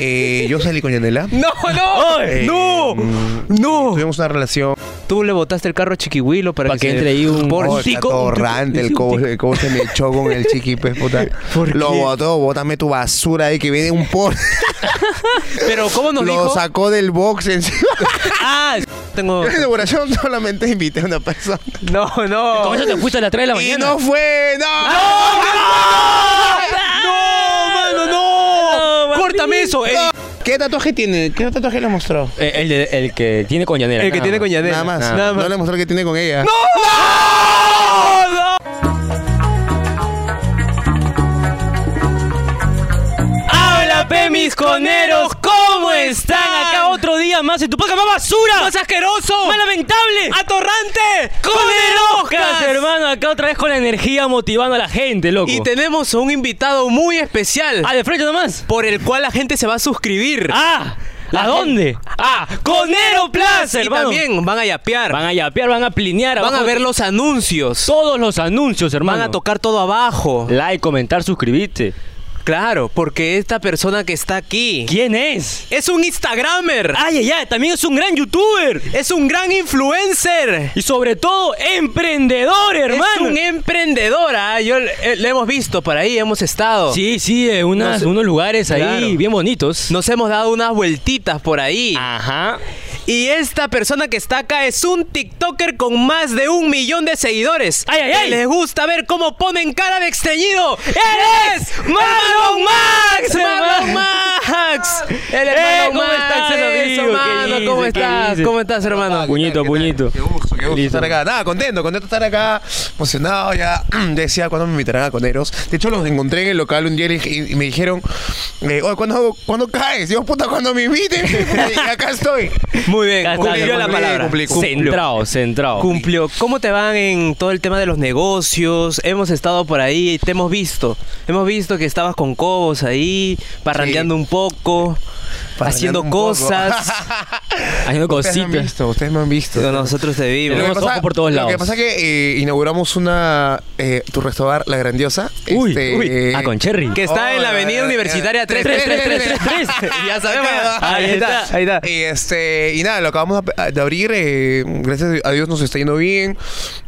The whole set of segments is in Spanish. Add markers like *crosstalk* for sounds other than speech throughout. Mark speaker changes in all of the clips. Speaker 1: Eh, yo salí con Yanela.
Speaker 2: ¡No, no!
Speaker 1: Eh,
Speaker 2: ¡No!
Speaker 1: mm,
Speaker 2: ¡No!
Speaker 1: Tuvimos una relación.
Speaker 2: Tú le botaste el carro a Chiquihuilo para,
Speaker 3: Para que
Speaker 2: se-
Speaker 3: entre ahí un-
Speaker 2: Por
Speaker 1: Oh, está
Speaker 2: tico,
Speaker 1: todo
Speaker 2: un tico,
Speaker 1: rante,
Speaker 2: *laughs*
Speaker 1: el
Speaker 2: un
Speaker 1: cobo,
Speaker 2: tico.
Speaker 1: el cobo se me echó con el chiqui, pues, puta.
Speaker 2: ¿Por
Speaker 1: Lo
Speaker 2: qué?
Speaker 1: botó, bótame tu basura ahí que viene un por.
Speaker 2: Pero ¿cómo nos
Speaker 1: Lo
Speaker 2: dijo?
Speaker 1: sacó del box encima.
Speaker 2: *laughs* ¡Ah! Tengo...
Speaker 1: En la inauguración solamente invité a una persona.
Speaker 2: No, no.
Speaker 3: Con eso te escuchas a las 3 de la
Speaker 1: Y
Speaker 2: *laughs*
Speaker 3: mañana.
Speaker 1: no fue, no.
Speaker 2: ¡No, mano, no!
Speaker 3: mami.
Speaker 2: ¡Córtame eso! El,
Speaker 1: ¿Qué tatuaje tiene? ¿Qué tatuaje le mostró?
Speaker 3: Eh, El, de- el que tiene con Yanela.
Speaker 2: el que
Speaker 3: nada
Speaker 2: tiene
Speaker 3: más.
Speaker 2: coñadera.
Speaker 1: Nada más. No le mostró el que tiene con ella.
Speaker 3: ¡Hola, pe, mis coneros! ¿Cómo están? Acá otro día más en tu podcast más basura. Ah. ¡Más asqueroso! Ah, ¡Más lamentable!
Speaker 2: ¡Atorrante!
Speaker 3: ¡Coneroscas, hermano! Acá otra vez con la energía motivando a la gente, loco.
Speaker 2: Y tenemos un invitado muy especial
Speaker 3: ¡Ah, de frente nomás!
Speaker 2: por el cual la gente se va a suscribir.
Speaker 3: ¡Ah!
Speaker 2: La
Speaker 3: ¿A
Speaker 2: gente-
Speaker 3: dónde? ¡Ah! ¡Conero Plaza,
Speaker 2: y
Speaker 3: hermano!
Speaker 2: también van a yapear,
Speaker 3: Van a yapear, van a plinear.
Speaker 2: van a
Speaker 3: abajo
Speaker 2: ver los anuncios,
Speaker 3: Todos los anuncios, hermano.
Speaker 2: van a tocar todo abajo.
Speaker 3: Like, comentar, suscribirte.
Speaker 2: Claro, porque esta persona que está aquí
Speaker 3: ¿Quién es?
Speaker 2: es un Instagramer,
Speaker 3: ¡Ay, ay, ay! También es un gran youtuber.
Speaker 2: es un gran influencer.
Speaker 3: Y sobre todo, emprendedor,
Speaker 2: Es
Speaker 3: hermano.
Speaker 2: un emprendedor, ah, yo eh, le hemos visto por ahí, hemos estado.
Speaker 3: Sí, sí, eh, unas-
Speaker 2: No sé-
Speaker 3: unos lugares ahí
Speaker 2: Claro.
Speaker 3: bien bonitos.
Speaker 2: Nos hemos dado unas vueltitas por ahí.
Speaker 3: Ajá.
Speaker 2: Y esta persona que está acá es un TikToker con más de un millón de seguidores.
Speaker 3: ¡Ay, ay,
Speaker 2: Que
Speaker 3: ay!
Speaker 2: Les gusta ver cómo ponen cara de extrañido. ¡Eres Marlon Max! ¡Marlon
Speaker 3: hermano! *laughs*
Speaker 2: Max! ¡El
Speaker 3: Eh,
Speaker 2: hermano
Speaker 3: ¿cómo
Speaker 2: Max!
Speaker 3: estás,
Speaker 2: eso,
Speaker 3: amigo?
Speaker 2: mano,
Speaker 3: ¿Qué
Speaker 2: ¿Cómo
Speaker 3: dices? ¿Qué
Speaker 2: estás?
Speaker 3: dices?
Speaker 2: ¿Cómo estás, hermano?
Speaker 3: Ah, Puñito,
Speaker 1: ¿Qué tal?
Speaker 3: puñito.
Speaker 1: Qué gusto, qué gusto
Speaker 3: Listo.
Speaker 1: estar acá. Nada, contento, contento de estar acá. Emocionado ya. *clears throat* Decía cuándo me invitarán a Coneros. De hecho, los encontré en el local un día y, y me dijeron, eh, oye, ¿cuándo, ¿cuándo caes? Dios puta, cuando me inviten. *laughs* y acá estoy.
Speaker 2: Muy bien,
Speaker 3: Acá está,
Speaker 2: cumplió la
Speaker 3: cumplí,
Speaker 2: palabra.
Speaker 1: cumplí, cumplí.
Speaker 2: Cumplió.
Speaker 3: Centrado, centrado.
Speaker 2: Cumplió. ¿Cómo te van en todo el tema de los negocios? Hemos estado por ahí y te hemos visto. Hemos visto que estabas con Cobos ahí, parrandeando
Speaker 1: Sí.
Speaker 2: un poco, haciendo
Speaker 1: Parrandeando un poco. *laughs*
Speaker 2: cosas.
Speaker 3: Haciendo
Speaker 1: Ustedes me han
Speaker 3: cositas.
Speaker 1: visto, ustedes me han visto.
Speaker 2: Pero Nosotros te
Speaker 1: Lo que
Speaker 2: vimos.
Speaker 3: Tenemos
Speaker 1: pasa-
Speaker 3: ojos por todos
Speaker 1: Lo
Speaker 3: lados.
Speaker 1: que pasa es que eh, inauguramos una. eh, tu restaurante, La Grandiosa.
Speaker 3: Uy,
Speaker 1: Este,
Speaker 3: uy. Ah, con Cherry.
Speaker 2: Que está en la
Speaker 1: eh,
Speaker 2: Avenida Universitaria 3.
Speaker 3: *laughs*
Speaker 1: *laughs*
Speaker 2: ya sabemos.
Speaker 3: Ahí está,
Speaker 2: Ahí está. Eh,
Speaker 1: Y, este, y nada, lo acabamos de- de abrir. eh, gracias a Dios nos está yendo bien.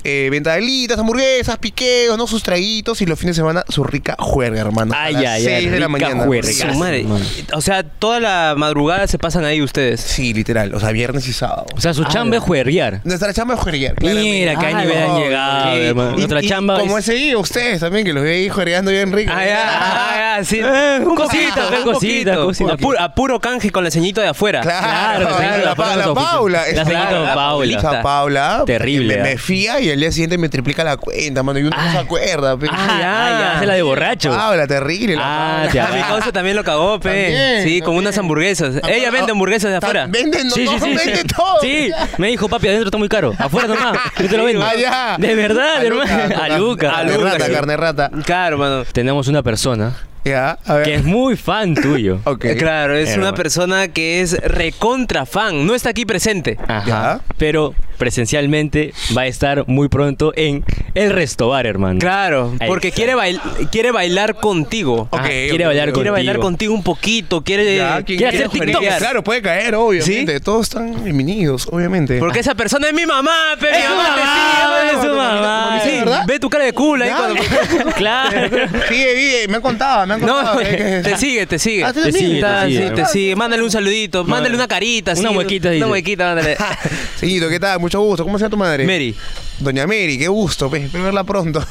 Speaker 1: Eh, venta de alitas, hamburguesas, piqueos, ¿no? sus traguitos y los fines de semana su rica juerga, hermano.
Speaker 3: Ay,
Speaker 1: a las
Speaker 3: ay, ay,
Speaker 1: 6 de la
Speaker 3: rica
Speaker 1: mañana.
Speaker 3: juerga.
Speaker 2: Su madre.
Speaker 3: mano.
Speaker 2: O sea, toda la madrugada se pasan ahí ustedes.
Speaker 1: Sí, literal. O sea, viernes y sábado.
Speaker 3: O sea, su chamba es juerguear.
Speaker 1: Nuestra chamba es juerguear.
Speaker 3: Mira,
Speaker 1: claramente.
Speaker 3: qué
Speaker 1: Ay,
Speaker 3: nivel han
Speaker 1: no,
Speaker 3: llegado,
Speaker 1: sí.
Speaker 3: hermano.
Speaker 1: Y-
Speaker 3: Nuestra
Speaker 1: y
Speaker 3: chamba
Speaker 1: Como
Speaker 3: es-
Speaker 1: ese día, ustedes también, que los veis juergueando bien rico.
Speaker 2: Ah, ya, ah, ya, sí.
Speaker 3: Eh, un
Speaker 2: Cosita,
Speaker 3: poquito,
Speaker 2: un
Speaker 3: un
Speaker 2: poquito.
Speaker 3: poquito, cosita.
Speaker 2: A puro, a puro canje con la ceñito de afuera.
Speaker 1: *laughs* Claro,
Speaker 3: Claro,
Speaker 1: claro,
Speaker 3: claro,
Speaker 1: la, pa-
Speaker 3: la
Speaker 1: la
Speaker 3: oficina.
Speaker 1: Paula.
Speaker 3: La señora Paula.
Speaker 1: Esa Paula.
Speaker 3: Terrible,
Speaker 1: Me, me
Speaker 3: ¿ah?
Speaker 1: fía y al día siguiente me triplica la cuenta, mano. Y uno no se
Speaker 3: Ay.
Speaker 1: acuerda. pe.
Speaker 3: Ah,
Speaker 2: ya.
Speaker 3: ya, ya. Es la de borracho.
Speaker 1: Paula, terrible.
Speaker 3: Ah,
Speaker 1: la Paula.
Speaker 2: *laughs*
Speaker 3: ya.
Speaker 2: A mi causa también lo cagó, pe.
Speaker 1: También,
Speaker 2: sí, con
Speaker 1: también.
Speaker 2: unas hamburguesas.
Speaker 3: Ah,
Speaker 2: Ella vende hamburguesas de afuera.
Speaker 1: Vende, no,
Speaker 3: Sí, sí,
Speaker 1: no,
Speaker 3: sí.
Speaker 1: vende todo. *laughs*
Speaker 3: Sí, me dijo, papi, adentro está muy caro. Afuera nomás. Yo te lo vendo.
Speaker 1: Ah, ya.
Speaker 3: De verdad,
Speaker 1: A Luca,
Speaker 3: hermano. A Lucas.
Speaker 1: Carne rata, carne rata.
Speaker 2: Claro, mano.
Speaker 3: Tenemos una persona
Speaker 1: Ya, a ver.
Speaker 3: que es muy fan tuyo.
Speaker 1: Ok.
Speaker 2: Eh, Claro, es
Speaker 3: Hermano.
Speaker 2: una persona que es recontra fan. No está aquí presente.
Speaker 3: Ajá.
Speaker 1: Ya.
Speaker 3: Pero presencialmente va a estar muy pronto en el Restobar, hermano.
Speaker 2: Claro,
Speaker 3: Ahí
Speaker 2: porque
Speaker 3: está.
Speaker 2: quiere, bail- quiere bailar contigo.
Speaker 1: Ok,
Speaker 3: Ah,
Speaker 1: ok,
Speaker 3: quiere bailar
Speaker 1: ok.
Speaker 3: contigo.
Speaker 2: Quiere bailar contigo un poquito. Quiere,
Speaker 1: Ya, ¿quién
Speaker 3: quiere hacer
Speaker 2: juguetear.
Speaker 3: TikToks.
Speaker 1: Claro, puede caer, obviamente. Todos están bienvenidos, obviamente.
Speaker 2: Porque esa persona es mi mamá, pe. Mi
Speaker 3: Es su
Speaker 2: mamá, te
Speaker 3: mamá,
Speaker 2: sigue,
Speaker 3: es su
Speaker 2: mano.
Speaker 3: mamá.
Speaker 2: Sí,
Speaker 1: ¿Verdad?
Speaker 2: Ve tu cara de culo ahí
Speaker 1: Ya.
Speaker 2: cuando.
Speaker 3: *laughs* Claro.
Speaker 1: Sí, sí, me han contado, me han
Speaker 2: No,
Speaker 3: *laughs*
Speaker 1: contado. que- que-
Speaker 2: *laughs* te sigue, te sigue.
Speaker 1: Ah, tú
Speaker 3: Te
Speaker 1: también.
Speaker 3: sigue,
Speaker 2: Está,
Speaker 3: te
Speaker 2: sí,
Speaker 3: sigue.
Speaker 2: te sigue. Mándale un saludito, mándale una carita,
Speaker 3: Una
Speaker 2: sí,
Speaker 3: muequita,
Speaker 2: Una
Speaker 3: dice.
Speaker 2: muequita, mándale.
Speaker 3: *laughs*
Speaker 1: Seguido, ¿qué tal? Mucho gusto. ¿Cómo se llama tu madre?
Speaker 2: Mary.
Speaker 1: Doña Mary, qué gusto. pe, Espero verla
Speaker 3: *laughs*
Speaker 1: pronto.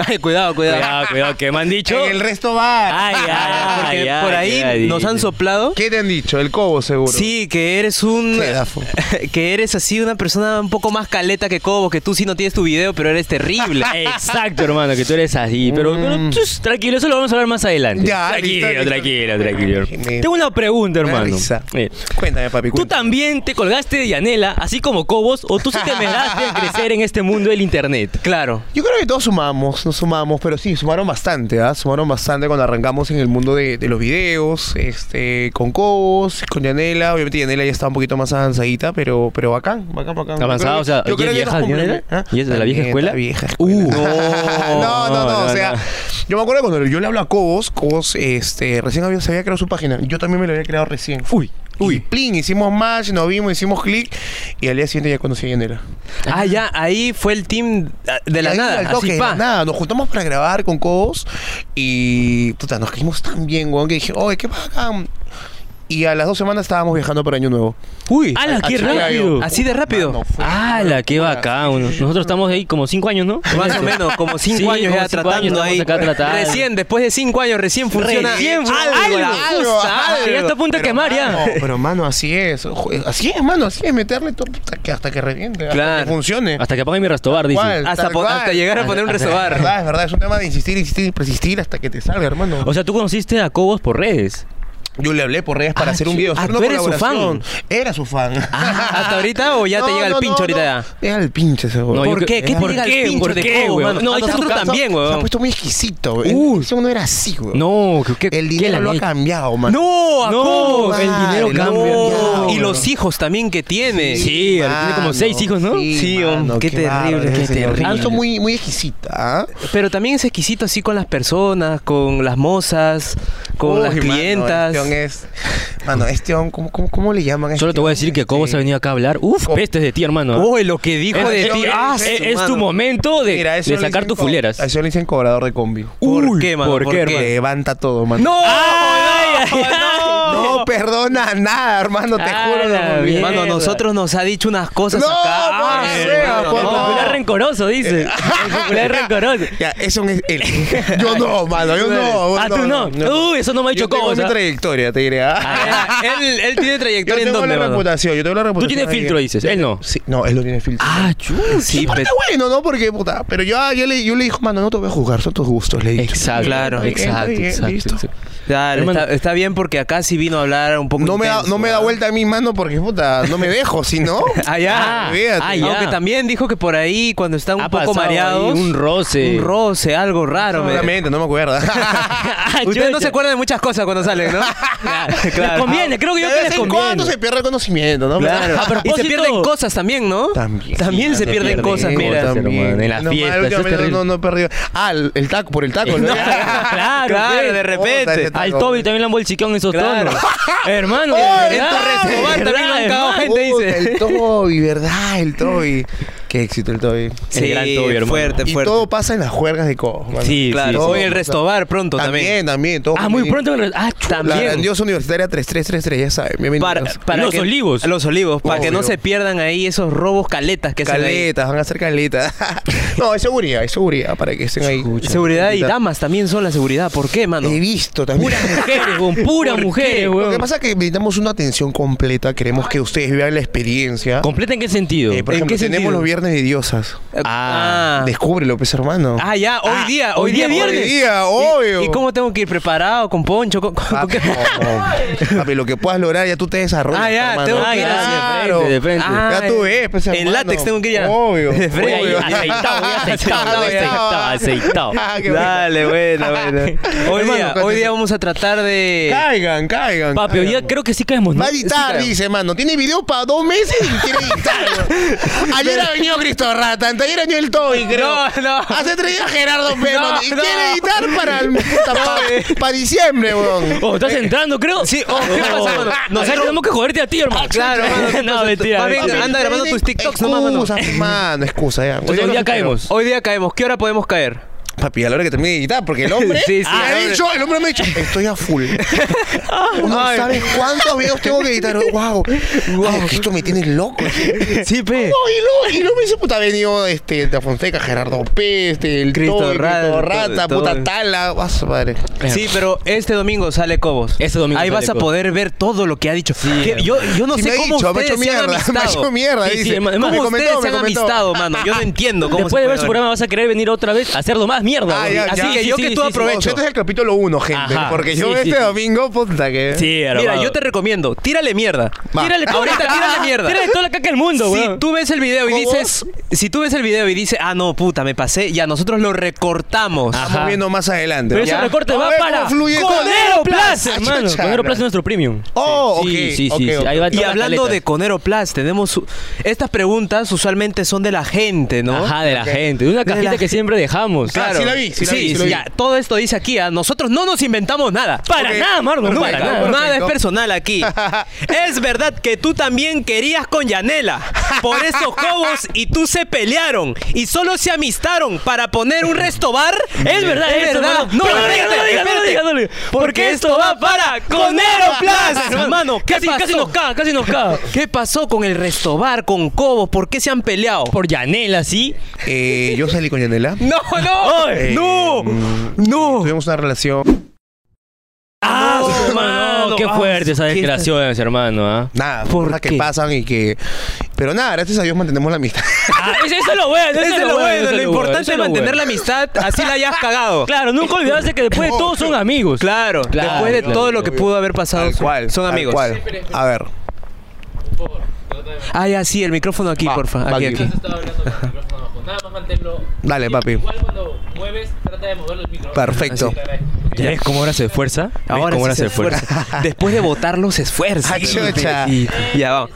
Speaker 2: Ay, cuidado, cuidado. Ah,
Speaker 1: *laughs*
Speaker 3: Cuidado, cuidado, que me han dicho.
Speaker 1: en el Ah, resto va.
Speaker 3: Ay,
Speaker 1: *laughs*
Speaker 3: ay, ay,
Speaker 2: Porque
Speaker 3: ay,
Speaker 2: por ahí
Speaker 3: ay, ay.
Speaker 2: nos han soplado.
Speaker 1: ¿Qué te han dicho? El cobo, seguro.
Speaker 2: Sí, que eres un.
Speaker 1: Qué gafo.
Speaker 2: *laughs* que eres así una persona un poco más caleta que Cobo, que tú sí no tienes tu video, pero eres
Speaker 3: *laughs*
Speaker 2: terrible.
Speaker 3: Exacto, hermano, que tú eres así. Pero, pero, chus, tranquilo, eso lo vamos a hablar más adelante.
Speaker 1: Mm. Ya,
Speaker 3: tranquilo,
Speaker 1: listo, listo.
Speaker 3: tranquilo, tranquilo.
Speaker 1: Ay, me-
Speaker 3: Tengo una pregunta,
Speaker 1: Me da
Speaker 3: hermano.
Speaker 1: risa.
Speaker 3: Eh,
Speaker 1: Cuéntame, papi.
Speaker 3: ¿Tú
Speaker 1: cuéntame.
Speaker 3: también te colgaste de Yanela, así como Cobos, o tú sí
Speaker 1: *laughs*
Speaker 3: te meraste en crecer en este mundo del internet?
Speaker 2: claro.
Speaker 1: Yo creo que todos sumamos, nos sumamos, pero sí, sumaron bastante, ¿ah? Sumaron bastante cuando arrancamos en el mundo de, de los videos, este, con Cobos, con Yanela. Obviamente Yanela ya estaba un poito más avanzadita, pero, pero bacán, bacán, bacán.
Speaker 3: Avanzada, o sea,
Speaker 1: Yo
Speaker 3: ¿y
Speaker 1: creo
Speaker 3: es
Speaker 1: que- yo creo que
Speaker 3: vieja
Speaker 1: nos
Speaker 3: Yanela?
Speaker 1: complemen- ¿Ah?
Speaker 2: *laughs*
Speaker 3: ¿Y es de la vieja
Speaker 1: También,
Speaker 3: escuela?
Speaker 1: la vieja
Speaker 3: Uh.
Speaker 1: escuela. no, no, no,
Speaker 3: No,
Speaker 1: o sea,
Speaker 3: no.
Speaker 1: Yo me acuerdo cuando yo le hablo a Cobos, Cobos este, recién había, se había creado su página. Yo también me la había creado recién.
Speaker 2: Uy.
Speaker 1: Uy. plin, hicimos match, nos vimos, hicimos clic. Y al día siguiente ya conocí a Yanela.
Speaker 2: Ah, ya, ahí fue el team ah, de la
Speaker 1: Ahí,
Speaker 2: nada.
Speaker 1: al toque,
Speaker 2: así,
Speaker 1: de
Speaker 2: pa.
Speaker 1: la nada. Nos juntamos para grabar con Cobos y puta, nos caímos tan bien, weón, que dije, oye, qué bacán. Y a las dos semanas estábamos viajando para Año Nuevo.
Speaker 2: Uy.
Speaker 3: ¡Hala, qué
Speaker 1: Al Chiclayo.
Speaker 3: rápido!
Speaker 2: Así de rápido.
Speaker 1: Mano, fue-
Speaker 3: ¡Hala, qué bacán! Nosotros estamos ahí como cinco años,
Speaker 1: *laughs*
Speaker 3: ¿no?
Speaker 2: Más o menos, como cinco
Speaker 3: Sí,
Speaker 2: años
Speaker 3: como
Speaker 2: ya
Speaker 3: cinco años
Speaker 2: tratando
Speaker 3: estamos
Speaker 2: ahí.
Speaker 3: acá tratando.
Speaker 2: Recién, después de cinco años, recién funciona.
Speaker 1: Recién,
Speaker 2: algo, la
Speaker 1: algo,
Speaker 2: cosa,
Speaker 1: algo.
Speaker 3: ya está a punto de
Speaker 1: Pero,
Speaker 3: quemar, ya.
Speaker 1: mano, Pero, mano, así es. Ojo, Así es, mano, así es. Meterle todo hasta que, hasta que reviente, hasta
Speaker 2: Claro.
Speaker 1: que funcione.
Speaker 3: Hasta que apague mi rastobar, dice.
Speaker 1: ¿Cuál?
Speaker 2: Hasta,
Speaker 1: Tal
Speaker 2: po- hasta
Speaker 1: cual.
Speaker 2: llegar a poner un
Speaker 1: Es
Speaker 2: resobar.
Speaker 1: verdad, es verdad. Es un tema de insistir, insistir, persistir hasta que te salga, hermano.
Speaker 3: O sea, tú conociste a Cobos por
Speaker 1: *laughs*
Speaker 3: redes.
Speaker 1: Yo le hablé por redes para
Speaker 2: Ah,
Speaker 1: hacer un
Speaker 2: sí.
Speaker 1: video. hacer
Speaker 2: Ah,
Speaker 1: una
Speaker 2: tú eres su fan. Ah,
Speaker 1: colaboración. Era su fan.
Speaker 2: ¿Hasta ahorita o ya te
Speaker 1: Ah, *laughs* No,
Speaker 2: llega el
Speaker 1: no,
Speaker 2: pincho
Speaker 1: no,
Speaker 2: ahorita
Speaker 1: no.
Speaker 2: ya?
Speaker 1: Llega el pinche seguro.
Speaker 3: No, yo
Speaker 2: ¿Por
Speaker 3: creo-
Speaker 2: qué? ¿Qué te
Speaker 3: ¿Por
Speaker 2: llega
Speaker 3: qué?
Speaker 2: el pincho
Speaker 3: ¿Por
Speaker 2: de
Speaker 3: qué,
Speaker 2: Cobo,
Speaker 3: weón?
Speaker 2: mano? No,
Speaker 3: Ah,
Speaker 2: y
Speaker 3: no,
Speaker 2: nosotros
Speaker 3: se ha-
Speaker 2: también,
Speaker 1: Se ha
Speaker 2: weón.
Speaker 1: puesto muy exquisito, güey.
Speaker 3: Uy.
Speaker 1: El Eso no era así, güey.
Speaker 3: No, ¿qué,
Speaker 1: El
Speaker 3: qué la
Speaker 1: dinero lo ha
Speaker 3: neta?
Speaker 1: cambiado, man.
Speaker 2: ¡No! a
Speaker 3: No,
Speaker 2: Cobo.
Speaker 3: el dinero
Speaker 1: Madre,
Speaker 3: cambia.
Speaker 1: no,
Speaker 2: Y
Speaker 1: bro.
Speaker 2: los hijos también que tiene.
Speaker 3: Sí, tiene como seis hijos, ¿no? oh,
Speaker 2: Sí, hombre, qué terrible,
Speaker 1: bárbaro,
Speaker 2: qué
Speaker 1: ese señor.
Speaker 2: terrible.
Speaker 1: Ah, son muy, muy exquisita, ¿ah?
Speaker 2: Pero también es exquisito así con las personas, con las mozas, con
Speaker 1: Uy,
Speaker 2: las
Speaker 1: mano, este
Speaker 2: clientas.
Speaker 1: hombre es... Mano, este hombre, ¿cómo, cómo, cómo le llaman a
Speaker 3: Solo
Speaker 1: este
Speaker 3: te voy a
Speaker 1: hombre?
Speaker 3: decir que Cobos
Speaker 1: Este-
Speaker 3: ha venido acá a hablar. Uf,
Speaker 1: Cobos.
Speaker 3: este es de ti, hermano.
Speaker 2: Uy, lo que dijo
Speaker 1: Ese
Speaker 2: de ti.
Speaker 1: hombre
Speaker 2: Ah,
Speaker 1: es-
Speaker 2: su
Speaker 3: Eh, es, tu
Speaker 2: mano.
Speaker 3: momento de,
Speaker 1: Mira, eso
Speaker 3: de
Speaker 1: le
Speaker 3: sacar
Speaker 1: dicen
Speaker 3: tus
Speaker 1: co-
Speaker 3: fuleras.
Speaker 1: A eso le dicen cobrador de combi.
Speaker 2: ¿Por qué, mano?
Speaker 3: ¿Por qué, hermano?
Speaker 1: Levanta todo, mano.
Speaker 2: ¡No!
Speaker 3: Ay,
Speaker 2: ¡No!
Speaker 3: ay,
Speaker 1: No perdona nada, hermano, te
Speaker 3: Ah,
Speaker 1: juro.
Speaker 3: la
Speaker 1: no me olvido.
Speaker 3: mierda.
Speaker 2: Mano, nosotros nos ha dicho unas cosas
Speaker 1: No,
Speaker 2: acá.
Speaker 1: pues,
Speaker 2: Ah,
Speaker 1: sea,
Speaker 2: hermano,
Speaker 1: por
Speaker 3: El
Speaker 2: no.
Speaker 1: favor.
Speaker 3: popular rencoroso, dice. El popular rencoroso.
Speaker 1: Ya, eso es él. *laughs* Yo no, mano, yo no.
Speaker 3: ah, tú no. Uy, eso no me ha dicho
Speaker 1: yo tengo
Speaker 3: Cobos.
Speaker 1: mi
Speaker 3: ¿ah?
Speaker 1: trayectoria, te diré. ¿ah?
Speaker 2: Ah, él, él tiene
Speaker 1: Yo
Speaker 2: trayectoria
Speaker 1: tengo
Speaker 2: en donde,
Speaker 1: la
Speaker 2: mano.
Speaker 1: reputación, yo tengo la
Speaker 3: Tú
Speaker 1: reputación.
Speaker 3: tienes
Speaker 1: ahí. ¿eh?
Speaker 3: filtro, dices. Él no.
Speaker 1: Sí, no, él no tiene filtro.
Speaker 3: Ah, chus.
Speaker 2: Sí,
Speaker 1: Aparte,
Speaker 2: pe-
Speaker 1: bueno, ¿no? Porque, puta, pero yo, ah, yo, le, yo le dijo, mano, no te voy a juzgar, son tus gustos, le he dicho.
Speaker 3: Exacto.
Speaker 1: Está
Speaker 2: Claro,
Speaker 1: bien, está
Speaker 3: exacto,
Speaker 1: bien,
Speaker 3: exacto,
Speaker 1: listo.
Speaker 3: exacto.
Speaker 2: Dale,
Speaker 3: Hermano.
Speaker 2: está, está bien porque acá sí vino a hablar un poco
Speaker 1: No me, da,
Speaker 2: intenso,
Speaker 1: no me da
Speaker 2: ¿verdad?
Speaker 1: vuelta a mí, mano, porque, puta, no me dejo, si
Speaker 2: *laughs*
Speaker 1: no.
Speaker 2: Ah, ya.
Speaker 3: Ah,
Speaker 1: olvídate.
Speaker 3: ah, ya.
Speaker 2: Aunque también dijo que por ahí cuando está un
Speaker 3: Ha
Speaker 2: poco
Speaker 3: pasado
Speaker 2: mareados,
Speaker 3: ahí Un roce.
Speaker 2: un *laughs*
Speaker 3: *laughs*
Speaker 2: roce, algo raro. me-
Speaker 1: Seguramente, no me acuerdo. *laughs*
Speaker 3: Ah,
Speaker 2: Ustedes no
Speaker 3: chucha.
Speaker 2: se acuerdan de muchas cosas cuando salen, ¿no?
Speaker 3: Les conviene, creo que yo
Speaker 1: De
Speaker 3: que
Speaker 1: vez
Speaker 3: les
Speaker 1: en cuando
Speaker 3: conviene.
Speaker 1: se pierde el conocimiento, ¿no?
Speaker 2: Claro.
Speaker 3: A
Speaker 2: y se
Speaker 3: propósito-
Speaker 2: pierden cosas también, ¿no?
Speaker 1: *laughs* También.
Speaker 2: También se, pierden,
Speaker 3: pierden
Speaker 2: cosas,
Speaker 3: cosas,
Speaker 2: mira.
Speaker 3: hermano, en las
Speaker 1: No, mal,
Speaker 3: fiestas,
Speaker 1: últimamente
Speaker 3: es terrible.
Speaker 1: no, no he perdido. Ah, el, el taco, por el
Speaker 2: *laughs*
Speaker 1: taco. ¿no? *laughs*
Speaker 3: No, *laughs* claro,
Speaker 2: Claro,
Speaker 3: pues.
Speaker 2: de repente.
Speaker 1: Puta,
Speaker 3: Al
Speaker 1: Claro.
Speaker 3: Toby también le han bolsiqueado en esos
Speaker 2: Claro. *laughs*
Speaker 3: tonos. hermano, de
Speaker 1: Oh, el
Speaker 3: verdad,
Speaker 1: Torres
Speaker 3: de
Speaker 1: Escobar
Speaker 3: verdad,
Speaker 2: también lo han cagado,
Speaker 3: hermano.
Speaker 2: gente
Speaker 1: Puta,
Speaker 2: dice.
Speaker 1: El Toby, ¿verdad? El Toby. Qué éxito el Toby.
Speaker 3: El gran Toby, hermano.
Speaker 2: fuerte,
Speaker 1: Y
Speaker 2: fuerte.
Speaker 1: todo pasa en las juergas de Cobos. mano.
Speaker 3: Sí,
Speaker 2: claro,
Speaker 1: todo
Speaker 2: hoy el
Speaker 1: pasa.
Speaker 2: restobar pronto también.
Speaker 1: También, también. todo
Speaker 3: Ah, muy
Speaker 1: juvenil.
Speaker 3: pronto. en el- Ah, chuta.
Speaker 1: La
Speaker 2: También.
Speaker 1: grandiosa universitaria 3333, ya saben. Bienvenidos.
Speaker 3: Los Olivos.
Speaker 2: Los olivos, para que no
Speaker 1: Obvio.
Speaker 2: se pierdan ahí esos robos caletas que hacen ahí.
Speaker 1: Caletas, van a hacer caletas. *laughs* no, hay seguridad, hay seguridad para que estén ahí.
Speaker 2: Seguridad y
Speaker 1: Ahorita.
Speaker 2: damas también son la seguridad. ¿Por qué, mano?
Speaker 1: He visto también.
Speaker 3: Puras mujeres, weón. Puras
Speaker 1: ¿Por qué?
Speaker 3: mujeres, weón.
Speaker 1: Lo que pasa es que necesitamos una atención completa. Queremos que ustedes vean la experiencia.
Speaker 3: ¿Completa en qué sentido?
Speaker 1: Eh, por
Speaker 2: ¿En
Speaker 1: ejemplo,
Speaker 2: qué sentido?
Speaker 1: tenemos los viernes de diosas.
Speaker 3: Ah.
Speaker 1: Descúbrelo, pues, hermano.
Speaker 2: Ah, ya, hoy
Speaker 3: Ah,
Speaker 2: día,
Speaker 3: hoy
Speaker 2: hoy día
Speaker 3: día, hoy
Speaker 2: viernes.
Speaker 1: Hoy día, obvio. Ah,
Speaker 2: ¿Y, y cómo tengo que ir preparado? ¿Con poncho? ¿Con, con-
Speaker 1: *laughs*
Speaker 2: con
Speaker 1: Papi,
Speaker 2: qué?
Speaker 1: no, no. *laughs* Papi, lo que puedas lograr, ya tú te desarrollas.
Speaker 2: Ah, ya,
Speaker 1: hermano.
Speaker 2: tengo que ir
Speaker 1: Claro.
Speaker 3: de frente, de frente.
Speaker 2: Ah,
Speaker 1: ya tú ves, pues,
Speaker 2: en
Speaker 1: hermano.
Speaker 2: látex tengo que ir ya.
Speaker 1: Obvio.
Speaker 2: De
Speaker 3: Voy ahí,
Speaker 1: obvio. *laughs*
Speaker 3: aceitado, voy
Speaker 2: *laughs*
Speaker 3: aceitado, voy aceitado, aceitado.
Speaker 1: Ah, qué
Speaker 2: Dale, bueno, bueno. Hoy,
Speaker 1: Hermano,
Speaker 2: día,
Speaker 1: cuando-
Speaker 2: hoy día vamos a tratar de...
Speaker 1: Caigan, caigan.
Speaker 3: Papi, hoy
Speaker 1: caigan.
Speaker 3: día creo que sí caemos, ¿no?
Speaker 1: Va a editar, dice, mano. Tiene video para dos meses y quiere editar. weón.
Speaker 2: *laughs*
Speaker 1: Ayer ha venido Cristo Rata, ayer ha venido el Toby, creo. Ah,
Speaker 2: No, no.
Speaker 1: Hace tres días Gerardo P,
Speaker 2: No,
Speaker 1: mano, Y
Speaker 2: no.
Speaker 1: quiere editar para,
Speaker 2: *laughs*
Speaker 1: el- puta, pa- pa' diciembre, weón.
Speaker 3: Oh, estás entrando, creo. Sí,
Speaker 2: Eh,
Speaker 3: *laughs*
Speaker 2: oh, ¿qué pasa, mano?
Speaker 3: Nosotros tenemos que joderte a ti, hermano.
Speaker 2: Claro, mano, ¿qué
Speaker 3: *laughs* no,
Speaker 2: pasa?
Speaker 3: mentira.
Speaker 2: Más bien,
Speaker 3: mentira.
Speaker 2: anda grabando tus TikToks nomás, mano.
Speaker 1: excusa, mano. mano, excusa, ya.
Speaker 3: Entonces, hoy día caemos.
Speaker 2: Hoy día caemos. ¿Qué hora podemos caer?
Speaker 1: Papi, a la hora que termine de editar, porque el hombre
Speaker 2: *laughs* Sí, Ah, sí,
Speaker 1: ha
Speaker 2: el hombre.
Speaker 1: dicho, el hombre me ha dicho, estoy a
Speaker 2: *laughs*
Speaker 1: full. no
Speaker 2: Ay.
Speaker 1: sabes cuántos videos tengo que
Speaker 2: *laughs*
Speaker 1: editar. Wow, wow, esto me tiene loco.
Speaker 2: Sí, pe.
Speaker 1: No, y luego, y luego me dice, puta, ha venido este, de Fonseca, Gerardo P, este, el
Speaker 2: Cristo
Speaker 1: Toby,
Speaker 2: Rata,
Speaker 1: Cristo Rata,
Speaker 2: todo- todo.
Speaker 1: puta Tala. Ah, su madre.
Speaker 2: Sí, pero este domingo sale Cobos.
Speaker 3: Este domingo
Speaker 2: Ahí
Speaker 3: sale
Speaker 2: vas a
Speaker 3: Cobos.
Speaker 2: poder ver todo lo que ha dicho. Que yo, yo no
Speaker 1: Sí,
Speaker 2: sé
Speaker 1: me ha
Speaker 2: cómo
Speaker 1: dicho, me ha
Speaker 2: ustedes
Speaker 1: hecho
Speaker 2: se
Speaker 1: mierda,
Speaker 2: han
Speaker 1: *laughs* me ha
Speaker 2: amistado.
Speaker 1: hecho mierda,
Speaker 2: Sí, sí,
Speaker 1: dice.
Speaker 2: además-
Speaker 1: Me
Speaker 2: ¿Cómo
Speaker 1: comentó,
Speaker 2: ustedes
Speaker 1: me
Speaker 2: se han
Speaker 1: comentó.
Speaker 2: amistado, mano?
Speaker 3: *laughs*
Speaker 2: Yo no entiendo cómo
Speaker 3: Después
Speaker 2: se
Speaker 3: de ver su
Speaker 2: puede-
Speaker 3: programa vas a querer venir otra vez a hacerlo más mierda.
Speaker 1: Ah,
Speaker 3: güey.
Speaker 1: ya,
Speaker 3: Así
Speaker 1: ya.
Speaker 3: que yo que tú
Speaker 1: No,
Speaker 3: aprovecho.
Speaker 1: este es el capítulo 1, gente.
Speaker 3: Ajá,
Speaker 1: porque
Speaker 3: sí,
Speaker 1: yo
Speaker 3: sí,
Speaker 1: este
Speaker 3: sí.
Speaker 1: domingo, puta, que.
Speaker 3: Sí, hermano.
Speaker 2: Mira, yo te recomiendo, tírale mierda.
Speaker 3: Tírale toda la
Speaker 2: Ahorita
Speaker 3: caca.
Speaker 2: tírale mierda.
Speaker 3: Tírale toda la caca del mundo,
Speaker 2: Si
Speaker 3: weón.
Speaker 2: tú ves el video y
Speaker 1: ¿Cobos?
Speaker 2: dices, si tú ves el video y dices, ah no, puta, me pasé, ya nosotros lo recortamos.
Speaker 3: Ajá.
Speaker 1: Estamos viendo más adelante.
Speaker 3: Pero ese
Speaker 1: Ya.
Speaker 3: recorte
Speaker 1: A
Speaker 3: va
Speaker 1: ver
Speaker 3: para
Speaker 1: cómo fluye todo.
Speaker 3: Conero Plus, hermano.
Speaker 1: Achucha.
Speaker 3: Conero Plus es nuestro premium.
Speaker 1: Oh, ok,
Speaker 3: Sí, sí, sí,
Speaker 1: ok,
Speaker 3: sí,
Speaker 1: ok.
Speaker 3: Ahí va
Speaker 2: Y
Speaker 3: todas las
Speaker 2: hablando de
Speaker 3: caletas.
Speaker 2: Conero Plus, tenemos su- estas preguntas usualmente son de la gente, ¿no?
Speaker 3: Ajá, de la gente. De una
Speaker 2: Oh, De la
Speaker 3: cajita que
Speaker 2: gente.
Speaker 3: siempre dejamos.
Speaker 2: Claro,
Speaker 1: sí la vi, sí la vi, sí la vi.
Speaker 2: ya, todo esto dice aquí, ¿ah? nosotros no nos inventamos nada.
Speaker 4: Para
Speaker 1: Ok.
Speaker 4: nada, Margot,
Speaker 1: Perfecto,
Speaker 4: para nada.
Speaker 1: perfecto.
Speaker 2: Nada es personal aquí. es verdad que tú también querías con Yanela. Por eso Cobos y tú se pelearon y solo se amistaron para poner un resto bar.
Speaker 4: Es verdad,
Speaker 2: es
Speaker 4: eso,
Speaker 2: verdad.
Speaker 4: hermano. Pero no lo digas,
Speaker 2: espérate,
Speaker 4: no lo digas, no lo
Speaker 2: espérate.
Speaker 4: digas, no lo digas.
Speaker 2: Porque esto va para Conero Plus. Hermano, ¿qué
Speaker 4: casi, casi
Speaker 2: pasó?
Speaker 4: nos caga, casi nos caga.
Speaker 2: ¿Qué pasó con el restobar, con Cobos? ¿Por qué se han peleado?
Speaker 4: Por Yanela, sí.
Speaker 1: Eh, yo salí con Yanela.
Speaker 2: No, no,
Speaker 1: Eh,
Speaker 2: no, no.
Speaker 1: Tuvimos una relación.
Speaker 4: Ah, *laughs* su mano, qué
Speaker 3: ah,
Speaker 4: fuerte esas
Speaker 2: qué-
Speaker 4: declaraciones, hermano, ¿ah?
Speaker 1: Nada,
Speaker 2: ¿Por
Speaker 1: cosas que
Speaker 2: qué?
Speaker 1: pasan y que. Pero nada, gracias a Dios mantenemos la amistad. *laughs*
Speaker 4: Ah, eso eso es lo bueno,
Speaker 2: Eso es lo bueno, lo importante es mantener la
Speaker 4: la
Speaker 2: amistad, así la hayas cagado.
Speaker 4: Claro, nunca olvidarse que después de todo son amigos.
Speaker 2: Claro,
Speaker 4: Claro,
Speaker 2: después de
Speaker 4: claro,
Speaker 2: todo lo que
Speaker 1: obvio.
Speaker 2: pudo haber pasado, son- son
Speaker 1: tal
Speaker 2: amigos.
Speaker 1: cual. A ver.
Speaker 2: Ah, ya, sí, el micrófono aquí,
Speaker 1: Va,
Speaker 2: porfa.
Speaker 1: va
Speaker 2: Aquí,
Speaker 1: aquí.
Speaker 2: aquí.
Speaker 5: estaba hablando con el micrófono abajo. Nada más manténlo.
Speaker 1: Dale, papi.
Speaker 5: Igual cuando mueves, trata de mover el micrófono.
Speaker 1: Perfecto.
Speaker 5: Te agradezco.
Speaker 3: ¿Ya ves cómo ahora se esfuerza? ¿Ves
Speaker 2: Ahora
Speaker 3: cómo
Speaker 2: sí se esfuerza. Después de votar los esfuerzos.
Speaker 1: Ah, chucha.
Speaker 2: Y, y ya vamos.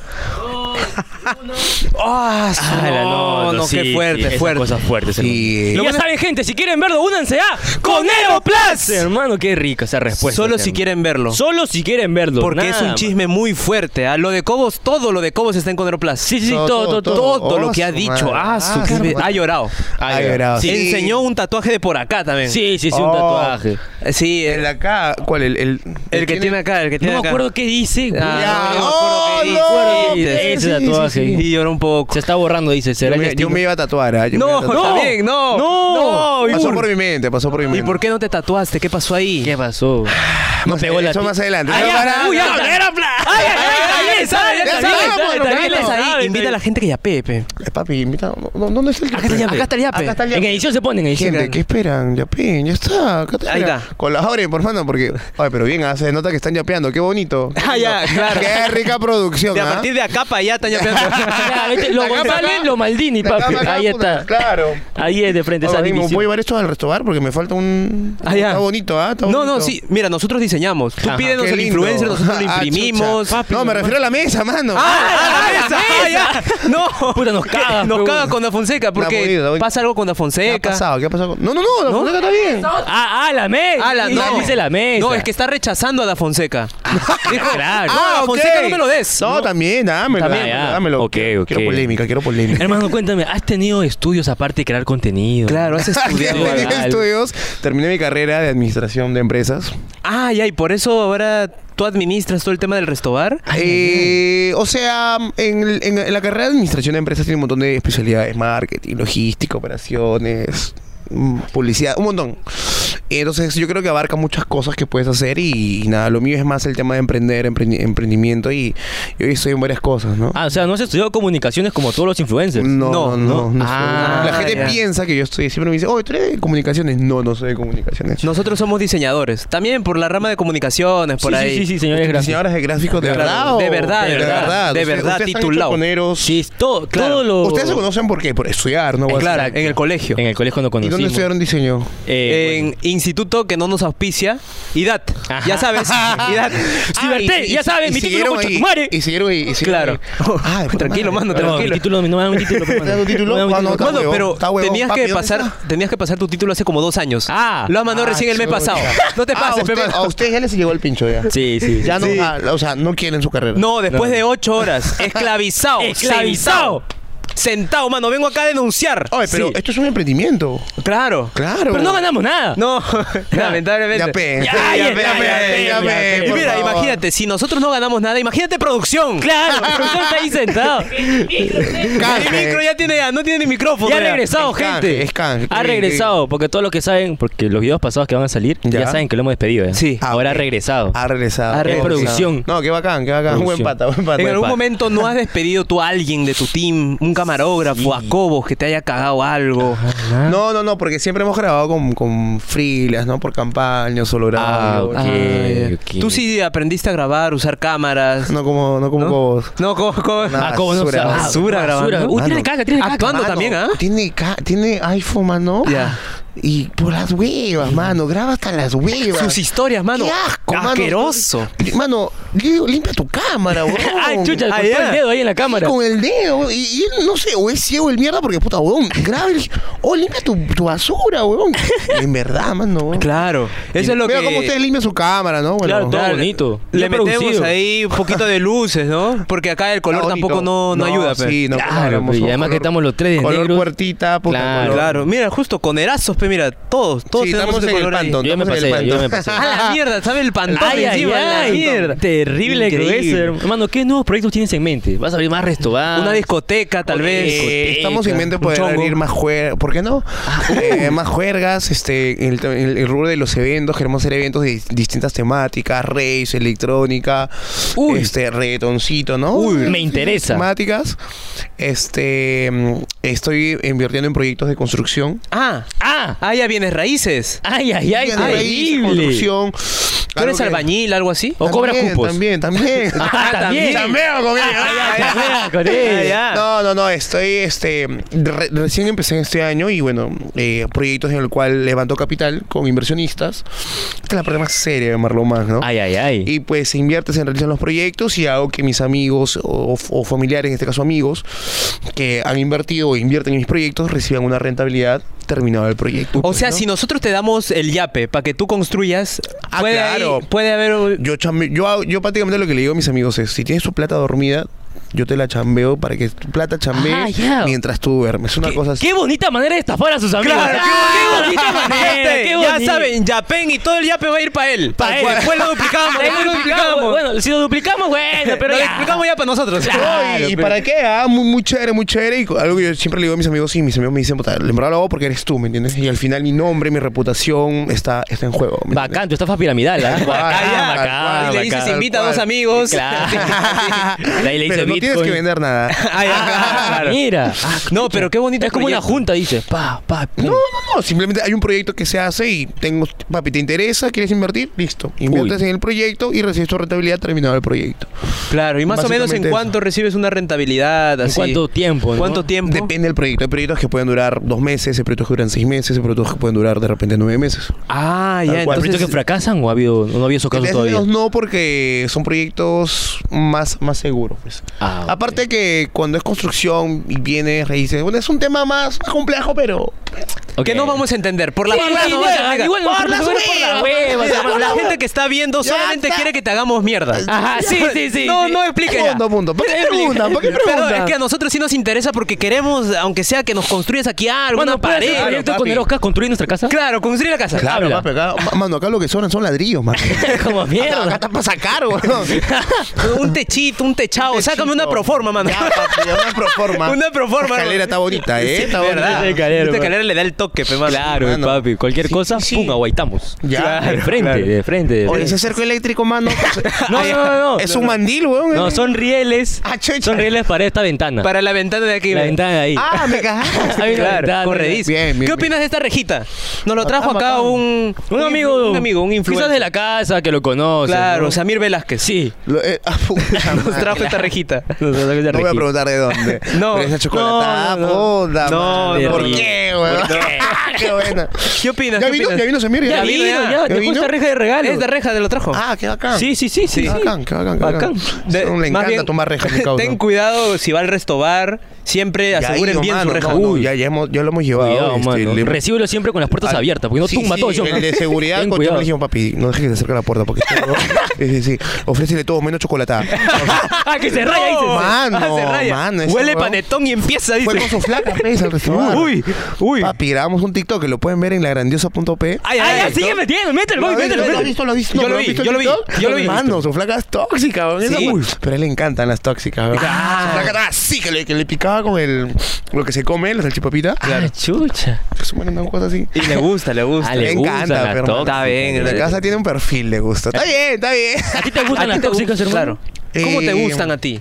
Speaker 2: Ah,
Speaker 3: Ala,
Speaker 2: no, no,
Speaker 3: sí,
Speaker 2: qué
Speaker 3: sí,
Speaker 2: fuerte,
Speaker 3: esas
Speaker 2: fuerte.
Speaker 3: Cosas fuertes. hermano.
Speaker 1: Y.
Speaker 4: Lo ya saben, gente, si quieren verlo, únanse a Conero
Speaker 3: Sí,
Speaker 4: Plus.
Speaker 3: Hermano, qué rica esa respuesta.
Speaker 2: Solo si
Speaker 3: hermano.
Speaker 2: quieren verlo.
Speaker 4: Solo si quieren verlo.
Speaker 2: Porque es
Speaker 4: nada
Speaker 2: un
Speaker 4: más.
Speaker 2: chisme muy fuerte. ¿ah? Lo de Cobos, todo lo de Cobos está en Controplas.
Speaker 4: Sí, sí, sí,
Speaker 1: Todo,
Speaker 4: todo, todo,
Speaker 1: todo,
Speaker 2: todo,
Speaker 1: Oh,
Speaker 2: lo que ha
Speaker 1: su
Speaker 2: dicho.
Speaker 1: madre.
Speaker 2: Ah, su
Speaker 1: Ah,
Speaker 2: qué
Speaker 1: su
Speaker 2: be-
Speaker 1: madre.
Speaker 2: ha llorado.
Speaker 1: Ha llorado,
Speaker 2: Sí,
Speaker 1: sí.
Speaker 2: Enseñó un tatuaje de por acá también.
Speaker 4: Sí, sí, sí, un
Speaker 1: Oh.
Speaker 4: tatuaje.
Speaker 2: Eh, Sí, el,
Speaker 1: El acá, ¿cuál? El, el,
Speaker 2: el que tiene acá, el que tiene
Speaker 4: No me
Speaker 2: acá.
Speaker 4: acuerdo qué dice.
Speaker 2: Ah,
Speaker 1: Ya,
Speaker 2: no,
Speaker 1: oh,
Speaker 2: yo me
Speaker 1: no,
Speaker 2: acuerdo que-
Speaker 1: pe,
Speaker 3: Ese
Speaker 1: sí, sí,
Speaker 3: tatuaje.
Speaker 1: sí.
Speaker 2: Y lloró un poco.
Speaker 3: Se está borrando, dice. ¿Será
Speaker 1: Yo
Speaker 3: el
Speaker 1: me, yo
Speaker 3: destino?
Speaker 1: me iba a tatuar. ¿ah? Yo me iba a
Speaker 2: No,
Speaker 1: tatuar.
Speaker 2: está bien, no.
Speaker 4: No.
Speaker 2: ¿y
Speaker 1: Pasó
Speaker 2: por-
Speaker 1: por mi mente, pasó por mi
Speaker 2: ¿Y
Speaker 1: mente.
Speaker 2: por qué no te tatuaste? ¿Qué pasó ahí?
Speaker 3: ¿Qué pasó?
Speaker 1: No sé,
Speaker 3: pegó la
Speaker 1: Eso
Speaker 3: ti-
Speaker 1: más adelante.
Speaker 4: Ay,
Speaker 1: No,
Speaker 4: ya,
Speaker 1: para-
Speaker 4: uy, ya,
Speaker 1: no,
Speaker 4: ya.
Speaker 1: era plan.
Speaker 4: Ay, ay, ay, también, sabe,
Speaker 1: Ya
Speaker 4: también,
Speaker 1: sabemos,
Speaker 4: sabe,
Speaker 1: hermano.
Speaker 4: también
Speaker 2: Él es
Speaker 4: sabe,
Speaker 2: ahí,
Speaker 4: también.
Speaker 2: invita a la gente que ya pepe.
Speaker 1: Eh, Papi, invita. no, ¿Dónde está el
Speaker 2: Acá está el yape. Acá está el yape.
Speaker 1: Acá está el
Speaker 4: En
Speaker 1: yape.
Speaker 4: edición se ponen, en edición.
Speaker 1: Gente, ¿qué esperan? Yapen, ya está. Acá está.
Speaker 2: Ahí está.
Speaker 1: Colaboren, por mano, porque. Ay, pero bien, ah, se nota que están yapeando. Qué bonito.
Speaker 2: *laughs* Ah, ya, claro.
Speaker 1: Qué rica producción.
Speaker 2: De a
Speaker 1: ¿ah?
Speaker 2: partir de acá para allá están *laughs* ya
Speaker 4: Ya, vete, lo
Speaker 1: Acá,
Speaker 4: González,
Speaker 1: acá.
Speaker 4: lo Maldini,
Speaker 1: De acá
Speaker 4: papi.
Speaker 1: para acá,
Speaker 4: Ahí
Speaker 1: puta,
Speaker 4: está.
Speaker 1: Claro.
Speaker 4: Ahí es de frente
Speaker 1: Ahora
Speaker 4: esa
Speaker 1: mismo,
Speaker 4: división.
Speaker 1: voy a llevar esto al restobar porque me falta un.
Speaker 2: Ah, ya.
Speaker 1: Está bonito, ¿ah? Está
Speaker 2: No, no,
Speaker 1: bonito.
Speaker 2: sí. Mira, nosotros diseñamos. Tú
Speaker 1: Ajá.
Speaker 2: pídenos
Speaker 1: Qué
Speaker 2: el
Speaker 1: lindo.
Speaker 2: influencer, nosotros
Speaker 1: *laughs*
Speaker 2: lo
Speaker 1: Ah, chucha.
Speaker 2: imprimimos.
Speaker 1: no, me refiero a la mesa, mano.
Speaker 2: ¡Ah, la mesa! ¡Ah, ya! *laughs* No.
Speaker 4: Puta, nos caga,
Speaker 2: Nos
Speaker 4: pe,
Speaker 2: caga
Speaker 4: weón.
Speaker 2: con Da Fonseca
Speaker 1: La bonita, la
Speaker 2: porque
Speaker 1: bonita.
Speaker 2: pasa algo con Da
Speaker 1: ¿Qué ha
Speaker 2: Fonseca.
Speaker 1: pasado? ¿Qué ha pasado? No, no, no, la
Speaker 2: ¿No?
Speaker 1: Fonseca está bien.
Speaker 4: Ah, ah, la mesa.
Speaker 2: Ah, la-
Speaker 4: Y-
Speaker 2: no.
Speaker 4: Dice la mesa.
Speaker 2: No, es que está rechazando a Da Fonseca. Dijo,
Speaker 4: claro.
Speaker 2: No, Da
Speaker 1: ok.
Speaker 2: Fonseca no me lo des.
Speaker 1: No, también, dámelo.
Speaker 4: También.
Speaker 1: dámelo,
Speaker 3: Ah, ya.
Speaker 1: dámelo.
Speaker 3: Ok,
Speaker 1: Quiero-
Speaker 3: ok.
Speaker 1: Quiero polémica, quiero
Speaker 2: *laughs*
Speaker 1: polémica.
Speaker 3: Hermano, cuéntame, ¿has tenido estudios aparte de crear contenido?
Speaker 2: Claro,
Speaker 1: *laughs*
Speaker 2: has estudiado.
Speaker 1: Terminé
Speaker 3: algo.
Speaker 1: estudios, terminé mi carrera de administración de empresas.
Speaker 2: Ah, ya, y por eso ahora tú administras todo el tema del restobar.
Speaker 1: Eh, o sea, en, el- en- en la carrera de administración de empresas tiene un montón de especialidades, marketing, logística, operaciones, mm, publicidad, un montón. Entonces yo creo que abarca muchas cosas que puedes hacer y, y nada, lo mío es más el tema de emprender, emprendi- emprendimiento y, y hoy estoy en varias cosas, ¿no?
Speaker 3: Ah, o sea, no has estudiado comunicaciones como todos los influencers.
Speaker 1: No, no,
Speaker 2: No,
Speaker 1: no.
Speaker 2: no.
Speaker 1: no
Speaker 3: Ah,
Speaker 1: soy- la gente
Speaker 2: ya.
Speaker 1: piensa que yo estoy. Siempre me dice, oh, ¿tú eres de comunicaciones? No, no soy de comunicaciones.
Speaker 2: Nosotros somos diseñadores. También por la rama de comunicaciones, por
Speaker 3: sí,
Speaker 2: ahí.
Speaker 3: sí, sí, sí, señores, gracias.
Speaker 1: Diseñadoras de gráficos de
Speaker 2: Claro,
Speaker 1: verdad.
Speaker 2: de
Speaker 1: o-
Speaker 2: verdad, de verdad, de
Speaker 1: Ustedes-
Speaker 2: verdad,
Speaker 1: ustedes han hecho
Speaker 2: titulado.
Speaker 1: poneros-
Speaker 3: Sí, todo,
Speaker 2: Claro.
Speaker 3: todo lo...
Speaker 1: Ustedes se conocen por qué, por estudiar, ¿no?
Speaker 2: Claro,
Speaker 3: Exacto.
Speaker 2: en el colegio.
Speaker 3: En el colegio no
Speaker 1: ¿Y
Speaker 3: conocimos.
Speaker 1: dónde estudiaron diseño?
Speaker 3: Eh,
Speaker 2: en instituto que no nos auspicia, IDAT.
Speaker 3: Ajá.
Speaker 2: Ya sabes, *laughs* IDAT.
Speaker 4: Cibertel, ya sabes, mi título
Speaker 1: siguieron
Speaker 4: con
Speaker 1: ahí,
Speaker 4: Chatumare.
Speaker 1: Y siguieron ahí. y siguieron
Speaker 2: Claro.
Speaker 1: ahí. Ay, puta
Speaker 2: tranquilo,
Speaker 1: madre.
Speaker 2: mano,
Speaker 3: bueno,
Speaker 2: tranquilo.
Speaker 3: mi título, no me dan un título.
Speaker 1: *laughs*
Speaker 3: pues,
Speaker 1: ¿Te dan un título?
Speaker 3: No me dan un
Speaker 1: Ah, no,
Speaker 3: título.
Speaker 1: está
Speaker 2: Mano,
Speaker 1: huevón,
Speaker 2: pero
Speaker 1: está huevón.
Speaker 2: tenías
Speaker 1: Papi,
Speaker 2: que
Speaker 1: ¿dónde
Speaker 2: pasar,
Speaker 1: está?
Speaker 2: tenías que pasar tu título hace como dos años.
Speaker 3: Ah.
Speaker 2: Lo has mandado
Speaker 1: Ah,
Speaker 2: recién el mes
Speaker 1: chucha.
Speaker 2: pasado. No te
Speaker 1: Ah,
Speaker 2: pases,
Speaker 1: usted-
Speaker 2: Pepe.
Speaker 1: A ustedes ya les llegó el pincho ya.
Speaker 3: Sí, sí.
Speaker 1: Ya no, ah, o sea, no quieren su carrera.
Speaker 2: No, después de ocho horas, *laughs* esclavizado,
Speaker 4: Esclavizado.
Speaker 2: esclavizado, sentado, mano, vengo acá a denunciar.
Speaker 1: Oye, pero
Speaker 2: Sí.
Speaker 1: esto es un emprendimiento.
Speaker 2: claro,
Speaker 1: Claro.
Speaker 4: Pero no ganamos nada.
Speaker 2: no, *laughs* lamentablemente.
Speaker 1: Ya pen.
Speaker 4: Ya,
Speaker 1: Ya,
Speaker 4: ya,
Speaker 1: pen, ya,
Speaker 4: ya,
Speaker 1: pen,
Speaker 4: ya,
Speaker 1: ya, pen,
Speaker 4: ya,
Speaker 2: Y
Speaker 1: por
Speaker 2: mira,
Speaker 1: favor.
Speaker 2: imagínate, si nosotros no ganamos nada, imagínate producción.
Speaker 4: Claro, pero usted está
Speaker 2: *laughs*
Speaker 4: ahí sentado.
Speaker 2: El
Speaker 1: Canje.
Speaker 2: micro ya tiene, ya no tiene ni micrófono.
Speaker 4: Ya regresado,
Speaker 1: Es canje,
Speaker 4: gente.
Speaker 1: es canje.
Speaker 3: Ha regresado, porque todos los que saben, porque los videos pasados que van a salir, ya,
Speaker 1: Ya.
Speaker 3: saben que lo hemos despedido. ¿eh?
Speaker 2: Sí.
Speaker 3: Ahora
Speaker 1: Ah,
Speaker 3: ha
Speaker 1: ok.
Speaker 3: regresado.
Speaker 1: Ha regresado.
Speaker 3: Ha regresado. Producción.
Speaker 1: No, qué bacán, qué bacán. Buen
Speaker 3: Producción.
Speaker 1: pata, buen pata.
Speaker 2: En algún
Speaker 3: Pat.
Speaker 2: momento no has despedido tú a alguien de tu team, un camarógrafo, a Cobos, que te haya cagado algo.
Speaker 1: No, no, no, porque siempre hemos grabado con, con freelas, ¿no? Por campañas, solo
Speaker 3: Ah,
Speaker 1: grabado.
Speaker 3: ok.
Speaker 2: ya.
Speaker 3: ok.
Speaker 2: Tú sí aprendiste a grabar, usar cámaras.
Speaker 1: No como, no como
Speaker 2: ¿No?
Speaker 1: vos.
Speaker 2: No, ¿cómo? cómo?
Speaker 1: No,
Speaker 3: Ah, ¿cómo no?
Speaker 1: basura,
Speaker 3: Ah,
Speaker 1: basura
Speaker 3: basura.
Speaker 2: grabando.
Speaker 3: Uy, tiene
Speaker 1: Mano.
Speaker 3: caca, tiene caca.
Speaker 2: Actuando
Speaker 1: Mano,
Speaker 2: también, ¿ah?
Speaker 1: Tiene, ca- tiene iPhone, mano.
Speaker 2: Ya.
Speaker 1: Y por las huevas, mano. Graba hasta las huevas.
Speaker 2: Sus historias, mano.
Speaker 1: Qué asco, mano.
Speaker 2: Asqueroso.
Speaker 1: Mano, li- limpia tu
Speaker 2: *laughs*
Speaker 1: cámara, weón.
Speaker 3: Ay, chucha,
Speaker 2: Ah,
Speaker 3: cortó
Speaker 2: ya.
Speaker 3: el dedo ahí en la cámara.
Speaker 1: Con el dedo. Y, y él, no sé, o es ciego el mierda porque puta, weón. Graba el. O limpia tu, tu basura,
Speaker 2: *laughs*
Speaker 1: weón. En verdad, mano. weón.
Speaker 2: Claro. Eso es lo
Speaker 1: Pero
Speaker 2: que.
Speaker 1: como ustedes limpian su cámara, ¿no? Bueno,
Speaker 3: Claro, todo bonito.
Speaker 2: Le
Speaker 3: Bien
Speaker 2: metemos
Speaker 3: producido.
Speaker 2: ahí un poquito de luces, ¿no? Porque acá el color
Speaker 1: Está
Speaker 2: tampoco
Speaker 1: bonito.
Speaker 2: no, no ayuda, pe.
Speaker 1: Sí, no,
Speaker 3: Claro,
Speaker 1: pues,
Speaker 3: pe, y
Speaker 1: un
Speaker 3: además que estamos los tres de
Speaker 1: Color
Speaker 3: negros.
Speaker 1: puertita, puta,
Speaker 3: Claro.
Speaker 1: color.
Speaker 2: Claro. Mira, justo con erazos, pe, mira, todos, todos
Speaker 1: Sí,
Speaker 2: tenemos
Speaker 1: estamos
Speaker 2: ese
Speaker 1: en el
Speaker 2: color ahí.
Speaker 1: pantón.
Speaker 3: Yo ya me
Speaker 1: Estamos
Speaker 3: pasé,
Speaker 1: en el
Speaker 3: yo ya me
Speaker 1: pantón. *laughs*
Speaker 3: pasé.
Speaker 2: A la mierda, ¿sabe el pantón
Speaker 3: Ah. Ay, ay,
Speaker 2: encima? la
Speaker 3: ay,
Speaker 2: mierda.
Speaker 3: Terrible que
Speaker 2: Increíble.
Speaker 3: es, hermano. Hermano, ¿qué nuevos proyectos tienes en mente? ¿Vas a abrir más restaurantes?
Speaker 2: Una discoteca, tal
Speaker 3: Una
Speaker 2: vez.
Speaker 3: discoteca.
Speaker 1: Eh, estamos en mente
Speaker 2: un
Speaker 1: poder
Speaker 2: chongo.
Speaker 1: abrir más juergas, ¿por qué no?
Speaker 3: Ah,
Speaker 1: Eh, más juergas, este, el, el- el rubro de los eventos, queremos hacer eventos de distintas temáticas, race, electrónica,
Speaker 3: Uy.
Speaker 1: este, reggaetoncito, ¿no?
Speaker 3: Uy, me interesa.
Speaker 1: Temáticas. Este, mm, estoy invirtiendo en proyectos de construcción.
Speaker 2: Ah,
Speaker 3: ¡Ah!
Speaker 2: ah, ya vienes raíces.
Speaker 3: ¡Ay, ay, ay!
Speaker 1: Bienes de raíz,
Speaker 3: ¡Terrible!
Speaker 1: Construcción.
Speaker 2: ¿Tú eres
Speaker 1: Algo que-
Speaker 2: albañil, algo así?
Speaker 3: O cobras
Speaker 1: También,
Speaker 3: cupos.
Speaker 1: También,
Speaker 3: *laughs*
Speaker 1: también.
Speaker 3: Ah, también.
Speaker 1: Chambeo con ella.
Speaker 3: Ah,
Speaker 2: *laughs*
Speaker 3: *laughs* ya, ya, con
Speaker 2: Ah,
Speaker 3: él.
Speaker 2: ya.
Speaker 1: No, no, no, estoy, este, re- recién empecé este año y bueno, eh, proyectos en el cual levanto capital con inversionistas. Esta es la parte más seria de Marlon Más, ¿no?
Speaker 3: Ay, ay, ay.
Speaker 1: Y pues inviertes en realizar los proyectos y hago que mis amigos o, o familiares, en este caso amigos, que han invertido o invierten en mis proyectos, reciban una rentabilidad terminado el proyecto.
Speaker 2: O sea, si nosotros te damos el yape para que tú construyas,
Speaker 1: Ah,
Speaker 2: puede,
Speaker 1: claro.
Speaker 2: ahí- puede haber un-
Speaker 1: Yo, chambe- yo, hago- yo prácticamente lo que le digo a mis amigos es, si tienes tu plata dormida, yo te la chambeo para que tu plata chambee
Speaker 3: Ah, ya.
Speaker 1: mientras tú duermes. Una cosa así.
Speaker 3: ¡Qué bonita manera de estafar a sus amigos!
Speaker 2: Claro,
Speaker 3: Ah,
Speaker 2: qué
Speaker 1: *laughs*
Speaker 2: bonita manera.
Speaker 3: ¡Qué
Speaker 2: ya
Speaker 3: bonito.
Speaker 2: saben, Yapen y todo el yape va a ir para él.
Speaker 3: Pa' él.
Speaker 2: Después lo duplicamos,
Speaker 3: Ahí *laughs*
Speaker 2: después lo duplicamos.
Speaker 3: Bueno, si lo
Speaker 2: *laughs*
Speaker 3: duplicamos, bueno, pero
Speaker 2: lo
Speaker 3: ya.
Speaker 2: duplicamos ya para nosotros.
Speaker 3: Claro,
Speaker 1: ¿Y
Speaker 3: pero-
Speaker 1: para qué? Ah, muy, muy chévere, muy chévere. Y co- algo que yo siempre le digo a mis amigos, y mis amigos me dicen, puta, en verdad lo hago porque eres tú, ¿me entiendes? Y al final mi nombre, mi reputación está, está en juego. ¿me entiendes?
Speaker 3: Bacán, tu
Speaker 2: *laughs*
Speaker 3: estafa piramidal. ¿ah? Bacán,
Speaker 1: cual,
Speaker 3: bacán,
Speaker 1: tal cual.
Speaker 2: Y le dices,
Speaker 3: bacán.
Speaker 2: invita a dos
Speaker 1: cual.
Speaker 2: amigos. *laughs*
Speaker 3: Claro. Ahí le dice
Speaker 1: Pero no tienes
Speaker 3: Bitcoin.
Speaker 1: que vender nada.
Speaker 3: *laughs*
Speaker 2: Ah, ya,
Speaker 3: Ah,
Speaker 2: claro.
Speaker 3: Mira. Ah,
Speaker 2: No, pero qué bonito.
Speaker 3: es como una
Speaker 2: proyecto.
Speaker 3: junta, dice. Pa, pa, pum.
Speaker 1: No, no, no. Simplemente hay un proyecto que se hace y tengo, papi, ¿te interesa? ¿Quieres invertir? Listo. Inviertes en el proyecto y recibes tu rentabilidad terminado el proyecto.
Speaker 2: Claro, y más o menos en
Speaker 1: Básicamente
Speaker 2: cuánto recibes una rentabilidad
Speaker 3: ¿En
Speaker 2: así.
Speaker 3: cuánto tiempo? no?
Speaker 2: ¿Cuánto tiempo?
Speaker 1: Depende del proyecto. Hay proyectos que pueden durar dos meses, hay proyectos que duran seis meses, hay proyectos que pueden durar de repente nueve meses.
Speaker 2: Ah, ya,
Speaker 1: Tal cual.
Speaker 3: ¿Proyectos
Speaker 2: entonces...
Speaker 3: que fracasan o ha habido, no ha habido esos casos
Speaker 1: Tres
Speaker 3: todavía?
Speaker 1: menos no, porque son proyectos más, más seguros. pues.
Speaker 3: Ah, ok.
Speaker 1: Aparte que cuando es construcción y bienes raíces, bueno, es un tema más, más complejo, pero
Speaker 3: Ok.
Speaker 2: Que no vamos a entender. Por la
Speaker 3: Sí,
Speaker 2: hueva,
Speaker 3: sí,
Speaker 2: no
Speaker 3: sí,
Speaker 2: vas a
Speaker 3: ya,
Speaker 2: entender.
Speaker 3: igual no,
Speaker 2: por
Speaker 3: por
Speaker 2: las
Speaker 3: las
Speaker 2: huevas,
Speaker 3: huevas,
Speaker 2: huevas,
Speaker 3: ya,
Speaker 2: hermano.
Speaker 3: por
Speaker 2: La
Speaker 3: las
Speaker 2: gente que está viendo
Speaker 1: Ya
Speaker 2: solamente
Speaker 1: está.
Speaker 2: quiere que te hagamos
Speaker 1: *laughs*
Speaker 2: mierda.
Speaker 3: Ajá, sí, sí, sí.
Speaker 2: No,
Speaker 3: sí.
Speaker 2: no explique ya.
Speaker 1: Punto, punto. ¿Por qué preguntan? ¿Por qué
Speaker 2: Pero es
Speaker 1: preguntan?
Speaker 2: que a nosotros sí nos interesa porque queremos, aunque sea que nos construyas aquí algo,
Speaker 3: Bueno,
Speaker 2: una
Speaker 3: ¿puedes hacer un
Speaker 2: pared.
Speaker 3: proyecto
Speaker 1: Claro,
Speaker 3: con
Speaker 1: papi.
Speaker 3: el Oscar, construir nuestra casa?
Speaker 2: Claro, construir la casa.
Speaker 1: Claro,
Speaker 3: Habla.
Speaker 1: papi, acá, ma- mano, acá lo que sobran son ladrillos,
Speaker 2: *laughs*
Speaker 1: mano.
Speaker 3: *laughs* Como
Speaker 1: Acá, acá
Speaker 3: mierda.
Speaker 1: está para sacar, weón.
Speaker 2: Un techito, un techado. Sácame una
Speaker 1: Chico.
Speaker 2: proforma, mano.
Speaker 1: Ya, papi, una proforma.
Speaker 2: *laughs* Una proforma.
Speaker 1: La escalera está bonita, ¿eh? Está bonita.
Speaker 2: ¿Verdad?
Speaker 3: Esta
Speaker 2: Esta
Speaker 3: escalera,
Speaker 2: escalera,
Speaker 3: man.
Speaker 2: le da el toque, pe, mano.
Speaker 3: Claro, eh,
Speaker 1: Mano.
Speaker 3: papi. Cualquier
Speaker 1: Sí,
Speaker 3: cosa,
Speaker 1: sí, sí.
Speaker 3: pum, aguaitamos.
Speaker 1: Ya.
Speaker 3: De frente, de frente, de
Speaker 1: O
Speaker 3: frente.
Speaker 1: ese cerco eléctrico, mano. pues,
Speaker 3: *laughs* No, no, no, no.
Speaker 1: Es
Speaker 3: No,
Speaker 1: un
Speaker 3: no.
Speaker 1: mandil, weón. eh.
Speaker 3: No, son rieles.
Speaker 1: Ah, chucha.
Speaker 3: Son rieles para esta ventana.
Speaker 2: Para la ventana de aquí.
Speaker 3: la
Speaker 2: man.
Speaker 3: ventana de ahí.
Speaker 1: Ah, me cagaste.
Speaker 3: Hay una
Speaker 2: Claro,
Speaker 3: ventana.
Speaker 2: corredizo.
Speaker 1: Bien, bien, Ah,
Speaker 2: ¿Qué
Speaker 1: bien.
Speaker 2: opinas de esta rejita? Nos lo trajo
Speaker 1: Bacán,
Speaker 2: acá
Speaker 1: bacán.
Speaker 2: un,
Speaker 3: Un amigo.
Speaker 2: un amigo, un influencer.
Speaker 3: Quizás de la casa, que lo conoce.
Speaker 2: Claro,
Speaker 3: ¿no?
Speaker 2: Samir Velázquez.
Speaker 3: Sí.
Speaker 1: Lo- eh, ah, *laughs* puta
Speaker 2: Nos
Speaker 1: madre.
Speaker 2: trajo esta rejita.
Speaker 3: *laughs* No, no, no,
Speaker 1: No voy a preguntar de
Speaker 3: *laughs*
Speaker 1: dónde.
Speaker 2: No,
Speaker 1: Pero esa chocolatada,
Speaker 2: no, no, no.
Speaker 1: puta.
Speaker 2: No,
Speaker 1: madre.
Speaker 3: no,
Speaker 1: ¿Por
Speaker 3: no.
Speaker 1: qué, weón? *laughs* qué buena.
Speaker 2: ¿Qué opinas?
Speaker 1: ¿Ya
Speaker 2: ¿Qué
Speaker 1: vino?
Speaker 2: opinas?
Speaker 1: ¿Ya vino Samir?
Speaker 3: Ya vino, ya,
Speaker 1: ¿Ya
Speaker 3: dejó
Speaker 1: vino?
Speaker 3: esta reja de regalo.
Speaker 2: Es de reja, te lo trajo.
Speaker 1: Ah, qué bacán.
Speaker 3: Sí, sí, sí, sí.
Speaker 1: Qué
Speaker 3: sí.
Speaker 1: bacán, qué bacán, qué bacán.
Speaker 2: De-
Speaker 1: Ah, Le
Speaker 2: más
Speaker 1: encanta
Speaker 2: bien,
Speaker 1: tomar reja,
Speaker 3: *laughs*
Speaker 1: mi causa.
Speaker 2: Ten cuidado si va al restobar. Siempre
Speaker 1: Ya
Speaker 2: aseguren
Speaker 1: ido,
Speaker 2: bien
Speaker 1: mano,
Speaker 2: su reja.
Speaker 1: no, no,
Speaker 2: Uy.
Speaker 1: ya, ya, hemos, ya lo hemos llevado.
Speaker 3: Cuidado,
Speaker 1: este,
Speaker 3: mano.
Speaker 1: le-
Speaker 3: Recíbelo siempre con las puertas
Speaker 1: Ah,
Speaker 3: abiertas, porque no
Speaker 1: sí,
Speaker 3: tumba
Speaker 1: sí,
Speaker 3: todo. yo.
Speaker 1: El
Speaker 3: *laughs*
Speaker 1: de seguridad,
Speaker 3: Ten
Speaker 1: con yo
Speaker 3: cuidado.
Speaker 1: le dijimos, papi, no dejes que se acerque a la puerta
Speaker 3: *laughs*
Speaker 1: porque este- sí, sí, sí, ofrécele todo menos chocolatada.
Speaker 3: Ah, que se raya, dices.
Speaker 2: No,
Speaker 1: Mano,
Speaker 2: ah, se raya.
Speaker 1: mano, ese
Speaker 2: Huele
Speaker 1: huevón.
Speaker 2: panetón y empieza,
Speaker 1: Fue
Speaker 2: dice.
Speaker 1: con su flaca, pez, al restaurante.
Speaker 2: Uy, uy.
Speaker 1: Papi, grabamos un TikTok que lo pueden ver en lagrandiosa.p.
Speaker 2: Ay,
Speaker 3: Ah,
Speaker 2: ay,
Speaker 3: ya,
Speaker 2: ay,
Speaker 3: sigue
Speaker 2: ¿no?
Speaker 3: metiendo, mételo, voy, mételo,
Speaker 1: ¿Lo has
Speaker 3: mételo.
Speaker 1: visto? ¿Lo has visto?
Speaker 2: Yo
Speaker 1: ¿Lo
Speaker 2: lo
Speaker 1: has
Speaker 2: vi,
Speaker 1: visto en
Speaker 2: yo lo vi,
Speaker 1: TikTok?
Speaker 2: yo lo vi.
Speaker 1: Mano, su flaca es tóxica, weón.
Speaker 2: Sí.
Speaker 1: Esa- Uy, Pero a él le encantan las tóxicas, weón.
Speaker 3: Ah.
Speaker 1: Su flaca estaba así, que le, que le picaba con el, lo que se come, la salchipapita.
Speaker 3: Ah, chucha.
Speaker 1: Que suman una cosa así.
Speaker 2: Y le gusta, le gusta.
Speaker 3: Ah, le gustan las
Speaker 1: pero, hermano.
Speaker 3: tóxicas.
Speaker 2: Está bien,
Speaker 1: La
Speaker 2: eh.
Speaker 1: casa tiene un perfil de gusto. Está bien, está bien.
Speaker 3: ¿A ti te gustan
Speaker 2: ¿A ti
Speaker 3: las
Speaker 2: te
Speaker 3: tóxicas,
Speaker 2: gusta?
Speaker 3: hermano?
Speaker 2: Claro. Eh, ¿Cómo te
Speaker 1: Eh,
Speaker 2: gustan a ti?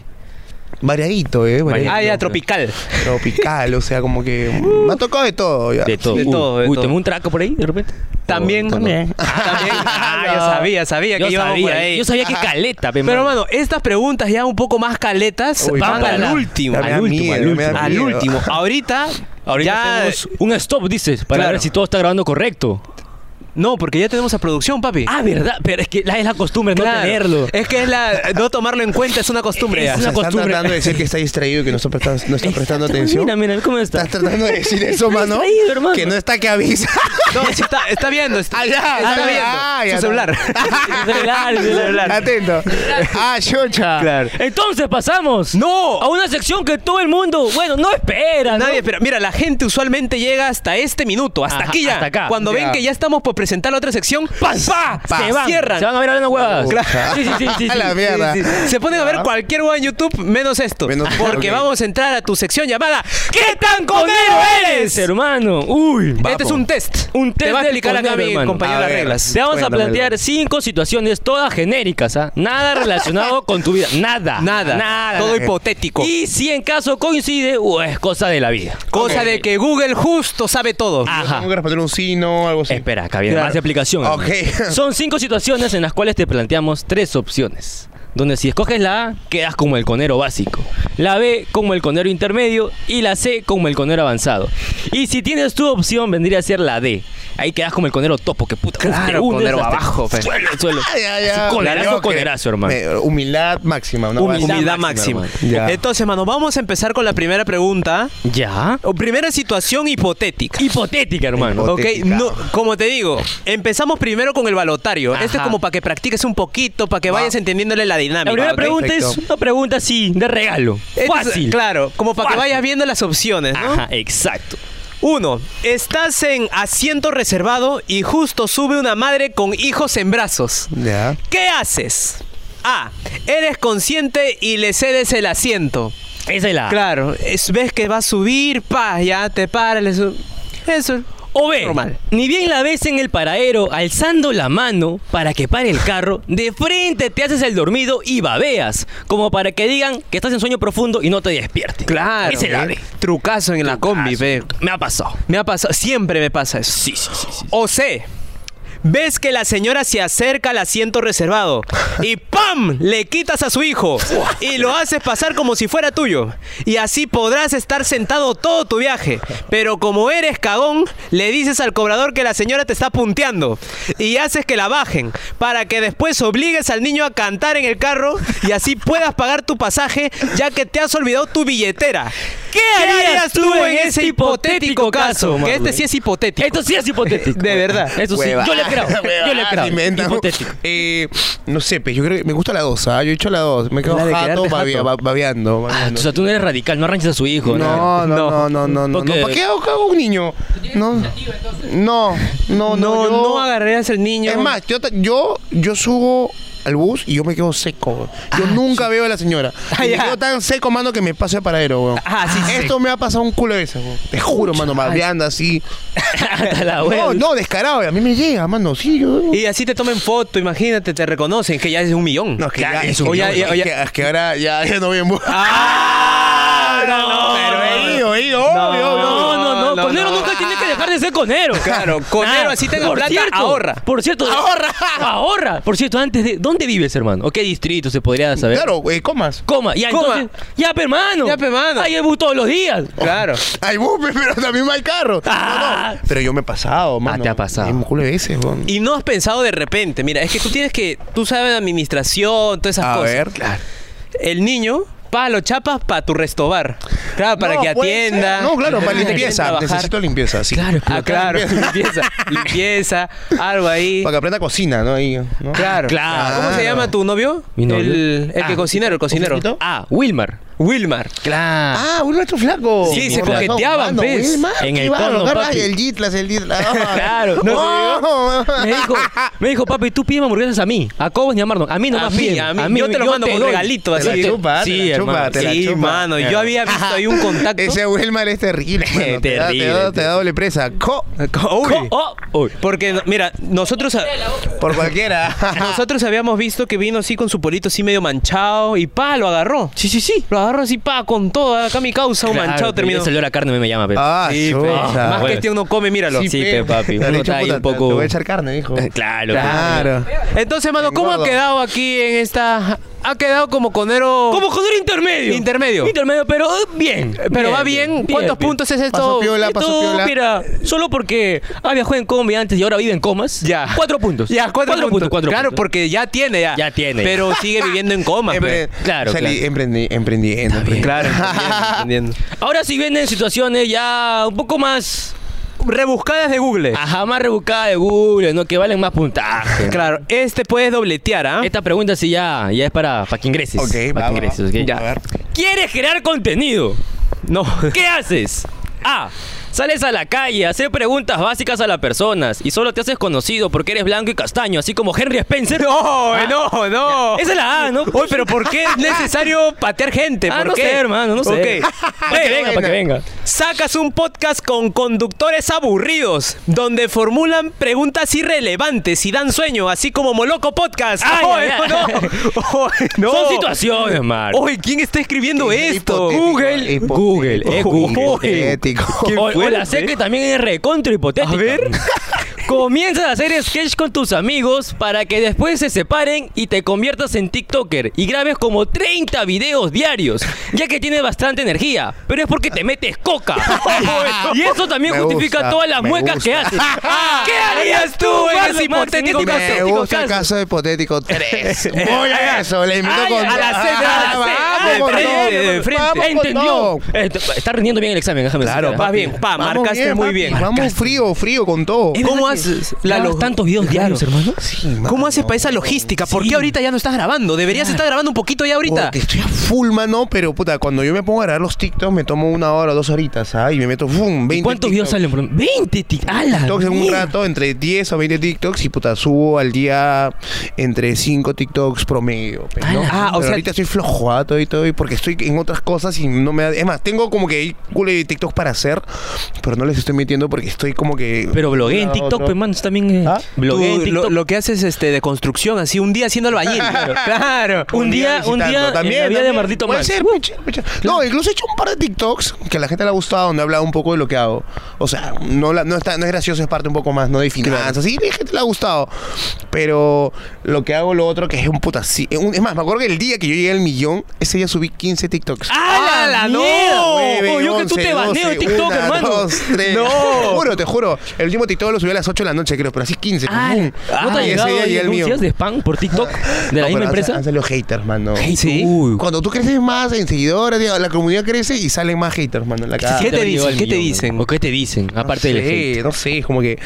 Speaker 1: Variadito, ¿eh? Variadito.
Speaker 2: Ah, ya, tropical.
Speaker 1: Tropical, o sea, como
Speaker 2: *laughs*
Speaker 1: que me ha tocado de todo ya.
Speaker 3: De todo.
Speaker 2: De
Speaker 3: Uy,
Speaker 2: todo, de
Speaker 3: uy,
Speaker 2: todo.
Speaker 3: ¿tengo un traco por ahí de repente?
Speaker 2: También.
Speaker 3: Oh, no, no.
Speaker 2: También. *laughs* Ah, yo sabía, sabía que
Speaker 3: Yo
Speaker 2: íbamos por
Speaker 3: sabía,
Speaker 2: ahí.
Speaker 3: yo sabía que caleta, pe,
Speaker 2: Pero,
Speaker 3: mano.
Speaker 2: mano, estas preguntas ya un poco más caletas
Speaker 1: Uy,
Speaker 2: van
Speaker 3: para
Speaker 2: al
Speaker 3: la-
Speaker 2: último.
Speaker 1: Ya me
Speaker 2: Al,
Speaker 1: da
Speaker 3: último,
Speaker 1: miedo,
Speaker 3: al
Speaker 1: ya me da
Speaker 3: último.
Speaker 1: miedo.
Speaker 2: *laughs* último. Ahorita,
Speaker 3: Ahorita
Speaker 2: ya...
Speaker 3: tenemos un stop, dices, para
Speaker 2: Claro.
Speaker 3: ver si todo está grabando correcto.
Speaker 2: No, porque ya tenemos a producción, papi.
Speaker 3: Ah, verdad, pero es que la, es la costumbre no
Speaker 2: Claro.
Speaker 3: tenerlo.
Speaker 2: Es que es la... No tomarlo en cuenta *laughs* es una costumbre ya.
Speaker 3: Es una
Speaker 1: O sea, están
Speaker 3: costumbre.
Speaker 1: tratando de decir que está distraído y que no está prestando, no está prestando atención.
Speaker 3: Mira, mira, ¿cómo está?
Speaker 1: Estás tratando de decir eso,
Speaker 3: *laughs* Está
Speaker 1: mano.
Speaker 3: distraído, hermano.
Speaker 1: Que no está que
Speaker 3: *laughs*
Speaker 1: avisa.
Speaker 2: No, sí está, está viendo. Está, está
Speaker 1: ya,
Speaker 2: viendo.
Speaker 1: ah, ya,
Speaker 2: *laughs* Su celular.
Speaker 1: *laughs*
Speaker 3: El celular, el celular.
Speaker 1: Atento. Ah, chocha.
Speaker 2: Claro.
Speaker 3: Entonces pasamos
Speaker 2: ¡No!
Speaker 3: a una sección que todo el mundo, bueno, no espera. ¿no?
Speaker 2: Nadie, espera. mira, la gente usualmente llega hasta este minuto, hasta
Speaker 3: Ajá,
Speaker 2: aquí ya.
Speaker 3: hasta acá.
Speaker 2: Cuando ven
Speaker 1: Ya.
Speaker 2: que ya estamos por presentar la otra sección, ¡pam! ¡pa!
Speaker 3: se van,
Speaker 2: cierran.
Speaker 3: Se van a ver hablando huevadas.
Speaker 1: *laughs* Claro.
Speaker 3: Sí, sí, sí, sí,
Speaker 1: A
Speaker 3: sí.
Speaker 1: la mierda.
Speaker 2: Se ponen a ver cualquier hueá en YouTube menos esto.
Speaker 1: Menos esto,
Speaker 2: porque
Speaker 1: ok.
Speaker 2: vamos a entrar a tu sección llamada ¿Qué tan conero eres?
Speaker 3: hermano. Uy.
Speaker 2: Este es un test.
Speaker 3: Un
Speaker 2: Te
Speaker 3: test
Speaker 2: va a
Speaker 3: del
Speaker 2: explicar acá
Speaker 3: conero,
Speaker 2: mi
Speaker 3: hermano.
Speaker 2: compañero
Speaker 1: A
Speaker 2: las
Speaker 1: ver.
Speaker 2: reglas.
Speaker 3: Te vamos
Speaker 1: Cuéntamelo.
Speaker 3: a plantear cinco situaciones todas genéricas, ¿ah? Nada relacionado con tu vida. Nada.
Speaker 2: Nada.
Speaker 3: Ah, Nada.
Speaker 2: Todo
Speaker 3: nada.
Speaker 2: hipotético.
Speaker 3: Y si en caso coincide, uh, es cosa de la vida.
Speaker 2: cosa de que Google justo sabe todo.
Speaker 3: Ajá.
Speaker 1: Tengo que responder un sino o algo así.
Speaker 3: Espera, acá viene
Speaker 2: Claro.
Speaker 3: más explicación.
Speaker 1: Ok.
Speaker 3: hermano. Son cinco situaciones en las cuales te planteamos tres opciones. Donde si escoges la A, quedas como el conero básico. La B como el conero intermedio. Y la C como el conero avanzado. Y si tienes tu opción, vendría a ser la D. Ahí quedas como el conero topo, que puta. uf,
Speaker 2: Claro,
Speaker 3: te hundes
Speaker 2: conero
Speaker 3: hasta el
Speaker 2: abajo, pe.
Speaker 3: Suelo, suelo.
Speaker 1: Ah, ya, ya.
Speaker 3: Así, Conerazo,
Speaker 1: Ok.
Speaker 3: conerazo, hermano.
Speaker 1: Me- Humildad máxima. Una
Speaker 2: Humildad,
Speaker 1: base.
Speaker 2: máxima.
Speaker 1: hermano. Ya.
Speaker 2: Entonces, mano, vamos a empezar con la primera pregunta.
Speaker 3: Ya.
Speaker 2: O primera situación hipotética.
Speaker 3: Hipotética, hermano.
Speaker 1: Hipo-
Speaker 2: Ok,
Speaker 1: Hipotética.
Speaker 2: no, como te digo, empezamos primero con el balotario. Este es
Speaker 3: Ajá.
Speaker 2: como para que practiques un poquito, para que vayas entendiéndole la dinámica.
Speaker 3: La primera
Speaker 2: ¿ok?
Speaker 3: pregunta es
Speaker 1: Perfecto.
Speaker 3: una pregunta así, de regalo.
Speaker 2: Este es-
Speaker 3: Fácil.
Speaker 2: claro, como para que
Speaker 3: Fácil.
Speaker 2: vayas viendo las opciones, ¿no?
Speaker 3: Ajá, exacto.
Speaker 2: Uno, estás en asiento reservado y justo sube una madre con hijos en brazos.
Speaker 1: Ya.
Speaker 2: ¿Qué haces? A. Eres consciente y le cedes el asiento.
Speaker 3: Esa es la A.
Speaker 2: Claro, es- ves que va a subir, pa, ya te paras, le sub- Eso.
Speaker 3: O B,
Speaker 2: Normal.
Speaker 3: ni bien la ves en el paradero alzando la mano para que pare el carro, de frente te haces el dormido y babeas, como para que digan que estás en sueño profundo y no te despierten.
Speaker 2: Claro.
Speaker 3: Esa es la
Speaker 2: ¿eh?
Speaker 3: B.
Speaker 2: Trucazo en la combi, ve.
Speaker 3: Me ha pasado.
Speaker 2: Me ha pasado, siempre me pasa eso.
Speaker 3: Sí, sí, sí. sí.
Speaker 2: O C. Ves que la señora se acerca al asiento reservado
Speaker 3: *laughs*
Speaker 2: y ¡pam! le quitas a su hijo y lo haces pasar como si fuera tuyo. Y así podrás estar sentado todo tu viaje. Pero como eres cagón, le dices al cobrador que la señora te está punteando y haces que la bajen para que después obligues al niño a cantar en el carro y así puedas pagar tu pasaje ya que te has olvidado tu billetera.
Speaker 3: ¿Qué harías tú en ese hipotético caso,
Speaker 2: Que este
Speaker 3: Marley?
Speaker 2: sí es hipotético.
Speaker 3: Esto sí es
Speaker 2: *laughs*
Speaker 3: hipotético.
Speaker 2: De verdad.
Speaker 3: Eso sí,
Speaker 1: Hueva.
Speaker 3: yo le creo. Yo le
Speaker 1: *laughs* Hueva,
Speaker 3: creo.
Speaker 1: inventan.
Speaker 3: Hipotético.
Speaker 1: Eh, no sé, pues yo creo que me gusta la dos, ¿ah? Yo he hecho la dos. Me quedo
Speaker 2: La de
Speaker 1: jato,
Speaker 2: quedarte
Speaker 1: babea-
Speaker 2: jato.
Speaker 1: ba- babeando.
Speaker 3: Ah,
Speaker 1: babeando.
Speaker 3: o sea, tú no eres radical, no arranches a su hijo.
Speaker 1: No, no,
Speaker 2: No.
Speaker 1: no, no, no, no.
Speaker 3: Porque-
Speaker 1: no. ¿Para qué hago, hago un niño? No, no, no, no.
Speaker 2: No,
Speaker 1: yo-
Speaker 2: no agarrarías el niño.
Speaker 1: Es más, yo, ta- yo, yo subo al bus y yo me quedo seco. Yo nunca veo a la señora.
Speaker 2: Ah,
Speaker 1: Y me
Speaker 2: ya.
Speaker 1: quedo tan seco, mano, que me paso de paradero, weón.
Speaker 2: Ah, sí, sí.
Speaker 1: Esto me ha pasado un culo de veces, weón. Te juro, mano, babeando así.
Speaker 3: *laughs* Hasta la
Speaker 1: No,
Speaker 3: wea.
Speaker 1: no, descarado. A mí me llega, mano. Sí, yo...
Speaker 2: Y así te tomen foto, imagínate, te reconocen, que ya es un millón.
Speaker 1: No, es que
Speaker 3: Ya,
Speaker 1: ya...
Speaker 3: es
Speaker 1: Es
Speaker 3: un
Speaker 1: que,
Speaker 2: millón,
Speaker 1: ya-
Speaker 2: ¿no?
Speaker 1: es que- es que ahora ya, ya no voy en bus.
Speaker 2: ¡Ah!
Speaker 1: *laughs* pero he ido, he ido,
Speaker 2: No,
Speaker 1: obvio, obvio.
Speaker 3: No, no, no,
Speaker 2: No,
Speaker 3: Conero
Speaker 2: no.
Speaker 3: nunca tiene que dejar de ser conero.
Speaker 2: Claro, conero, así tenga
Speaker 3: por
Speaker 2: plata, ahorra.
Speaker 3: Por cierto, ahorra. Ahorra. Por cierto, antes de. ¿Dónde vives, hermano? ¿O qué distrito se podría saber?
Speaker 1: Claro, eh, comas.
Speaker 3: Coma, ya,
Speaker 2: Coma.
Speaker 3: entonces. Ya, pe, hermano.
Speaker 2: Ya, pe, hermano.
Speaker 3: Ahí el bus todos los días.
Speaker 2: Claro.
Speaker 1: Hay bus, pe, *laughs* pero también hay carro.
Speaker 3: Ah.
Speaker 1: No, no. Pero yo me he pasado, mano.
Speaker 3: te ha pasado.
Speaker 1: Un culo de veces, weón.
Speaker 2: Y no has pensado de repente, mira, es que tú tienes que, tú sabes administración, todas esas
Speaker 1: A
Speaker 2: cosas.
Speaker 1: ver, claro.
Speaker 2: El niño, pa, lo chapas para tu restobar. Claro, para
Speaker 1: No,
Speaker 2: que
Speaker 1: puede
Speaker 2: atienda.
Speaker 1: ser. No, claro, para
Speaker 2: Para que
Speaker 1: limpieza.
Speaker 2: trabajar.
Speaker 1: Necesito limpieza, sí. Claro.
Speaker 2: Ah, claro, *laughs* limpieza, limpieza, algo ahí.
Speaker 1: Para que aprenda cocina, ¿no? Ahí, ¿no?
Speaker 2: Claro.
Speaker 3: Claro.
Speaker 2: ¿Cómo se llama tu novio?
Speaker 3: Mi novio.
Speaker 2: El, el que
Speaker 3: Ah.
Speaker 2: cocinero, el cocinero.
Speaker 1: poquito?
Speaker 3: Ah, Wilmar.
Speaker 2: Wilmar.
Speaker 3: Claro.
Speaker 1: Ah, uno de estos flacos.
Speaker 2: Sí,
Speaker 1: Mi
Speaker 2: se
Speaker 1: corazón,
Speaker 2: coqueteaban,
Speaker 1: mano,
Speaker 2: ¿ves?
Speaker 1: güey, man,
Speaker 3: En
Speaker 1: qué
Speaker 3: el
Speaker 1: bárbaro,
Speaker 3: porno,
Speaker 1: agarra,
Speaker 3: papi.
Speaker 1: El Gitlas, el Gitlas. *laughs* Ah.
Speaker 2: *laughs*
Speaker 3: Claro, no se
Speaker 1: Oh.
Speaker 3: Me dijo, me dijo, papi, tú pídeme hamburguesas a mí. A Cobos ni a Marlon. A mí no
Speaker 2: A
Speaker 3: más
Speaker 2: mí,
Speaker 3: piden.
Speaker 2: a mí. Yo te lo mando con
Speaker 3: doy.
Speaker 2: regalito,
Speaker 1: Te la
Speaker 2: así.
Speaker 1: chupa,
Speaker 3: Sí,
Speaker 1: te la chupa,
Speaker 3: hermano.
Speaker 1: te la
Speaker 2: sí,
Speaker 1: chupa.
Speaker 2: mano. Yo había visto ahí un contacto.
Speaker 1: Ese Wilmar es *laughs* terrible. mano, te da- te
Speaker 3: Terrible,
Speaker 1: da- Te
Speaker 3: terrible.
Speaker 1: da doble presa. Co-
Speaker 2: Uy.
Speaker 3: Co- oh, uy.
Speaker 2: Porque, no- mira, nosotros, a-
Speaker 1: Por *laughs* cualquiera.
Speaker 2: nosotros habíamos visto que vino así con su polito así medio manchado y pa, lo agarró.
Speaker 3: Sí, sí, sí.
Speaker 2: Lo
Speaker 4: agarro así, pa, con toda. Acá mi causa, un manchado terminó.
Speaker 3: Salió la carne, me llama, pe.
Speaker 1: Ah,
Speaker 4: Sí,
Speaker 1: chucha.
Speaker 4: pe.
Speaker 3: Ah,
Speaker 4: Más
Speaker 3: bueno.
Speaker 4: que este uno come, míralo.
Speaker 3: sí, pe, papi.
Speaker 1: Le
Speaker 3: Uno
Speaker 1: he dicho,
Speaker 3: está ahí
Speaker 1: puta,
Speaker 3: un poco-
Speaker 1: te voy a echar carne, dijo.
Speaker 3: Claro. pe.
Speaker 1: Eh, Claro. Em,
Speaker 2: Entonces, mano, ¿cómo ha
Speaker 1: Engorda.
Speaker 2: quedado aquí en esta. Ha quedado como conero.
Speaker 4: Como joder intermedio.
Speaker 2: Intermedio.
Speaker 4: Intermedio, pero eh, bien.
Speaker 2: Pero va bien. ¿Cuántos puntos es esto?
Speaker 1: Pasó piola.
Speaker 4: Esto,
Speaker 1: pasó piola.
Speaker 4: mira, solo porque ah, viajó en combi antes y ahora vive en comas.
Speaker 2: Ya.
Speaker 4: Cuatro puntos.
Speaker 2: Ya, Ah, cuatro, puntos.
Speaker 3: cuatro
Speaker 2: claro,
Speaker 3: puntos.
Speaker 2: porque ya tiene ya.
Speaker 3: Ya tiene, Eh, ya.
Speaker 2: Pero sigue viviendo en
Speaker 3: *laughs*
Speaker 2: coma. pues.
Speaker 1: Empre-
Speaker 2: pe.
Speaker 3: Claro,
Speaker 1: eh, salí
Speaker 3: claro.
Speaker 1: emprendi- emprendiendo. emprendi-
Speaker 2: *laughs* Claro, entendiendo. entendiendo.
Speaker 4: Ahora sí vienen situaciones ya un poco más.
Speaker 2: Rebuscadas de Google.
Speaker 3: Ajá, más rebuscada de Google, ¿no? Que valen más puntaje.
Speaker 2: Claro, este puedes dobletear, ¿ah?
Speaker 3: Esta pregunta sí ya, ya es para, para que ingreses.
Speaker 1: Ok,
Speaker 3: para
Speaker 1: va,
Speaker 3: que
Speaker 1: va,
Speaker 3: ingreses,
Speaker 1: va.
Speaker 3: ¿ok?
Speaker 1: A ver.
Speaker 3: ¿Quieres crear contenido?
Speaker 2: No. *laughs*
Speaker 3: ¿Qué haces? A. Sales a la calle a hacer preguntas básicas a las personas y solo te haces conocido porque eres blanco y castaño, así como Henry Spencer.
Speaker 2: No, no, no.
Speaker 3: Ah, Esa es la A, ¿no?
Speaker 2: Oye, pero ¿por qué es necesario patear gente?
Speaker 3: Ah,
Speaker 2: ¿Por
Speaker 3: no
Speaker 2: qué?
Speaker 3: sé, hermano, no sé. *laughs*
Speaker 2: Ok.
Speaker 3: Para que venga, para que venga.
Speaker 2: Sacas un podcast con conductores aburridos, donde formulan preguntas irrelevantes y dan sueño, así como Moloco Podcast. *laughs*
Speaker 3: Ay,
Speaker 2: ¡Oh,
Speaker 3: ay, *laughs*
Speaker 2: no,
Speaker 3: ay.
Speaker 2: no! ¡Oh, no!
Speaker 3: Ah, Son situaciones, Mar.
Speaker 2: Oye, ¿quién está escribiendo
Speaker 1: Qué
Speaker 2: esto?
Speaker 1: hipotético,
Speaker 2: Google.
Speaker 1: hipotético, eh,
Speaker 3: Google, es Google.
Speaker 1: hipotético.
Speaker 2: Qué
Speaker 3: O, o
Speaker 2: fuerte.
Speaker 3: la
Speaker 1: ¿eh?
Speaker 3: sé que también es recontra hipotética.
Speaker 2: A
Speaker 3: *laughs*
Speaker 2: ver.
Speaker 3: Comienzas a hacer sketch con tus amigos para que después se separen y te conviertas en TikToker y grabes como 30 videos diarios, ya que tienes bastante energía, pero es porque te
Speaker 1: *laughs*
Speaker 3: metes coca. y eso también
Speaker 1: Me
Speaker 3: justifica
Speaker 1: gusta,
Speaker 3: todas las
Speaker 1: me
Speaker 3: muecas
Speaker 1: gusta.
Speaker 3: que
Speaker 1: *laughs*
Speaker 3: haces.
Speaker 2: ¿Qué harías tú en
Speaker 3: Marlon,
Speaker 2: ese
Speaker 3: Marlon,
Speaker 2: hipotético
Speaker 3: Nico,
Speaker 1: Me
Speaker 3: hipotético
Speaker 1: gusta el
Speaker 3: caso.
Speaker 1: caso hipotético *laughs* 3. Voy a eso, le invito
Speaker 3: Ay,
Speaker 1: con
Speaker 3: a la
Speaker 2: C, a la C,
Speaker 1: Ah, vamos
Speaker 2: de
Speaker 1: con
Speaker 2: frente,
Speaker 1: todo,
Speaker 2: de frente.
Speaker 1: vamos con todo.
Speaker 3: Entendió. Eh, Está rindiendo bien el examen, déjame
Speaker 1: Claro,
Speaker 3: decirte, ¿eh?
Speaker 2: Vas bien, pa,
Speaker 1: Vamos
Speaker 2: marcaste muy
Speaker 1: papi,
Speaker 2: bien.
Speaker 1: Vamos frío, frío con todo.
Speaker 2: ¿Cómo haces? La
Speaker 3: Grabas
Speaker 2: log-
Speaker 3: tantos videos diarios, hermano?
Speaker 2: ¿Cómo haces para esa logística? ¿Por qué ahorita ya no estás grabando? Deberías estar grabando un poquito ya ahorita.
Speaker 1: Porque estoy a full mano, pero puta, cuando yo me pongo a grabar los TikToks me tomo una hora, dos horitas, ¿ah? Y me meto, ¡fum! 20
Speaker 3: ¿Cuántos videos
Speaker 1: TikToks.
Speaker 3: salen? por- 20 tic- ¡A la
Speaker 1: TikToks en un
Speaker 3: mierda!
Speaker 1: rato, entre 10 o 20 TikToks, y puta, subo al día entre 5 TikToks promedio. pues, ¿no?
Speaker 3: Ah,
Speaker 2: o
Speaker 1: Pero
Speaker 2: sea-
Speaker 1: ahorita estoy flojuato y todo, y porque estoy en otras cosas y no me da. Es más, tengo como que ahí culo de TikToks para hacer, pero no les estoy metiendo porque estoy como que.
Speaker 3: Pero blogué en
Speaker 1: Una,
Speaker 3: TikTok,
Speaker 1: otra.
Speaker 3: pues, mano, eso también eh,
Speaker 1: ¿Ah?
Speaker 3: blogué en
Speaker 2: Tú, lo,
Speaker 3: TikTok.
Speaker 2: lo que haces este de construcción, así un día haciendo
Speaker 3: *laughs*
Speaker 2: albañil. *laughs* claro.
Speaker 3: un día, un
Speaker 1: visitando.
Speaker 3: día en la vida de Uh.
Speaker 1: también.
Speaker 3: Mardito
Speaker 1: Puede
Speaker 3: Mal.
Speaker 1: ser, puede ser, puede ser. No, incluso he hecho un par de TikToks que a la gente le ha gustado, donde he hablado un poco de lo que hago. O sea, no, la- no, está, no es gracioso, es parte un poco más, no de finanzas. Sí, a la gente le ha gustado. Pero lo que hago, lo otro, que es un puta. sí, un- es más, me acuerdo que el día que yo llegué al millón, ese día subí 15 TikToks.
Speaker 3: ¡Ah, la mierda!
Speaker 1: Nueve,
Speaker 3: Oh, yo que tú
Speaker 1: 11,
Speaker 3: te baneo de
Speaker 1: 12,
Speaker 3: TikTok,
Speaker 1: una,
Speaker 3: hermano.
Speaker 1: dos, tres.
Speaker 2: No.
Speaker 1: Te juro, te juro. El último TikTok lo subí a las 8 de la noche, creo, pero así 15. ¡Pum!
Speaker 3: Ah, ¿No
Speaker 2: Ah,
Speaker 3: te ha
Speaker 1: y
Speaker 3: llegado
Speaker 1: ese día
Speaker 3: ahí
Speaker 1: llegué al millón.
Speaker 3: denuncias de spam por TikTok de la
Speaker 1: No,
Speaker 3: misma
Speaker 1: pero han sa-
Speaker 3: empresa?
Speaker 1: Han salido haters, mano.
Speaker 2: Sí.
Speaker 3: Uy,
Speaker 1: Cuando tú creces más en seguidores, digo, la comunidad crece y salen más haters, mano. en La cara.
Speaker 2: ¿Qué te
Speaker 3: habrá
Speaker 2: dicen?
Speaker 3: llegado el
Speaker 2: ¿Qué te
Speaker 3: millón,
Speaker 2: dicen?
Speaker 3: ¿O qué te dicen? Aparte
Speaker 1: no
Speaker 3: del
Speaker 1: sé,
Speaker 3: hate.
Speaker 1: No sé, es como que.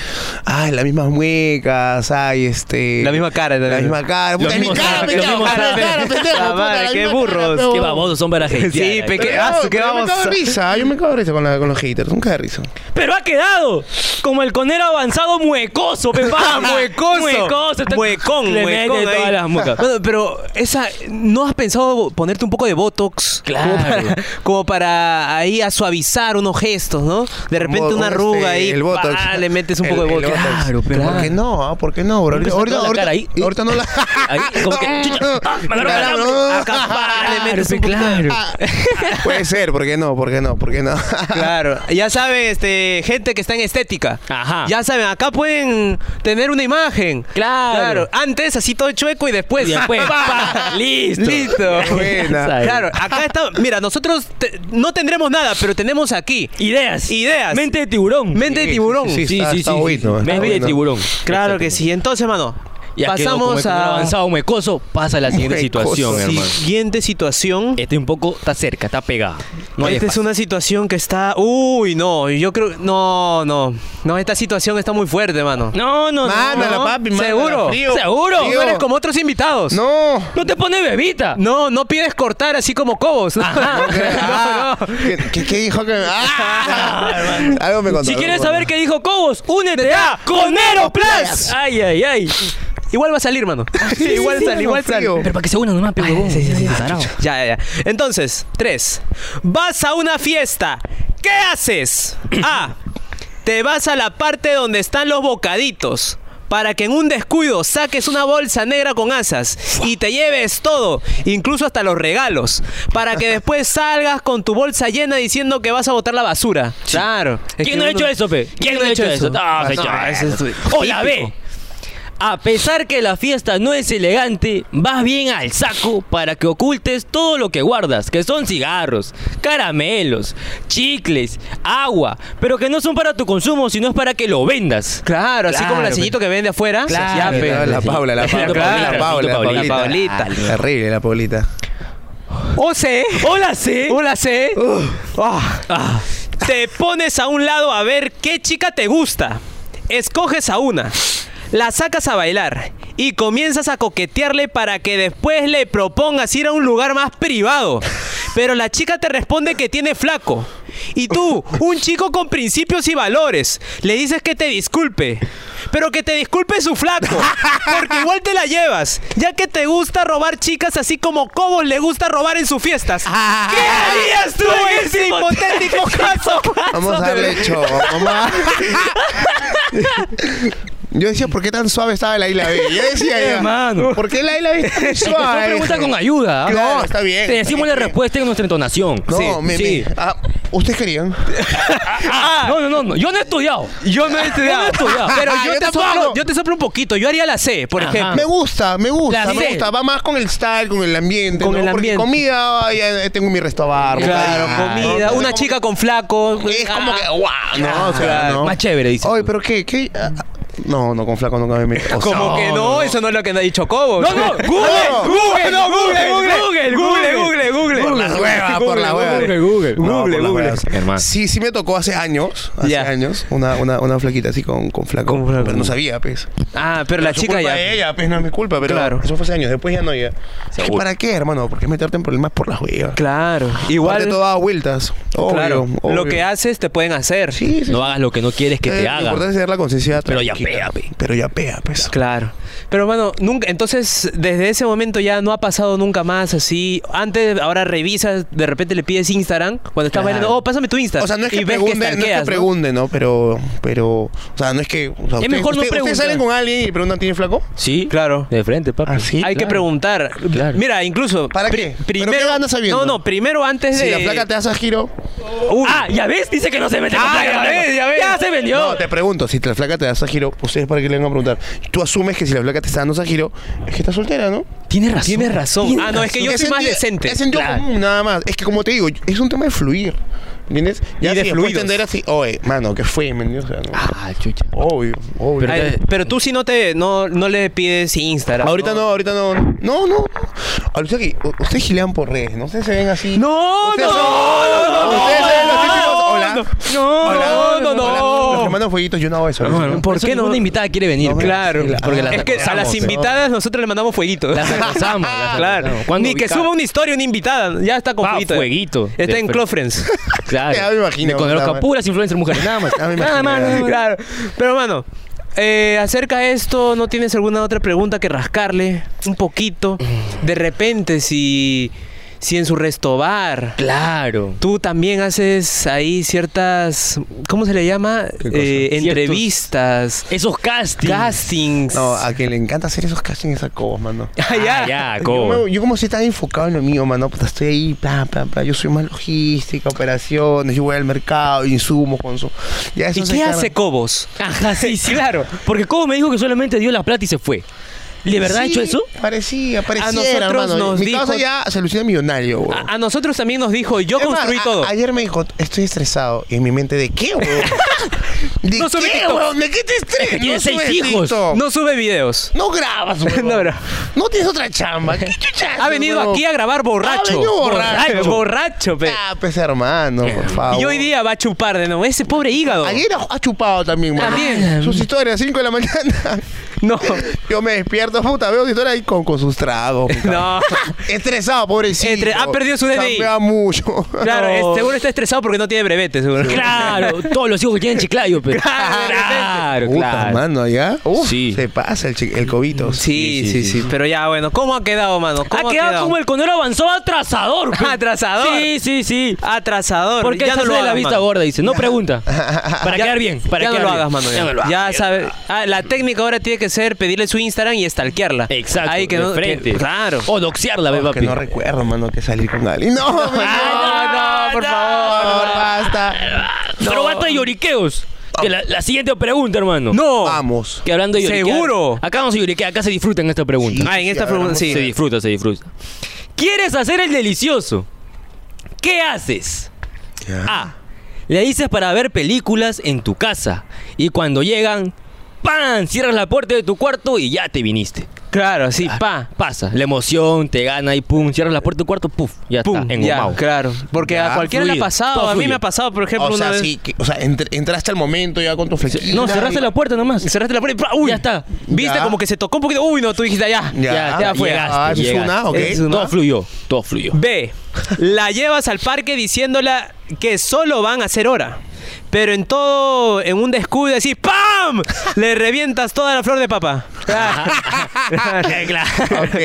Speaker 1: Ay, las mismas muecas, ay, este.
Speaker 2: La misma cara.
Speaker 1: La misma cara. Puta,
Speaker 3: Los
Speaker 1: es mi
Speaker 3: mismos
Speaker 1: cara,
Speaker 3: ojos,
Speaker 1: pendejo,
Speaker 3: los
Speaker 1: mi
Speaker 3: mismos
Speaker 1: cara,
Speaker 3: ojos.
Speaker 1: cara, pendejo,
Speaker 2: La
Speaker 1: puta,
Speaker 2: madre,
Speaker 1: la
Speaker 2: qué
Speaker 1: misma
Speaker 2: burros,
Speaker 1: cara,
Speaker 2: qué
Speaker 1: peón.
Speaker 3: Qué babosos son para
Speaker 2: *laughs*
Speaker 3: hatear.
Speaker 2: Sí,
Speaker 3: ahí.
Speaker 2: pe-
Speaker 1: Pero
Speaker 2: qué
Speaker 1: no,
Speaker 2: asco, qué
Speaker 1: pero Me
Speaker 2: vamos
Speaker 1: cago de
Speaker 2: a-
Speaker 1: risa, yo me cago de risa con, la- con los haters, nunca de risa.
Speaker 3: Pero ha quedado como el conero avanzado
Speaker 2: *laughs*
Speaker 3: muecoso, pepa.
Speaker 2: Ah, muecoso.
Speaker 3: Ah, Muecoso. está-
Speaker 2: Muecón,
Speaker 3: Le
Speaker 2: muecón
Speaker 3: mete
Speaker 2: ahí.
Speaker 3: todas las mucas.
Speaker 2: Bueno, pero esa, ¿no has pensado ponerte un poco de Botox?
Speaker 3: Claro.
Speaker 2: Como para, *laughs* como para ahí a suavizar unos gestos, ¿no? De repente
Speaker 1: Como-
Speaker 2: una
Speaker 1: como
Speaker 2: arruga
Speaker 1: este,
Speaker 2: ahí,
Speaker 1: el botox.
Speaker 2: pa, le metes un
Speaker 1: El-
Speaker 2: poco de
Speaker 1: el
Speaker 2: Botox.
Speaker 1: botox.
Speaker 3: Claro, pero-
Speaker 1: ¿Por qué no? ah? ¿Por qué no, bro?
Speaker 3: Nunca se
Speaker 1: Ahorita,
Speaker 3: toda la
Speaker 1: ahorita,
Speaker 3: cara ahí.
Speaker 1: ahorita no la. *laughs*
Speaker 3: Ahí, como que, *laughs* chucha, ah, me
Speaker 1: Claro,
Speaker 3: agarró calambre.
Speaker 1: no.
Speaker 3: Acá,
Speaker 2: Ah,
Speaker 3: pa, le metes un poquito de-
Speaker 2: claro.
Speaker 3: ah.
Speaker 1: Puede ser, ¿por qué no? ¿Por qué no? ¿Por qué no? *laughs*
Speaker 2: Claro, ya saben, este, gente que está en estética.
Speaker 3: Ajá.
Speaker 2: Ya saben, acá pueden tener una imagen.
Speaker 3: Claro.
Speaker 2: Antes así todo chueco y después.
Speaker 3: Y *laughs* después, *laughs*
Speaker 2: *laughs*
Speaker 3: pa, listo.
Speaker 2: Listo.
Speaker 1: Buena.
Speaker 2: Claro, acá está. Mira, nosotros te- no tendremos nada, pero tenemos aquí
Speaker 3: Ideas.
Speaker 2: ideas.
Speaker 3: Mente de tiburón.
Speaker 2: Mente de tiburón.
Speaker 1: Sí, sí,
Speaker 3: Sí,
Speaker 1: está-
Speaker 3: sí,
Speaker 1: está
Speaker 3: sí, sí.
Speaker 1: bueno, está
Speaker 3: Mente de
Speaker 1: bueno.
Speaker 3: tiburón.
Speaker 2: Claro que sí. Entonces, mano,
Speaker 3: Ya
Speaker 2: pasamos a
Speaker 3: avanzado muecoso, pasa a la siguiente
Speaker 1: Muecoso,
Speaker 3: situación,
Speaker 1: sí.
Speaker 3: hermano.
Speaker 2: siguiente situación.
Speaker 3: Este un poco está cerca, está pegada. No
Speaker 2: esta
Speaker 3: hay
Speaker 2: Este es
Speaker 3: espacio.
Speaker 2: una situación que está. Uy, no, yo creo. No, no. No, esta situación está muy fuerte, mano.
Speaker 3: No, no, no.
Speaker 1: Mándala,
Speaker 3: no.
Speaker 1: papi, mándala,
Speaker 2: ¿Seguro?
Speaker 1: frío.
Speaker 3: ¿Seguro?
Speaker 2: No
Speaker 1: Frío.
Speaker 2: eres como otros invitados.
Speaker 1: No.
Speaker 3: No te pones bebita.
Speaker 2: No, no pides cortar así como cobos.
Speaker 1: Ah,
Speaker 2: *laughs* No, no.
Speaker 1: ¿Qué, qué- qué dijo que.? Ah, algo me contó.
Speaker 3: Si
Speaker 1: algo
Speaker 3: quieres
Speaker 1: me
Speaker 3: saber
Speaker 1: contó.
Speaker 3: qué dijo Cobos, únete a Conero Plus.
Speaker 1: Plus.
Speaker 3: Ay, ay, ay.
Speaker 2: Igual va a salir, mano. igual
Speaker 1: *laughs* sí,
Speaker 2: sale,
Speaker 1: mano,
Speaker 2: igual sale.
Speaker 1: frío.
Speaker 3: Pero para que se unan nomás, pero huevón. Ah, Sí, sí, sí.
Speaker 2: *laughs* Ya, ya, ya. Entonces, tres. Vas a una fiesta. ¿Qué *clears throat* haces? A. Te vas a la parte donde están los bocaditos. para que en un descuido saques una bolsa negra con asas y te lleves todo, incluso hasta los regalos, para que después salgas con tu bolsa llena diciendo que vas a botar la basura. Claro. Es que
Speaker 3: ¿Quién no ha
Speaker 2: uno-
Speaker 3: hecho eso, pe? ¿Quién no ha hecho eso? Ah,
Speaker 1: Ah, no,
Speaker 3: señor.
Speaker 1: ese
Speaker 3: *laughs*
Speaker 1: es
Speaker 3: O la B. A pesar que la fiesta no es elegante, vas bien al saco para que ocultes todo lo que guardas, que son cigarros, caramelos, chicles, agua, pero que no son para tu consumo, sino es para que lo vendas.
Speaker 2: Claro, así como
Speaker 1: Claro,
Speaker 2: el aceñito que vende afuera.
Speaker 3: Claro.
Speaker 2: Ya, pe.
Speaker 1: la Paula, la Paula,
Speaker 3: Claro.
Speaker 1: la Paula, la Paulita.
Speaker 3: La
Speaker 2: Paulita.
Speaker 1: Terrible la Paulita.
Speaker 2: O C.
Speaker 3: ¡Hola, C!
Speaker 2: Hola, C. Ah.
Speaker 3: Ah,
Speaker 2: Te pones a un lado a ver qué chica te gusta. Escoges a una, la sacas a bailar y comienzas a coquetearle para que después le propongas ir a un lugar más privado. Pero la chica te responde que tiene flaco. Y tú, un chico con principios y valores, le dices que te disculpe. Pero que te disculpe su flaco, porque igual te la llevas, ya que te gusta robar chicas así como Cobos le gusta robar en sus fiestas. ¿Qué harías tú en
Speaker 1: *laughs*
Speaker 2: ese hipotético caso?
Speaker 1: Ah, Vamos a darle show, mamá. *laughs* Yo decía, ¿por qué tan suave estaba la isla B? Yo decía, ya,
Speaker 3: Hermano.
Speaker 1: ¿por qué la isla B está tan
Speaker 3: no
Speaker 1: suave?
Speaker 3: pregunta con ayuda. ¿ah?
Speaker 1: Claro, está bien.
Speaker 3: Te decimos la respuesta en nuestra entonación.
Speaker 1: No,
Speaker 3: Sí,
Speaker 1: me,
Speaker 3: sí.
Speaker 1: me- ah, ¿Ustedes querían?
Speaker 3: Ah, no, no, no, no, Yo no he estudiado.
Speaker 2: Yo
Speaker 3: *laughs*
Speaker 2: no he estudiado.
Speaker 3: estudiado.
Speaker 2: Pero
Speaker 1: Ah, yo
Speaker 2: yo, te
Speaker 1: tampoco.
Speaker 2: soplo, yo te soplo un poquito. Yo haría la C, por
Speaker 3: Ajá.
Speaker 2: ejemplo.
Speaker 1: Me gusta, me gusta,
Speaker 3: La
Speaker 1: me
Speaker 3: C.
Speaker 1: gusta. Va más con el style, con el ambiente.
Speaker 2: Con
Speaker 1: ¿no?
Speaker 2: el ambiente.
Speaker 1: Porque comida, ah, ya tengo mi resto bar.
Speaker 2: Claro,
Speaker 1: ¿no?
Speaker 2: comida.
Speaker 1: Entonces,
Speaker 2: Una
Speaker 1: como-
Speaker 2: chica con flaco.
Speaker 1: Ah,
Speaker 2: Ah.
Speaker 1: Es como que, oh, guau, no, o sea,
Speaker 2: claro.
Speaker 1: no.
Speaker 3: Más chévere, dice.
Speaker 1: Oye, pero qué, qué. Ah, ah, No, no, con flaco nunca me meto. O sea,
Speaker 2: Como que no, eso no es lo que me ha dicho Cobo.
Speaker 3: No, no, Google,
Speaker 1: No.
Speaker 3: Google,
Speaker 2: No, Google, Google, Google, Google, Google,
Speaker 1: Por las huevas, por las huevas.
Speaker 3: Google,
Speaker 1: No,
Speaker 3: Google,
Speaker 1: por las
Speaker 3: Google.
Speaker 1: huevas.
Speaker 3: Hermano.
Speaker 1: Sí, sí me tocó hace años, hace
Speaker 2: Ya.
Speaker 1: años, una, una, una flaquita así con, con flaco.
Speaker 2: Con flaco.
Speaker 1: Pero no sabía, pues.
Speaker 2: Ah, pero la
Speaker 1: Su
Speaker 2: chica
Speaker 1: culpa
Speaker 2: ya.
Speaker 1: de ella, pues no es mi culpa, pero
Speaker 2: Claro.
Speaker 1: eso fue hace años, después ya no ya. Es que
Speaker 3: Seguro.
Speaker 1: ¿Para qué, hermano? ¿Por qué meterte en problemas por las huevas?
Speaker 2: Claro.
Speaker 1: Igual
Speaker 2: Igual,
Speaker 1: te todo daba vueltas. Obvio,
Speaker 2: claro, lo
Speaker 1: obvio.
Speaker 2: que haces te pueden hacer.
Speaker 1: Sí, sí.
Speaker 3: No hagas lo que no quieres que
Speaker 1: Eh,
Speaker 3: te
Speaker 1: lo importante
Speaker 3: hagan.
Speaker 1: es tener la conciencia
Speaker 3: Pero ya
Speaker 1: tranquila.
Speaker 3: pea, pe.
Speaker 1: Pero ya pea, pues.
Speaker 2: Claro. Pero bueno, nunca, entonces desde ese momento ya no ha pasado nunca más así. Antes, ahora revisas, de repente le pides Instagram. Cuando estás
Speaker 3: Claro.
Speaker 2: bailando, oh, pásame tu Instagram.
Speaker 1: O sea, no es
Speaker 2: y
Speaker 1: que
Speaker 2: ves
Speaker 1: pregunte, no es
Speaker 2: stalkeas,
Speaker 1: que pregunte, ¿no? Pero, pero, o sea, no es que... o sea, ustedes-
Speaker 3: mejor no
Speaker 1: ustedes- ¿Ustedes
Speaker 3: preguntar.
Speaker 1: salen con alguien y preguntan, ¿tiene flaco?
Speaker 3: Sí,
Speaker 2: Claro.
Speaker 3: De frente, papi.
Speaker 1: Ah, sí,
Speaker 2: Hay que
Speaker 3: Claro.
Speaker 2: preguntar.
Speaker 3: Claro.
Speaker 2: Mira, incluso.
Speaker 1: ¿Para qué? ¿Pero
Speaker 2: Primero,
Speaker 1: qué andas sabiendo?
Speaker 2: No, no, primero antes
Speaker 1: Si
Speaker 2: de.
Speaker 1: la flaca te hace giro...
Speaker 2: Uy.
Speaker 3: Ah, ya ves, dice que no se mete con
Speaker 2: Ah,
Speaker 3: placa,
Speaker 2: ya
Speaker 3: hermano.
Speaker 2: ves, ya ves.
Speaker 3: Ya se vendió.
Speaker 1: No, te pregunto, si la flaca te da giro, ustedes para qué le van a preguntar. Tú asumes que si la flaca te está dando giro, es que está soltera, ¿no?
Speaker 3: Tienes razón.
Speaker 2: Tienes razón.
Speaker 3: Tienes
Speaker 2: ah, no, es que yo
Speaker 1: Es
Speaker 2: soy más
Speaker 1: sentido-
Speaker 2: decente.
Speaker 1: Es sentido
Speaker 3: Claro.
Speaker 1: común, nada más. Es que como te digo, es un tema de fluir. ¿Entiendes?
Speaker 2: Y de
Speaker 1: si después
Speaker 2: fluidos.
Speaker 1: entender así, oye, mano, ¿qué fue? ¿Me entiendes? O sea, no.
Speaker 3: Ah, chucha.
Speaker 1: Obvio, obvio.
Speaker 3: Pero
Speaker 2: Ay,
Speaker 3: te-
Speaker 2: pero tú sí no te no, no le pides Instagram.
Speaker 1: ahorita no, ahorita no. No, no. Ahorita que u- ustedes gilean por redes, ¿no? Ustedes se ven así.
Speaker 2: No, no,
Speaker 1: Ustedes-
Speaker 2: no, no,
Speaker 1: Ustedes se ven así,
Speaker 2: no,
Speaker 1: chicos, Hola.
Speaker 2: no,
Speaker 1: Hola.
Speaker 2: no, no,
Speaker 1: Hola. Los hermanos fueguitos, yo no hago eso.
Speaker 3: Hermano,
Speaker 2: ¿por
Speaker 3: eso
Speaker 2: qué no?
Speaker 3: Ninguna invitada quiere venir.
Speaker 1: No,
Speaker 3: pe.
Speaker 2: Claro.
Speaker 3: Porque
Speaker 1: ah,
Speaker 3: las
Speaker 2: es que a
Speaker 3: acosamos,
Speaker 2: las
Speaker 3: pe.
Speaker 2: invitadas nosotros le mandamos fueguito.
Speaker 3: Las acosamos. las
Speaker 2: Claro.
Speaker 3: acosamos. Cuando
Speaker 2: Ni que
Speaker 3: ubica-
Speaker 2: suba una historia una invitada. Ya está con
Speaker 3: Ah,
Speaker 2: fueguito. eh.
Speaker 3: fueguito.
Speaker 2: Está
Speaker 3: De
Speaker 2: en
Speaker 3: fre- *laughs*
Speaker 2: Clofriends.
Speaker 3: Claro.
Speaker 1: Ya me imagino,
Speaker 3: De Con el
Speaker 1: nada
Speaker 3: oca
Speaker 1: más.
Speaker 3: puras influencers
Speaker 1: *laughs*
Speaker 3: mujeres. Nada más.
Speaker 1: Ya me
Speaker 2: Nada más,
Speaker 1: imaginé.
Speaker 2: claro. Pero mano, eh, acerca de esto, ¿no tienes alguna otra pregunta que rascarle? Un poquito. De repente, si, si en su restobar
Speaker 3: Claro.
Speaker 2: tú también haces ahí ciertas, ¿cómo se le llama? Eh,
Speaker 3: Ciertos-
Speaker 2: entrevistas,
Speaker 3: Esos castings.
Speaker 2: castings.
Speaker 1: No, a quien le encanta hacer esos castings es a Cobos, mano.
Speaker 3: Ah, ya.
Speaker 1: Yo,
Speaker 3: co.
Speaker 1: me- yo como si estaba enfocado en lo mío, mano, puta, estoy ahí, plan, plan, plan. Yo soy más logística, operaciones, yo voy al mercado, insumos, consumo. Ya eso
Speaker 2: ¿Y
Speaker 1: se
Speaker 2: qué
Speaker 1: encarga-
Speaker 2: hace Cobos?
Speaker 3: Ajá, Ah, sí, sí. claro. Porque como me dijo que solamente dio la plata y se fue. ¿De verdad ha
Speaker 1: Sí,
Speaker 3: hecho
Speaker 1: *laughs*
Speaker 3: eso?
Speaker 1: Parecía, pareciera,
Speaker 2: nosotros
Speaker 1: hermano.
Speaker 2: nos
Speaker 1: Mi causa
Speaker 2: dijo- Ah,
Speaker 1: ya se alucina millonario, güey.
Speaker 2: A, a nosotros también nos dijo, yo
Speaker 1: Es más,
Speaker 2: construí
Speaker 1: a-
Speaker 2: todo.
Speaker 1: Ayer me dijo, estoy estresado. Y en mi mente, ¿de qué, güey?
Speaker 2: *laughs*
Speaker 1: ¿De
Speaker 2: No sube
Speaker 1: qué,
Speaker 2: TikTok.
Speaker 1: güey? ¿De qué te estresas?
Speaker 3: tiene seis
Speaker 1: subes
Speaker 3: hijos.
Speaker 1: TikTok.
Speaker 2: No sube videos.
Speaker 1: No grabas, güey.
Speaker 2: *laughs* No, bro.
Speaker 1: No tienes otra chamba.
Speaker 2: *laughs*
Speaker 1: ¿Qué chucha
Speaker 2: Ha
Speaker 1: haces,
Speaker 2: venido
Speaker 1: huevón?
Speaker 2: aquí a grabar borracho.
Speaker 1: venido
Speaker 2: Borracho,
Speaker 1: borracho.
Speaker 2: borracho, pe.
Speaker 1: Ah, pues, hermano, por
Speaker 3: Ah,
Speaker 1: favor.
Speaker 2: Y hoy día va a chupar de nuevo. Ese pobre hígado.
Speaker 1: Ayer ha- ha chupado también, Ah, mano.
Speaker 2: También. *laughs*
Speaker 1: Sus historias, 5 de la mañana.
Speaker 2: No.
Speaker 1: Yo me despierto, puta, veo si tú eres ahí con, con sus tragos. mi
Speaker 2: *laughs*
Speaker 1: cabrón.
Speaker 3: *laughs*
Speaker 2: No.
Speaker 1: Estresado, pobrecito.
Speaker 2: Entre- ha perdido su DNI.
Speaker 1: Campea mucho.
Speaker 2: Claro,
Speaker 3: No.
Speaker 2: es- seguro está estresado porque no tiene brevete, seguro.
Speaker 3: *laughs* Claro, todos los hijos que tienen chiclayo, pero. Claro,
Speaker 1: Puta,
Speaker 3: claro.
Speaker 1: mano, allá. Uf,
Speaker 3: Sí.
Speaker 1: Se pasa el, chi- el cobito.
Speaker 2: Sí, sí, sí, Pero ya, bueno, ¿cómo ha quedado, mano?
Speaker 3: Ha
Speaker 2: ¿Cómo
Speaker 3: quedado como el conero avanzó
Speaker 2: *laughs*
Speaker 3: atrasador. pe.
Speaker 2: Atrasador.
Speaker 3: Sí, sí, sí,
Speaker 2: Atrasador.
Speaker 3: Porque
Speaker 2: ya no lo
Speaker 3: de
Speaker 2: hagas,
Speaker 3: la vista
Speaker 2: mano.
Speaker 3: gorda, dice. No
Speaker 2: *laughs*
Speaker 3: pregunta. Para
Speaker 2: Ya-
Speaker 3: quedar bien. Para
Speaker 2: ya no
Speaker 3: quedar
Speaker 2: lo
Speaker 3: bien.
Speaker 2: hagas, mano.
Speaker 3: Ya
Speaker 2: Ya,
Speaker 3: no lo hagas.
Speaker 2: Ya sabes. Ah, la técnica ahora tiene que ser pedirle su Instagram y stalkearla.
Speaker 3: Exacto.
Speaker 2: Ahí que
Speaker 3: de
Speaker 2: no. que-
Speaker 3: frente.
Speaker 2: claro.
Speaker 3: O doxearla, ve,
Speaker 1: Oh, que
Speaker 3: papi.
Speaker 1: no recuerdo, mano, que salir con alguien.
Speaker 2: *laughs*
Speaker 1: No, no,
Speaker 2: Ah, no, no, por
Speaker 1: por
Speaker 2: favor.
Speaker 1: favor, basta.
Speaker 3: Pero basta de lloriqueos. Que la, la siguiente pregunta, hermano.
Speaker 2: No.
Speaker 1: Vamos.
Speaker 3: Que hablando de lloriquear.
Speaker 2: ¿Seguro?
Speaker 3: Acá no se lloriquea, acá se disfruta en esta pregunta.
Speaker 2: Ah, en esta
Speaker 1: Ya,
Speaker 2: pregunta.
Speaker 1: vamos.
Speaker 2: Sí.
Speaker 3: Se disfruta, se disfruta. ¿Quieres hacer el delicioso? ¿Qué haces?
Speaker 1: Ah,
Speaker 3: A. Le dices para ver películas en tu casa. Y cuando llegan, ¡pam! Cierras la puerta de tu cuarto y ya te viniste.
Speaker 2: Claro, sí. Pa.
Speaker 3: Pa, pasa. La emoción te gana y pum, cierras la puerta de tu cuarto, puf, ya
Speaker 2: Pum. ya,
Speaker 3: está, engomado.
Speaker 2: claro. Porque
Speaker 1: Ya,
Speaker 2: a cualquiera le ha
Speaker 3: fluido.
Speaker 2: pasado.
Speaker 3: Todo
Speaker 2: A mí
Speaker 3: fluye.
Speaker 2: me ha pasado, por
Speaker 1: O
Speaker 2: ejemplo, una
Speaker 1: sea,
Speaker 2: vez.
Speaker 1: sí, que- o sea, entr- entraste al momento ya con tu flequita.
Speaker 3: No, cerraste la puerta nomás.
Speaker 2: Cerraste la puerta y ¡pra! ¡Uy!
Speaker 3: Ya está.
Speaker 2: Viste
Speaker 1: Ya.
Speaker 2: como que se tocó un poquito. Uy, no, tú dijiste ya.
Speaker 1: Ya,
Speaker 3: Ya,
Speaker 2: ya fue.
Speaker 3: Llegaste,
Speaker 1: Ah, ¿eso es
Speaker 3: llegaste.
Speaker 1: una? Ok.
Speaker 2: Es una.
Speaker 3: Todo fluyó, todo fluyó.
Speaker 2: B. La llevas al parque diciéndola que solo van a hacer hora. Pero en todo, en un descuido así, ¡pam! Le revientas toda la flor de papa. *laughs*
Speaker 1: Ok.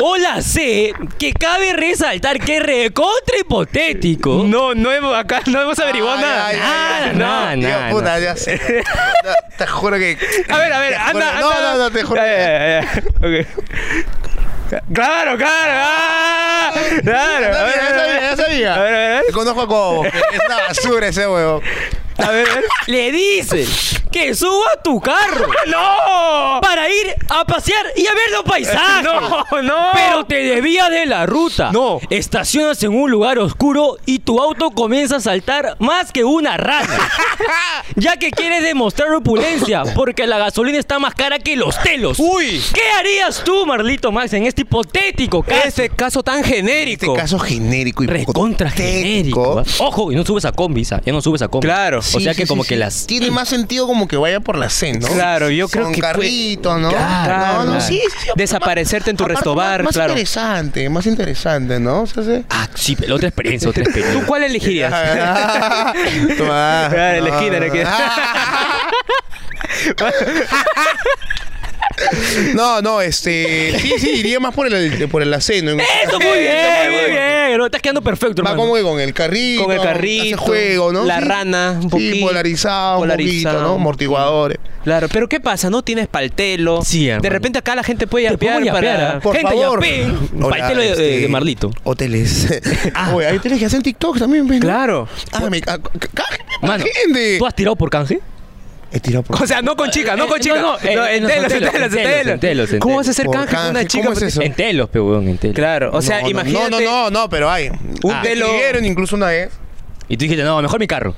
Speaker 3: Hola C, que cabe resaltar que recontra hipotético.
Speaker 2: No, no hemos, acá no hemos averiguado
Speaker 1: Ay,
Speaker 2: nada.
Speaker 1: ay, ay, ay,
Speaker 3: Nada,
Speaker 1: ay. Tío,
Speaker 3: nada,
Speaker 1: puta, Ah, ya sé. No, Te juro que.
Speaker 2: A ver, a ver,
Speaker 1: Te
Speaker 2: anda,
Speaker 1: juro-
Speaker 2: anda.
Speaker 1: No, no, no, te juro.
Speaker 2: Ya, ya, ya, ya. Ok. Claro, claro. ah, claro.
Speaker 1: Ya
Speaker 2: A ver,
Speaker 1: sabía,
Speaker 2: a
Speaker 1: ya
Speaker 2: ver,
Speaker 1: sabía, ya sabía.
Speaker 2: A ver, a ver.
Speaker 1: Te Conozco a Cobo. que Es una basura ese huevo.
Speaker 2: a ver, a ver.
Speaker 3: Le dices que suba tu carro
Speaker 2: *laughs* ¡No!
Speaker 3: para ir a pasear y a ver los paisajes.
Speaker 2: *laughs* ¡No, no!
Speaker 3: Pero te desvías de la ruta.
Speaker 2: No.
Speaker 3: Estacionas en un lugar oscuro y tu auto comienza a saltar más que
Speaker 2: *laughs*
Speaker 3: una rana. ya que quieres demostrar opulencia porque la gasolina está más cara que los telos.
Speaker 2: ¡Uy!
Speaker 3: ¿Qué harías tú, Marlito Max, en este hipotético caso?
Speaker 2: Este caso tan genérico.
Speaker 1: Este caso genérico y poco
Speaker 3: Recontra
Speaker 1: técnico.
Speaker 3: genérico. ¿ah? Ojo, y no subes a combi, ¿sabes? ya no subes a combi.
Speaker 2: Claro.
Speaker 3: O
Speaker 1: Sí,
Speaker 3: sea que
Speaker 1: sí,
Speaker 3: como
Speaker 1: sí,
Speaker 3: que
Speaker 1: sí.
Speaker 3: las.
Speaker 1: Tiene más sentido como que vaya por la C, ¿no?
Speaker 2: Claro, yo creo
Speaker 1: Con
Speaker 2: que puede-
Speaker 1: carrito, ¿no?
Speaker 2: Claro.
Speaker 1: no, no, sí, sí, sí.
Speaker 2: Desaparecerte en tu
Speaker 1: Aparte,
Speaker 2: restobar,
Speaker 1: más, más
Speaker 2: claro.
Speaker 1: interesante, más interesante, ¿no? O sea, sí.
Speaker 2: *laughs*
Speaker 3: Ah, sí, pero otra experiencia, otra experiencia.
Speaker 2: ¿Tú cuál elegirías?
Speaker 1: Ah, *laughs* Toma.
Speaker 2: Ah, en la esquina, en la esquina.
Speaker 1: Ah,
Speaker 2: *laughs*
Speaker 1: No, no, este. Sí, sí, iría más por el, por el aceno.
Speaker 3: Eso, muy bien, muy bien. Lo estás quedando perfecto,
Speaker 1: Va
Speaker 3: hermano.
Speaker 1: como que con el carrito.
Speaker 2: Con el
Speaker 1: hace
Speaker 2: carrito,
Speaker 1: juego, ¿no?
Speaker 2: la
Speaker 1: Sí.
Speaker 2: rana, un
Speaker 1: Sí,
Speaker 2: poquito.
Speaker 1: polarizado,
Speaker 2: Polarizado.
Speaker 1: un poquito, ¿no?
Speaker 2: *laughs*
Speaker 1: Amortiguadores.
Speaker 2: Claro, pero ¿qué pasa? No tienes paltelo.
Speaker 3: Sí, hermano.
Speaker 2: De repente acá la gente puede
Speaker 3: Te
Speaker 2: yapear
Speaker 3: pongo a yapear,
Speaker 2: para.
Speaker 3: ¿ah?
Speaker 1: Por
Speaker 3: Gente,
Speaker 1: favor. este,
Speaker 3: yapeen.
Speaker 1: Ahora,
Speaker 3: Paitelo de- de-
Speaker 2: eh,
Speaker 3: de Marlito.
Speaker 1: Hoteles. *laughs* Oye, hay hoteles que hacen TikTok también, ¿ves? no?
Speaker 2: Ah. Claro.
Speaker 1: Ah, me ca- ca- ca-
Speaker 3: Mano,
Speaker 1: gente.
Speaker 3: ¿tú has tirado por canje?
Speaker 1: He tirado por.
Speaker 2: O sea, no con chicas, no
Speaker 3: Eh,
Speaker 2: con
Speaker 3: no,
Speaker 2: chicas.
Speaker 3: no, eh,
Speaker 2: en telos, en
Speaker 3: no, telos,
Speaker 2: telos, en
Speaker 3: telos,
Speaker 2: telos.
Speaker 3: en telos, en
Speaker 2: ¿Cómo vas a
Speaker 3: telos.
Speaker 2: hacer
Speaker 1: Por
Speaker 2: canje con una
Speaker 1: canje,
Speaker 2: chica?
Speaker 1: ¿cómo es eso?
Speaker 3: En telos, pe, huevón, en telos.
Speaker 2: Claro, o sea,
Speaker 1: No, no,
Speaker 2: imagínate. Uh.
Speaker 1: No,
Speaker 2: *laughs*
Speaker 1: no, no, no, pero hay. Ah,
Speaker 2: Un
Speaker 1: Me
Speaker 2: telo-
Speaker 1: escribieron incluso una vez.
Speaker 3: Y tú dijiste, no, mejor mi carro.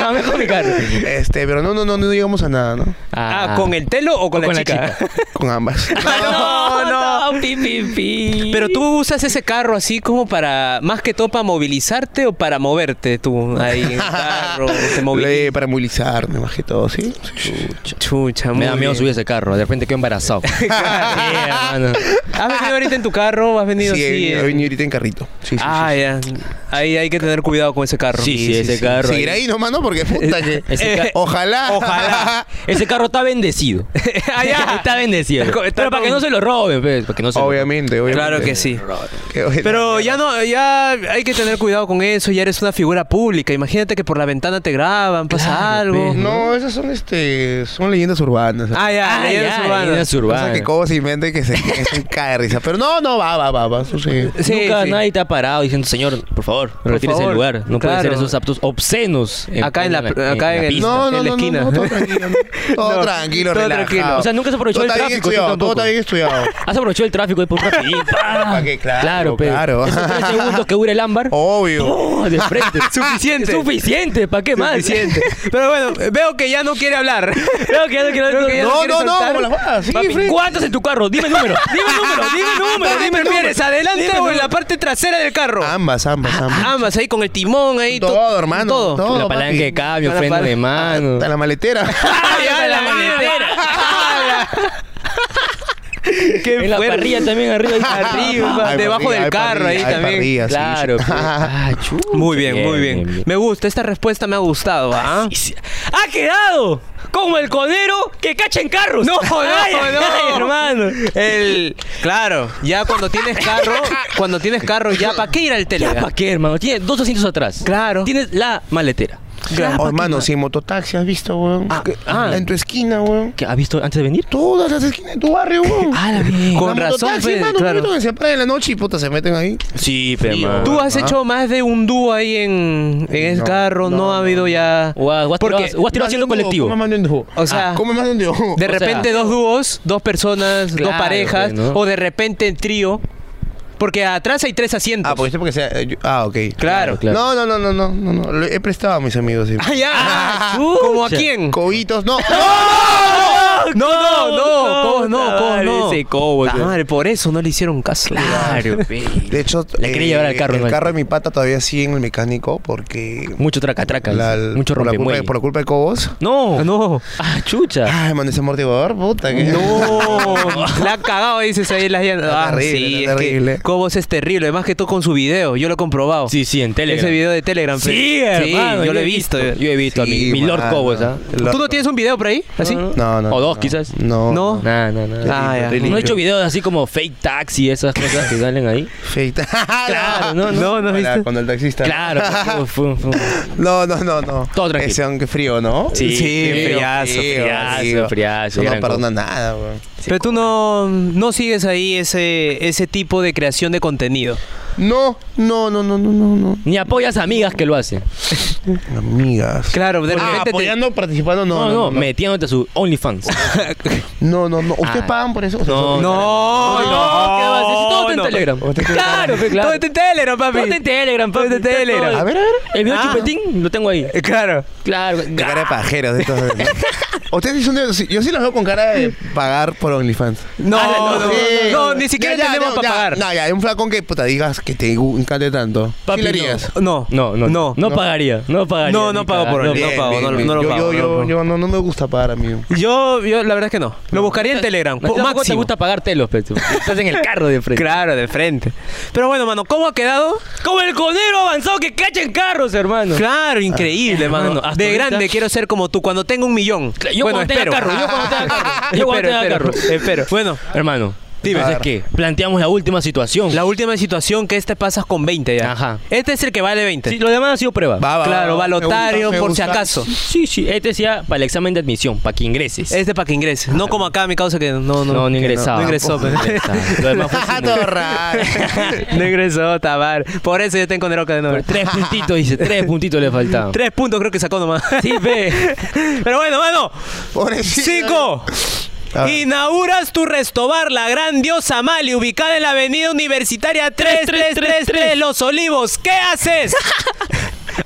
Speaker 3: no, mejor mi carro.
Speaker 1: Este, pero no, no, no, no llegamos a nada, ¿no?
Speaker 2: Ah, ¿con el telo o con, la,
Speaker 3: con la
Speaker 2: chica? *laughs* Ah,
Speaker 1: Con ambas.
Speaker 2: No, no.
Speaker 3: pi, pi, pi.
Speaker 2: Pero tú usas ese carro así como para, más que todo para movilizarte o para moverte tú
Speaker 1: *laughs*
Speaker 2: ahí en el carro, te movilizas.
Speaker 1: Le- para movilizarme, más que todo, ¿sí?
Speaker 2: Chucha,
Speaker 3: Me da
Speaker 2: muy
Speaker 3: miedo
Speaker 2: bien.
Speaker 3: subir ese carro. De repente
Speaker 2: *laughs*
Speaker 3: quedo embarazado. Sí, hermano.
Speaker 2: ¿Has venido ahorita en tu carro o has venido
Speaker 1: Sí, he
Speaker 2: así?
Speaker 1: venido-
Speaker 2: eh?
Speaker 1: he venido ahorita en carrito. Sí, sí,
Speaker 2: ah,
Speaker 1: sí,
Speaker 2: ya. Ahí hay que tener cuidado con ese carro.
Speaker 3: Sí, sí, ese
Speaker 1: sí.
Speaker 3: carro.
Speaker 1: Seguirá
Speaker 3: *laughs* ahí.
Speaker 1: ahí nomás, ¿no? Porque puta
Speaker 2: *laughs*
Speaker 1: que...
Speaker 2: Eh.
Speaker 3: Ese ca-
Speaker 1: Ojalá.
Speaker 2: Ojalá.
Speaker 3: Ese carro está bendecido.
Speaker 2: *laughs* Ah, ya.
Speaker 3: *laughs* está bendecido.
Speaker 2: Está co- está
Speaker 3: Pero para que
Speaker 2: con-
Speaker 3: no se lo roben, pues, para que no se
Speaker 1: *laughs*
Speaker 3: lo-
Speaker 1: obviamente, obviamente.
Speaker 2: Claro que sí.
Speaker 1: Qué buena
Speaker 2: Pero
Speaker 1: mierda.
Speaker 2: ya no, ya hay que tener cuidado con eso, ya eres una figura pública. Imagínate que por la ventana te graban, pasa
Speaker 3: Claro,
Speaker 2: algo.
Speaker 3: pues,
Speaker 1: No, esas son, este... Son leyendas urbanas.
Speaker 2: Ah, ya,
Speaker 3: Ah,
Speaker 2: ya, eres
Speaker 3: ya,
Speaker 2: urbana.
Speaker 3: leyendas
Speaker 1: Pasa
Speaker 3: urbanas.
Speaker 1: que cosas inventan que se, que se cae de risa. Pero no, no, va, va, va, va. Eso sí.
Speaker 2: Sí,
Speaker 3: Nunca
Speaker 2: sí.
Speaker 3: nadie te ha parado diciendo, señor, por favor, retírese
Speaker 2: favor,
Speaker 3: del lugar. No puede ser
Speaker 2: claro.
Speaker 3: esos aptos obscenos.
Speaker 2: Acá en la- acá en el-
Speaker 3: pista.
Speaker 1: No,
Speaker 2: en
Speaker 1: no,
Speaker 2: la
Speaker 1: no,
Speaker 2: esquina.
Speaker 1: no, no, todo tranquilo. ¿no? Todo
Speaker 2: *laughs* No,
Speaker 1: tranquilo,
Speaker 2: todo
Speaker 1: relajado.
Speaker 2: tranquilo.
Speaker 3: O sea, nunca se aprovechó
Speaker 1: todo
Speaker 3: el
Speaker 1: está bien
Speaker 3: tráfico. tú
Speaker 1: estudiado, todo
Speaker 3: tampoco.
Speaker 1: está bien estudiado.
Speaker 3: Has aprovechado el tráfico de por
Speaker 2: *laughs*
Speaker 3: rapidito.
Speaker 1: ¿Para qué? Claro,
Speaker 3: pe.
Speaker 1: claro.
Speaker 3: Esos tres segundos que dura el ámbar.
Speaker 1: Obvio.
Speaker 3: ¡pum! de frente.
Speaker 2: Oh. *laughs* Suficiente.
Speaker 3: Suficiente. ¿Para qué más?
Speaker 2: Suficiente. Pero bueno, veo que ya no quiere
Speaker 3: *laughs*
Speaker 2: hablar.
Speaker 3: Creo que ya no quiero-
Speaker 2: Creo que ya
Speaker 1: No,
Speaker 2: quieres
Speaker 1: no, no,
Speaker 2: soltar. Ah,
Speaker 1: como las huevas, sí,
Speaker 2: Papi,
Speaker 1: Fred.
Speaker 3: ¿Cuántos en tu carro? Dime el número. Dime el número. Dime el número.
Speaker 2: Pero dime,
Speaker 3: Ah,
Speaker 2: ¿prefieres adelante o en la parte trasera del carro?
Speaker 1: Ambas, ambas, ambas.
Speaker 2: Ambas ahí con el timón ahí.
Speaker 1: Todo, hermano, mano.
Speaker 2: todo.
Speaker 1: No,
Speaker 3: la
Speaker 1: papi.
Speaker 3: palanca de cambio,
Speaker 2: Está la
Speaker 3: freno
Speaker 2: pala-
Speaker 3: de mano.
Speaker 1: Hasta la
Speaker 3: *laughs*
Speaker 1: maletera.
Speaker 2: ¡Ay, a la maletera! *laughs* ¡Qué
Speaker 3: En la
Speaker 2: fuerte!
Speaker 3: parrilla también arriba.
Speaker 2: *laughs*
Speaker 3: ahí.
Speaker 2: Arriba,
Speaker 1: Ay,
Speaker 2: debajo
Speaker 1: parrilla,
Speaker 2: del
Speaker 1: ay,
Speaker 2: carro ahí
Speaker 1: parrilla, ay,
Speaker 2: también.
Speaker 1: parrilla, sí,
Speaker 3: Claro.
Speaker 1: sí.
Speaker 2: *laughs*
Speaker 3: pues. Ah, chucha,
Speaker 2: Muy bien, muy bien.
Speaker 3: bien.
Speaker 2: Me gusta, esta respuesta me ha gustado, ¿ah?
Speaker 3: Y se- Ha quedado como el conero que cacha en carros.
Speaker 2: No, no,
Speaker 3: Ay, ay,
Speaker 2: no.
Speaker 3: ay, hermano.
Speaker 2: El, claro, ya cuando tienes carro, cuando tienes carro, ya para qué ir al tele.
Speaker 3: Ya, ¿para qué, hermano? Tiene dos asientos atrás.
Speaker 2: Claro.
Speaker 3: Tienes la maletera.
Speaker 1: Oh, hermano, si en mototaxi has visto, weón.
Speaker 3: Ah,
Speaker 1: Que-
Speaker 3: ah.
Speaker 1: En tu esquina, weón.
Speaker 3: ¿Qué, ¿Has visto antes de venir?
Speaker 1: Todas las esquinas de tu barrio, weón.
Speaker 3: Ah, la bien.
Speaker 2: Con
Speaker 1: La
Speaker 2: razón,
Speaker 1: mototaxi,
Speaker 2: fe,
Speaker 1: hermano,
Speaker 2: claro.
Speaker 1: claro. que se paran en la noche y puta se meten ahí.
Speaker 3: Sí, pero hermano.
Speaker 2: Tú has hecho más de un dúo ahí en, en el
Speaker 1: No,
Speaker 2: carro, no,
Speaker 1: no,
Speaker 2: ha habido ya.
Speaker 3: O has, o has
Speaker 2: Porque-
Speaker 3: tirado, o has tirado haciendo colectivo.
Speaker 1: Come más de un dúo.
Speaker 2: O sea,
Speaker 1: Come más de un dúo.
Speaker 2: de
Speaker 3: o sea-
Speaker 2: repente dos dúos, dos personas, dos
Speaker 3: Claro,
Speaker 2: parejas,
Speaker 3: pues, ¿no?
Speaker 2: o de repente en trío, porque atrás hay tres asientos.
Speaker 1: Ah, pues este porque sea. eh, yo- ah, ok.
Speaker 2: claro.
Speaker 3: Claro.
Speaker 1: No, no, no, no, no, no, no. Lo he prestado a mis amigos. Sí.
Speaker 2: *laughs* Ah, ya.
Speaker 3: Ah,
Speaker 2: ¿Como a
Speaker 3: chucha.
Speaker 2: quién? Ah,
Speaker 1: Cobitos, no.
Speaker 2: No, no, no,
Speaker 3: ¿Cómo?
Speaker 2: Cobos no, Cobos
Speaker 3: Claro,
Speaker 2: no.
Speaker 3: ese Cobos,
Speaker 2: La
Speaker 3: pues.
Speaker 2: madre, por eso no le hicieron caso.
Speaker 3: Claro, pe.
Speaker 1: De hecho, eh,
Speaker 3: La quería llevar al carro,
Speaker 1: El
Speaker 3: hermano.
Speaker 1: carro de mi pata todavía sigue en el mecánico porque.
Speaker 3: Mucho traca-traca.
Speaker 1: la-
Speaker 3: dice. Mucho
Speaker 1: por la, culpa,
Speaker 3: rompemuelle.
Speaker 1: de- por la culpa de Cobos.
Speaker 3: No.
Speaker 2: Ah, No.
Speaker 3: Ah, chucha.
Speaker 1: Ay, man, ese amortiguador, puta. Que... *laughs*
Speaker 2: No, *laughs* la ha cagado, dices ahí en las llantas.
Speaker 1: Está
Speaker 2: Ah,
Speaker 1: terrible,
Speaker 2: sí,
Speaker 1: está
Speaker 2: es que
Speaker 1: terrible.
Speaker 2: Cobos es terrible, más que todo con su video, yo lo he comprobado.
Speaker 3: Sí, sí, en Telegram.
Speaker 2: Ese video de Telegram.
Speaker 3: Sí,
Speaker 2: pe. Sí,
Speaker 3: hermano,
Speaker 2: yo lo he visto.
Speaker 3: Yo he visto a mi,
Speaker 1: Sí,
Speaker 3: mi Lord
Speaker 1: mano.
Speaker 3: Cobos, ¿ah?
Speaker 1: Lord
Speaker 2: ¿Tú no tienes un video por ahí? ¿Así?
Speaker 3: No,
Speaker 1: No, no.
Speaker 3: O dos,
Speaker 1: no.
Speaker 3: quizás.
Speaker 1: No.
Speaker 2: No.
Speaker 3: No, no, no.
Speaker 2: Ah, ya.
Speaker 3: No he hecho videos así como fake taxi, esas cosas que
Speaker 1: *laughs*
Speaker 3: salen ahí.
Speaker 1: Feita.
Speaker 3: Claro, no,
Speaker 2: no, no, ¿viste?
Speaker 1: Con Ah, el taxista.
Speaker 3: Claro. pues, fue- fue- fue-
Speaker 1: *laughs* No, no, no,
Speaker 2: *laughs*
Speaker 1: no.
Speaker 3: Todo tranquilo.
Speaker 1: Ese aunque frío, ¿no?
Speaker 3: Sí,
Speaker 1: Qué
Speaker 3: frío, frío, frío, friazo,
Speaker 1: No
Speaker 3: gran
Speaker 1: perdona nada, weón.
Speaker 2: Pero tú no, no sigues ahí ese, ese tipo de creación de contenido.
Speaker 1: No, no, no, no, no, no, no.
Speaker 3: Ni apoyas a amigas que lo hacen.
Speaker 1: Amigas.
Speaker 2: Claro, de
Speaker 1: Ah,
Speaker 2: repente te-
Speaker 1: apoyando, participando, no. No, no, no.
Speaker 3: metiéndote a su OnlyFans.
Speaker 1: No, no, no. ¿Usted
Speaker 3: Ah.
Speaker 1: pagan por eso? O sea,
Speaker 3: No,
Speaker 1: son-
Speaker 2: No, no,
Speaker 3: ¿qué vas a decir? Todo está en
Speaker 2: no.
Speaker 3: Telegram.
Speaker 1: Todo está en
Speaker 3: Claro,
Speaker 1: Telegram.
Speaker 3: fe,
Speaker 2: Todo
Speaker 3: claro.
Speaker 2: está en Telegram, papi.
Speaker 3: Todo está en Telegram,
Speaker 2: Todo
Speaker 3: papi.
Speaker 2: está en Telegram.
Speaker 3: todo-
Speaker 1: A ver, a ver.
Speaker 3: El video de
Speaker 2: Ah.
Speaker 3: Chupetín lo tengo ahí.
Speaker 2: Eh, Claro.
Speaker 3: Claro.
Speaker 1: De cara de pajeros de estos. ¿no? Ustedes sí son de- sí, Yo sí los veo con cara de pagar por OnlyFans.
Speaker 2: No,
Speaker 3: Ah,
Speaker 2: no, no, no,
Speaker 1: Sí.
Speaker 2: no, ni siquiera
Speaker 1: Ya, ya,
Speaker 2: tenemos
Speaker 1: no,
Speaker 2: para
Speaker 1: ya,
Speaker 2: pagar.
Speaker 1: No, ya, hay un flacón que puta digas que te gu- encante tanto.
Speaker 3: Papi,
Speaker 1: ¿Qué le
Speaker 3: no.
Speaker 1: harías?
Speaker 2: No,
Speaker 3: No, no, no, no pagaría, no pagaría.
Speaker 2: No, no
Speaker 3: ni
Speaker 2: pago por
Speaker 3: cagar,
Speaker 2: el-
Speaker 3: no,
Speaker 2: no pago, no- no lo
Speaker 1: yo,
Speaker 2: pago,
Speaker 1: Yo,
Speaker 2: no lo
Speaker 1: yo,
Speaker 2: pago.
Speaker 1: yo no, no me gusta pagar, amigo.
Speaker 2: Yo, yo, la verdad es que no. Lo buscaría en Telegram.
Speaker 3: No,
Speaker 2: po-
Speaker 3: tampoco te
Speaker 2: máximo.
Speaker 3: gusta pagar telos, pero estás en el carro de
Speaker 2: *laughs*
Speaker 3: frente.
Speaker 2: Claro, de frente. Pero bueno, mano, ¿cómo ha quedado?
Speaker 3: Como el conero avanzado que cacha en carros, hermano.
Speaker 2: Claro, increíble,
Speaker 3: Ah,
Speaker 2: mano.
Speaker 3: hermano, hasta
Speaker 2: De
Speaker 3: ahorita-
Speaker 2: grande quiero ser como tú cuando tenga un millón.
Speaker 3: Yo
Speaker 2: bueno,
Speaker 3: cuando tenga
Speaker 2: espero.
Speaker 3: carro, yo cuando tenga
Speaker 2: *laughs*
Speaker 3: carro, yo
Speaker 2: espero,
Speaker 3: cuando tenga
Speaker 2: espero,
Speaker 3: carro.
Speaker 2: espero. Bueno,
Speaker 3: Hermano,
Speaker 1: Dime.
Speaker 3: entonces qué? Planteamos la última situación.
Speaker 2: la última situación que este pasas con 20 ya.
Speaker 3: Ajá.
Speaker 2: Este es el que vale 20.
Speaker 3: Sí, lo demás ha sido prueba.
Speaker 1: Va, va,
Speaker 2: claro,
Speaker 1: va, va. Me gusta,
Speaker 2: balotario,
Speaker 1: me
Speaker 2: por si
Speaker 1: gusta.
Speaker 2: acaso.
Speaker 3: Sí, sí, este sea para el examen de admisión, para que ingreses.
Speaker 2: Este para que ingreses. No como acá, mi causa que no, no,
Speaker 3: no, no, ingresaba. pues,
Speaker 2: No
Speaker 3: *laughs*
Speaker 2: ingresó.
Speaker 3: No ingresaba. Lo
Speaker 2: *laughs*
Speaker 3: demás fue sin-
Speaker 1: Ah, Todo raro.
Speaker 2: no ingresó, tabar. Por eso yo te encontré de nuevo.
Speaker 3: Pero Tres puntitos, dice, tres puntitos le faltaban.
Speaker 2: Tres puntos creo que sacó nomás.
Speaker 3: Sí, ve.
Speaker 2: *laughs* Pero bueno, mano.
Speaker 1: Pobrecito.
Speaker 2: Cinco.
Speaker 1: A ver.
Speaker 2: Inauguras tu restobar, la gran diosa Mali, ubicada en la avenida universitaria 3333 Los Olivos. ¿Qué
Speaker 3: *laughs*
Speaker 2: haces?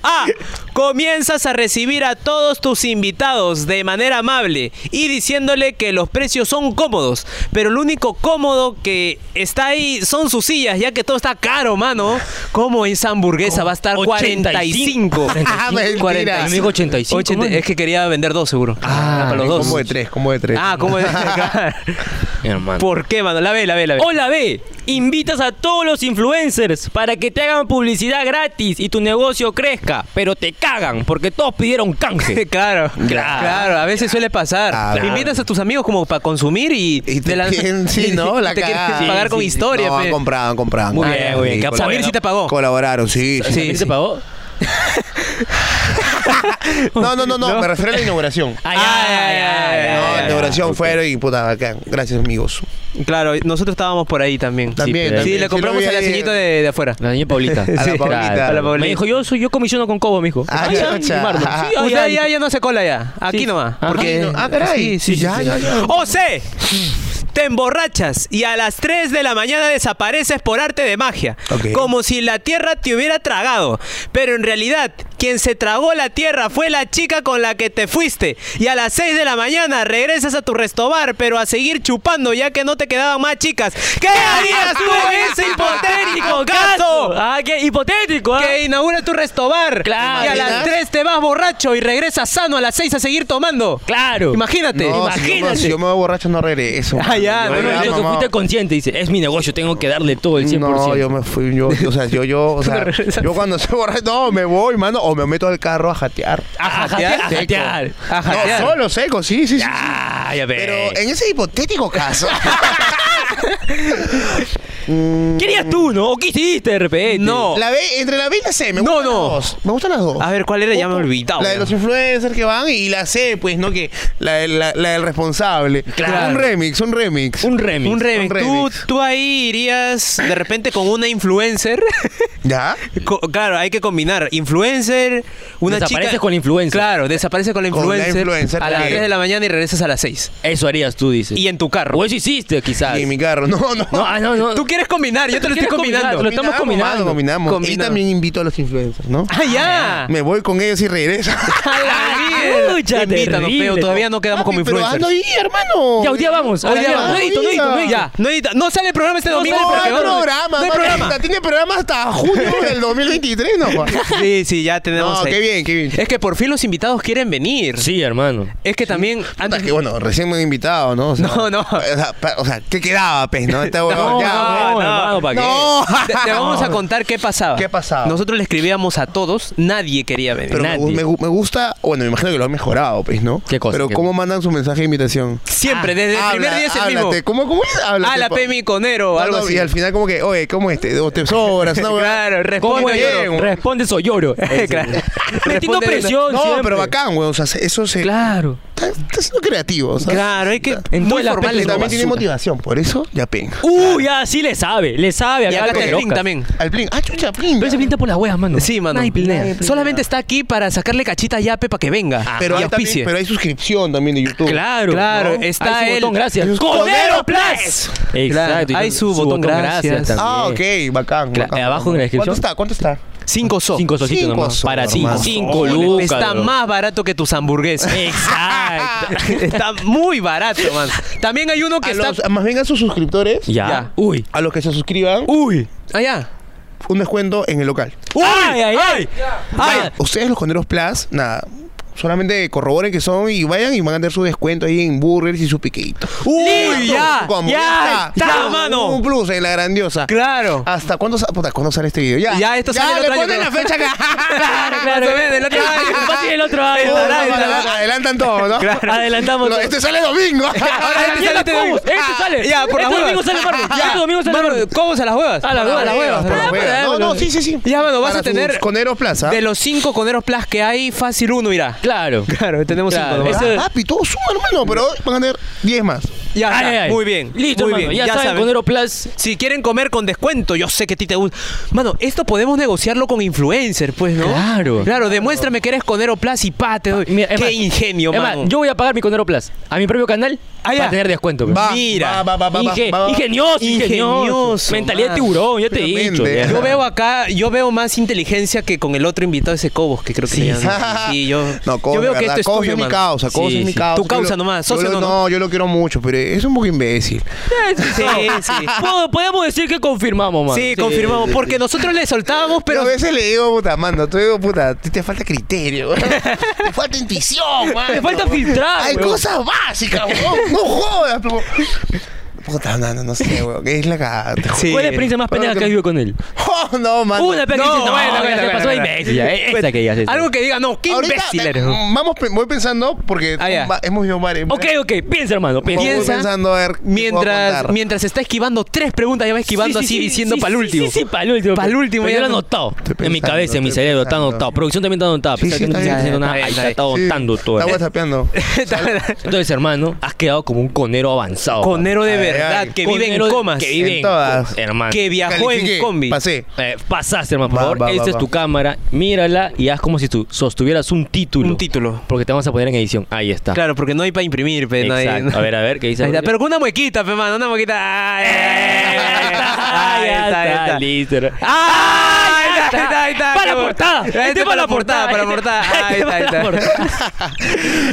Speaker 2: A. Comienzas a recibir a todos tus invitados de manera amable y diciéndole que los precios son cómodos, pero lo único cómodo que está ahí son sus sillas, ya que todo está caro, mano. ¿Cómo esa hamburguesa va a estar 45?
Speaker 3: 85.
Speaker 1: Ah, mentira.
Speaker 2: 40.
Speaker 3: Amigo, 85,
Speaker 2: Ochenta-
Speaker 3: man.
Speaker 2: es que quería vender dos, seguro.
Speaker 3: Ah,
Speaker 2: para los dos.
Speaker 1: Como de tres, como de tres.
Speaker 2: Ah,
Speaker 1: *laughs*
Speaker 2: ¿cómo es? *laughs*
Speaker 3: Hermano.
Speaker 2: ¿Por qué, mano? La ve, la ve, la ve.
Speaker 3: Hola B, invitas a todos los influencers para que te hagan publicidad gratis y tu negocio crezca, pero te cagan porque todos
Speaker 2: *laughs*
Speaker 3: pidieron canje.
Speaker 2: *laughs* claro, claro, claro, a veces suele pasar.
Speaker 1: Ah, Claro.
Speaker 2: Invitas a tus amigos como para consumir y,
Speaker 1: Y te
Speaker 2: la- *laughs*
Speaker 1: quieren- sí, ¿no? La
Speaker 2: te quieren
Speaker 1: cagada.
Speaker 2: pagar con
Speaker 1: Sí, sí, sí.
Speaker 2: historia.
Speaker 1: No,
Speaker 2: pe.
Speaker 1: compraban, compraban.
Speaker 2: Muy
Speaker 1: Ah,
Speaker 2: bien,
Speaker 1: sí,
Speaker 2: muy bien. Que
Speaker 1: colab-
Speaker 2: Samir sí te pagó.
Speaker 1: Colaboraron, sí. sí.
Speaker 2: Sí.
Speaker 3: ¿También te pagó?
Speaker 1: No, no, no, no, me refiero a la inauguración.
Speaker 3: Ay, ay, ay, ay,
Speaker 1: No,
Speaker 3: ay,
Speaker 1: la
Speaker 3: ay.
Speaker 1: inauguración fueron y puta, bacán. Gracias, amigos.
Speaker 2: Claro, nosotros estábamos por ahí también.
Speaker 1: También,
Speaker 2: Sí,
Speaker 3: pero-
Speaker 1: también.
Speaker 2: le compramos
Speaker 1: lo vi
Speaker 2: al
Speaker 1: ahí.
Speaker 2: aceñito de, de afuera.
Speaker 3: La niña Paulita.
Speaker 1: A la Paulita.
Speaker 2: a la Paulita.
Speaker 3: Me dijo, yo soy, yo comisiono con Cobo, me dijo.
Speaker 1: Ah,
Speaker 3: Ay, ay,
Speaker 1: chucha.
Speaker 3: mi Marlon. Sí, ay,
Speaker 2: Usted
Speaker 3: ay.
Speaker 2: ya, ya no se cola ya. Aquí
Speaker 3: Sí.
Speaker 2: nomás.
Speaker 3: Ajá.
Speaker 1: Ay,
Speaker 2: Porque
Speaker 1: no, Ah, caray.
Speaker 2: Sí, sí,
Speaker 1: ya, ya, ya.
Speaker 2: O C. Te emborrachas y a las 3 de la mañana desapareces por arte de magia.
Speaker 1: Ok.
Speaker 2: Como si la tierra te hubiera tragado. Pero en realidad, quien se tragó la tierra fue la chica con la que te fuiste. Y a las 6 de la mañana regresas a tu restobar, pero a seguir
Speaker 4: *laughs*
Speaker 2: chupando ya que no te quedaban más chicas. ¿Qué harías tú en ese hipotético caso?
Speaker 4: Ah, qué hipotético, ¿ah?
Speaker 2: Que inaugura tu restobar.
Speaker 4: Claro.
Speaker 2: Y a las 3 te vas borracho y regresas sano a las 6 a seguir tomando.
Speaker 4: Claro.
Speaker 2: Imagínate.
Speaker 1: No, si yo me-
Speaker 4: imagínate.
Speaker 1: Si yo me voy borracho, no regreso.
Speaker 2: Ah, ya,
Speaker 1: Yo
Speaker 2: bueno,
Speaker 1: ya,
Speaker 3: Bueno, yo que
Speaker 1: mamá.
Speaker 3: fuiste consciente, dice, es mi negocio, tengo que darle todo el 100%.
Speaker 1: No, yo me fui, yo, o sea, yo, yo, o sea,
Speaker 2: regresas.
Speaker 1: yo cuando soy borracho, no, me voy, mano, o me meto al carro a jatear.
Speaker 2: A jatear.
Speaker 1: Seco.
Speaker 3: jatear,
Speaker 2: a jatear.
Speaker 1: No, solo seco, sí, sí, sí. sí.
Speaker 3: Ah, ya ves.
Speaker 1: Pero
Speaker 2: eh.
Speaker 1: en ese hipotético
Speaker 2: *laughs*
Speaker 1: caso.
Speaker 3: ¿Querías tú, no? ¿O qué hiciste de repente?
Speaker 2: No.
Speaker 1: La B, entre la B y la C, me
Speaker 2: Oh. No,
Speaker 1: gustan
Speaker 2: no.
Speaker 1: las dos. Me gustan las dos.
Speaker 2: A ver, ¿cuál era? Ya me he olvidado.
Speaker 1: La de los influencers que van y la C, pues, ¿no? que La, la- la del responsable.
Speaker 3: Claro.
Speaker 1: Un remix, un remix.
Speaker 3: Un remix.
Speaker 2: Un remix.
Speaker 1: Un
Speaker 2: ¿Tú,
Speaker 1: remix.
Speaker 2: tú ahí irías de repente con una *laughs* influencer.
Speaker 1: ¿Ya?
Speaker 2: Co- claro, hay que combinar. Influencer, una
Speaker 3: Desapareces
Speaker 2: chica.
Speaker 3: con la influencer.
Speaker 2: Claro, desapareces con la
Speaker 1: Con la
Speaker 2: influencer.
Speaker 1: influencer,
Speaker 2: a las
Speaker 1: ok.
Speaker 2: 3 de la mañana y regresas a las 6.
Speaker 3: Eso harías tú, dices.
Speaker 2: Y en tu carro.
Speaker 3: O eso hiciste, quizás.
Speaker 1: Y mi carro. No, no.
Speaker 3: No, ah, no, no.
Speaker 2: Tú quieres combinar, yo te lo
Speaker 3: ¿Quieres
Speaker 2: estoy
Speaker 3: combinar?
Speaker 2: combinando.
Speaker 3: Te lo estamos combinando.
Speaker 1: mano, combinamos. Y
Speaker 2: Combinado.
Speaker 1: también invito a los influencers, ¿no?
Speaker 2: ¡Ah, ya!
Speaker 1: Me voy con ellos y regreso.
Speaker 2: ¡A la mierda!
Speaker 3: Escucha,
Speaker 2: Invítanos,
Speaker 3: terrible.
Speaker 2: feo, Todavía no
Speaker 1: *laughs*
Speaker 2: quedamos como
Speaker 1: Papi, pero
Speaker 2: influencers.
Speaker 1: ando ahí, hermano.
Speaker 3: Ya, hoy día vamos.
Speaker 2: Hoy día
Speaker 3: Ahora
Speaker 2: vamos.
Speaker 3: No edito, no edito, no edito.
Speaker 2: ah, Ya, no, edita- no sale el programa este
Speaker 3: No
Speaker 2: domingo.
Speaker 3: sale
Speaker 1: No
Speaker 2: porque
Speaker 1: hay
Speaker 2: vamos-
Speaker 1: programa,
Speaker 2: No hay
Speaker 1: mano.
Speaker 2: programa.
Speaker 1: Tiene programa hasta junio del 2023, ¿no? Juan?
Speaker 2: Sí, sí, ya tenemos
Speaker 1: No,
Speaker 2: ahí.
Speaker 1: qué bien, qué bien.
Speaker 2: Es que por fin los invitados quieren venir.
Speaker 3: Sí, hermano.
Speaker 2: Es que también
Speaker 1: Puta,
Speaker 2: antes
Speaker 1: que bueno, recién me han invitado, ¿no? O sea,
Speaker 2: No, no.
Speaker 1: O sea, pa- o sea, ¿qué quedaba, pez? ¿No? Este huevón, ya,
Speaker 3: no,
Speaker 1: bueno.
Speaker 3: hermano, ¿para qué?
Speaker 1: No.
Speaker 2: te, te vamos a contar qué pasaba.
Speaker 1: ¿Qué pasaba?
Speaker 2: Nosotros le escribíamos a todos, nadie quería venir.
Speaker 1: Pero me, gu-
Speaker 3: Nadie.
Speaker 1: me gu- me gusta, bueno, me imagino que lo han mejorado, pues, ¿no?
Speaker 3: ¿Qué cosa?
Speaker 1: Pero
Speaker 3: ¿Qué?
Speaker 1: ¿cómo mandan su mensaje de invitación?
Speaker 2: Siempre, desde el primer
Speaker 1: Ah, Habla-
Speaker 2: día es el
Speaker 1: háblate.
Speaker 2: mismo.
Speaker 1: ¿Cómo, cómo es? Háblate,
Speaker 2: A la
Speaker 1: pa-
Speaker 2: P miconero o
Speaker 1: No,
Speaker 2: algo
Speaker 1: no,
Speaker 2: así.
Speaker 1: Y al final como que, oye, ¿cómo este? O te sobras, una
Speaker 2: *laughs*
Speaker 1: huevada.
Speaker 2: Claro,
Speaker 1: ¿Cómo
Speaker 2: responde.
Speaker 1: llego?
Speaker 2: lloro.
Speaker 3: Responde *laughs* Soyoro.
Speaker 2: Claro.
Speaker 3: Metiendo
Speaker 2: Responde-
Speaker 3: presión
Speaker 1: No,
Speaker 3: siempre.
Speaker 1: pero bacán, güey. O sea, se- eso se...
Speaker 3: Claro.
Speaker 1: Está, está siendo creativo, ¿sabes?
Speaker 2: Claro, hay que.
Speaker 3: En
Speaker 2: muy
Speaker 3: todas las
Speaker 2: formales.
Speaker 1: Pero también tiene
Speaker 3: basura.
Speaker 1: motivación, por eso ya ping.
Speaker 3: Uh, ya, sí le sabe. Le sabe.
Speaker 2: Y
Speaker 3: acá
Speaker 2: acá
Speaker 3: la
Speaker 2: está el
Speaker 3: cogerosca.
Speaker 2: link también.
Speaker 1: Al pling. Ah, chucha, pling.
Speaker 3: Pero se pinta por las weas, mano.
Speaker 2: Sí, mano.
Speaker 3: Nadie pinea.
Speaker 2: Solamente está aquí para sacarle cachita a Yape para que venga.
Speaker 1: Ah, Pero
Speaker 2: y
Speaker 1: hay, también-
Speaker 2: auspicie.
Speaker 1: pero hay suscripción también de YouTube.
Speaker 3: Claro.
Speaker 2: Claro,
Speaker 3: ¿no?
Speaker 2: está
Speaker 3: Hay su
Speaker 2: el-
Speaker 3: botón,
Speaker 1: Hay
Speaker 3: gracias.
Speaker 1: su-
Speaker 3: ¡Conero
Speaker 1: ¡Conero
Speaker 3: Plus!
Speaker 2: Claro, hay su botón, gracias.
Speaker 1: Ah, ok,
Speaker 3: también.
Speaker 1: bacán.
Speaker 3: Cla-
Speaker 1: bacán,
Speaker 3: abajo en la
Speaker 1: bacán.
Speaker 3: descripción.
Speaker 1: ¿Cuánto está? ¿Cuánto está?
Speaker 2: Cinco so.
Speaker 3: Cinco socitos
Speaker 1: Cinco
Speaker 3: nomás.
Speaker 1: soles,
Speaker 3: Para ti.
Speaker 1: hermano.
Speaker 3: Cinco
Speaker 1: Soles.
Speaker 3: lucas.
Speaker 2: Está
Speaker 3: bro.
Speaker 2: más barato que tus hamburguesas.
Speaker 3: Exacto.
Speaker 2: está muy barato, man. También hay uno que
Speaker 1: A
Speaker 2: está.
Speaker 1: los- a- más bien a sus suscriptores,
Speaker 3: ya.
Speaker 2: Ya.
Speaker 3: Uy.
Speaker 1: a los que se suscriban,
Speaker 2: Uy. Ah, Allá.
Speaker 1: un descuento en el local.
Speaker 3: ¡Uy! ¡Ay, ay, ay!
Speaker 2: Ay.
Speaker 1: Ustedes, los Coneros Plus, nada, solamente corroboren que son y vayan y van a tener su descuento ahí en burgers y su piquito.
Speaker 2: Uy, ya.
Speaker 1: Como,
Speaker 2: Ya
Speaker 1: ya Uh,
Speaker 2: está,
Speaker 1: Un-
Speaker 2: mano.
Speaker 1: Un plus en la grandiosa.
Speaker 2: Claro.
Speaker 1: ¿Hasta cuándo, sa- puta, ¿cuándo sale este video? Ya,
Speaker 2: Ya, esto sale el
Speaker 1: le
Speaker 2: otro año,
Speaker 1: ponen la
Speaker 2: pero-
Speaker 1: fecha
Speaker 2: *laughs*
Speaker 1: acá.
Speaker 3: Claro, claro.
Speaker 2: Se ve del otro lado.
Speaker 3: Va a ser el otro
Speaker 1: Oh,
Speaker 3: año.
Speaker 2: Estará, estará.
Speaker 1: Adelantan todo, ¿no?
Speaker 3: Adelantamos.
Speaker 1: Lo-
Speaker 3: todo.
Speaker 1: Este sale
Speaker 2: *laughs*
Speaker 1: domingo.
Speaker 2: Ahora este
Speaker 3: Ya
Speaker 2: sale
Speaker 3: la
Speaker 2: este
Speaker 3: cobos,
Speaker 2: domingo.
Speaker 3: este sale.
Speaker 2: Ya, por
Speaker 3: Este
Speaker 2: las
Speaker 3: domingo
Speaker 2: huevas. Ah,
Speaker 3: sale Marvel.
Speaker 2: Ya.
Speaker 3: Este domingo sale
Speaker 2: Marvel,
Speaker 3: Marvel.
Speaker 2: ¿Cómo se las huevas?
Speaker 3: A las huevas, a las huevas.
Speaker 1: Por
Speaker 3: Ah,
Speaker 1: las huevas. No, no, sí, sí, sí.
Speaker 2: Ya, mano, vas
Speaker 1: Para
Speaker 2: a tener.
Speaker 1: sus Coneros Plaza.
Speaker 2: De los cinco coneros plus que hay, fácil uno irá. *laughs*
Speaker 3: Claro.
Speaker 2: Claro, tenemos
Speaker 3: Claro,
Speaker 2: cinco. nomás.
Speaker 3: ese-
Speaker 1: Papi, todo suma, hermano,
Speaker 2: Mm.
Speaker 1: pero van a tener 10 más.
Speaker 2: Ya está.
Speaker 3: Ay, ay, ay.
Speaker 2: Muy bien.
Speaker 3: Listo,
Speaker 2: muy
Speaker 3: hermano.
Speaker 2: bien.
Speaker 3: Ya, saben, Conero Plus.
Speaker 2: Si quieren comer con descuento, yo sé que a ti te gusta. Mano, esto podemos negociarlo con influencer, pues, ¿no?
Speaker 3: Claro.
Speaker 2: Claro, demuéstrame que eres conero plus y pa, te doy.
Speaker 3: Mira, es
Speaker 2: Qué
Speaker 3: más,
Speaker 2: ingenio,
Speaker 3: es más,
Speaker 2: mano.
Speaker 3: yo voy a pagar mi Conero Plus a mi propio canal
Speaker 2: Ah, ya.
Speaker 3: para tener descuento. bro.
Speaker 1: Va,
Speaker 2: Mira,
Speaker 1: va, va, va, va,
Speaker 3: Inge-
Speaker 1: va, va.
Speaker 3: ingenioso, ingenioso.
Speaker 2: Ingenioso,
Speaker 3: Mentalidad
Speaker 2: man.
Speaker 3: de tiburón, ya te he
Speaker 1: Puramente.
Speaker 3: dicho. ya.
Speaker 2: Yo veo acá, yo veo más inteligencia que con el otro invitado ese Cobos, que creo que se
Speaker 1: *laughs*
Speaker 3: *laughs*
Speaker 2: llama. Sí, yo,
Speaker 1: no, Cobos,
Speaker 2: yo veo
Speaker 1: de
Speaker 2: que
Speaker 1: verdad,
Speaker 2: esto es
Speaker 1: Cobos
Speaker 2: tuyo,
Speaker 1: mi
Speaker 2: mano.
Speaker 1: causa, Cobos
Speaker 3: Sí,
Speaker 1: es mi
Speaker 3: sí.
Speaker 1: causa.
Speaker 2: Tu
Speaker 1: Yo
Speaker 2: causa
Speaker 1: lo-
Speaker 2: nomás,
Speaker 1: yo
Speaker 2: socio
Speaker 1: lo-
Speaker 2: no, ¿no?
Speaker 1: No, yo lo quiero mucho, pero es un poco imbécil.
Speaker 2: Sí, sí.
Speaker 3: Puedo- podemos decir que confirmamos, mano.
Speaker 2: Sí, confirmamos. Porque nosotros le soltábamos,
Speaker 1: Pero
Speaker 2: pero.
Speaker 1: a veces le digo, *laughs* puta, mano, tú digo, puta, a ti te falta criterio,
Speaker 2: *laughs*
Speaker 1: weón. te falta intuición, mano.
Speaker 3: Te falta filtrar,
Speaker 1: Hay
Speaker 3: weón.
Speaker 1: cosas básicas, weón. No jodas, weón. Puta, no, no, no sé, weón. Es la cagada. te
Speaker 2: Sí.
Speaker 3: ¿Cuál es la experiencia más pendeja que has vivido con él?
Speaker 1: juro. Oh, no, mano.
Speaker 3: Una pe- que dices, no,
Speaker 2: bueno,
Speaker 3: ya
Speaker 2: bueno,
Speaker 3: se
Speaker 2: bueno,
Speaker 3: pasó de
Speaker 2: bueno.
Speaker 3: imbécil, ya, eh, esta que ya se-
Speaker 2: Algo que diga, no, qué
Speaker 1: Ahorita,
Speaker 2: imbécil
Speaker 1: eh,
Speaker 2: eres.
Speaker 1: Vamos, pe- voy pensando, porque
Speaker 2: Ah, ya.
Speaker 1: va- hemos vivido varios.
Speaker 3: Ok, ok, piensa, hermano.
Speaker 1: Voy
Speaker 3: Piensa.
Speaker 2: piensa.
Speaker 1: pensando, a ver. qué puedo
Speaker 2: Mientras,
Speaker 1: contar.
Speaker 2: mientras está esquivando tres preguntas, ya va esquivando
Speaker 3: Sí,
Speaker 2: así
Speaker 3: sí, sí,
Speaker 2: diciendo
Speaker 3: sí,
Speaker 2: para el
Speaker 3: sí,
Speaker 2: último.
Speaker 3: Sí, sí, para el último.
Speaker 2: Pa'l
Speaker 3: Pero-
Speaker 2: último,
Speaker 3: pero
Speaker 2: ya
Speaker 3: yo lo he
Speaker 2: no-
Speaker 3: anotado.
Speaker 1: Estoy
Speaker 3: En mi
Speaker 1: pensando,
Speaker 3: cabeza, en mi
Speaker 1: estoy
Speaker 3: cerebro, está
Speaker 1: pensando.
Speaker 3: anotado. Producción también está anotada.
Speaker 1: Sí,
Speaker 3: pesar
Speaker 1: sí,
Speaker 3: que
Speaker 1: está
Speaker 3: no estoy
Speaker 1: bien,
Speaker 3: haciendo
Speaker 2: está
Speaker 3: nada,
Speaker 2: bien,
Speaker 3: ahí
Speaker 2: está
Speaker 3: está
Speaker 2: bien.
Speaker 3: anotando todo.
Speaker 2: Eh,
Speaker 1: Está
Speaker 2: *laughs*
Speaker 1: whatsappeando.
Speaker 3: Entonces, hermano, has quedado como un conero avanzado.
Speaker 2: Conero de
Speaker 1: Ay,
Speaker 2: verdad,
Speaker 1: ay.
Speaker 2: que vive en
Speaker 3: Conero de-
Speaker 2: comas.
Speaker 3: Que vive
Speaker 1: En
Speaker 3: en
Speaker 1: todas.
Speaker 3: comas, hermano.
Speaker 2: que viajó
Speaker 1: Califiqué,
Speaker 2: en combi.
Speaker 1: Pasé.
Speaker 3: Eh, pasaste, hermano, por
Speaker 1: Va,
Speaker 3: favor.
Speaker 1: va, va,
Speaker 3: Esta es
Speaker 1: va.
Speaker 3: tu cámara. Mírala y haz como si tú sostuvieras un título.
Speaker 2: Un título.
Speaker 3: Porque te vamos a poner en edición. Ahí está.
Speaker 2: Claro, porque no hay para imprimir, pe, no hay-
Speaker 3: Exacto. A ver, a ver, ¿qué dice?
Speaker 2: Ahí está, Pero con una muequita, pe, mano, una muequita. Ay,
Speaker 3: *laughs* Ahí está,
Speaker 2: ahí está, ahí está.
Speaker 3: listo.
Speaker 2: Ay, está, ahí está.
Speaker 4: Para la
Speaker 2: qué bueno.
Speaker 4: portada.
Speaker 2: Ahí está Este para la portada, para la portada. Ahí está, ahí está.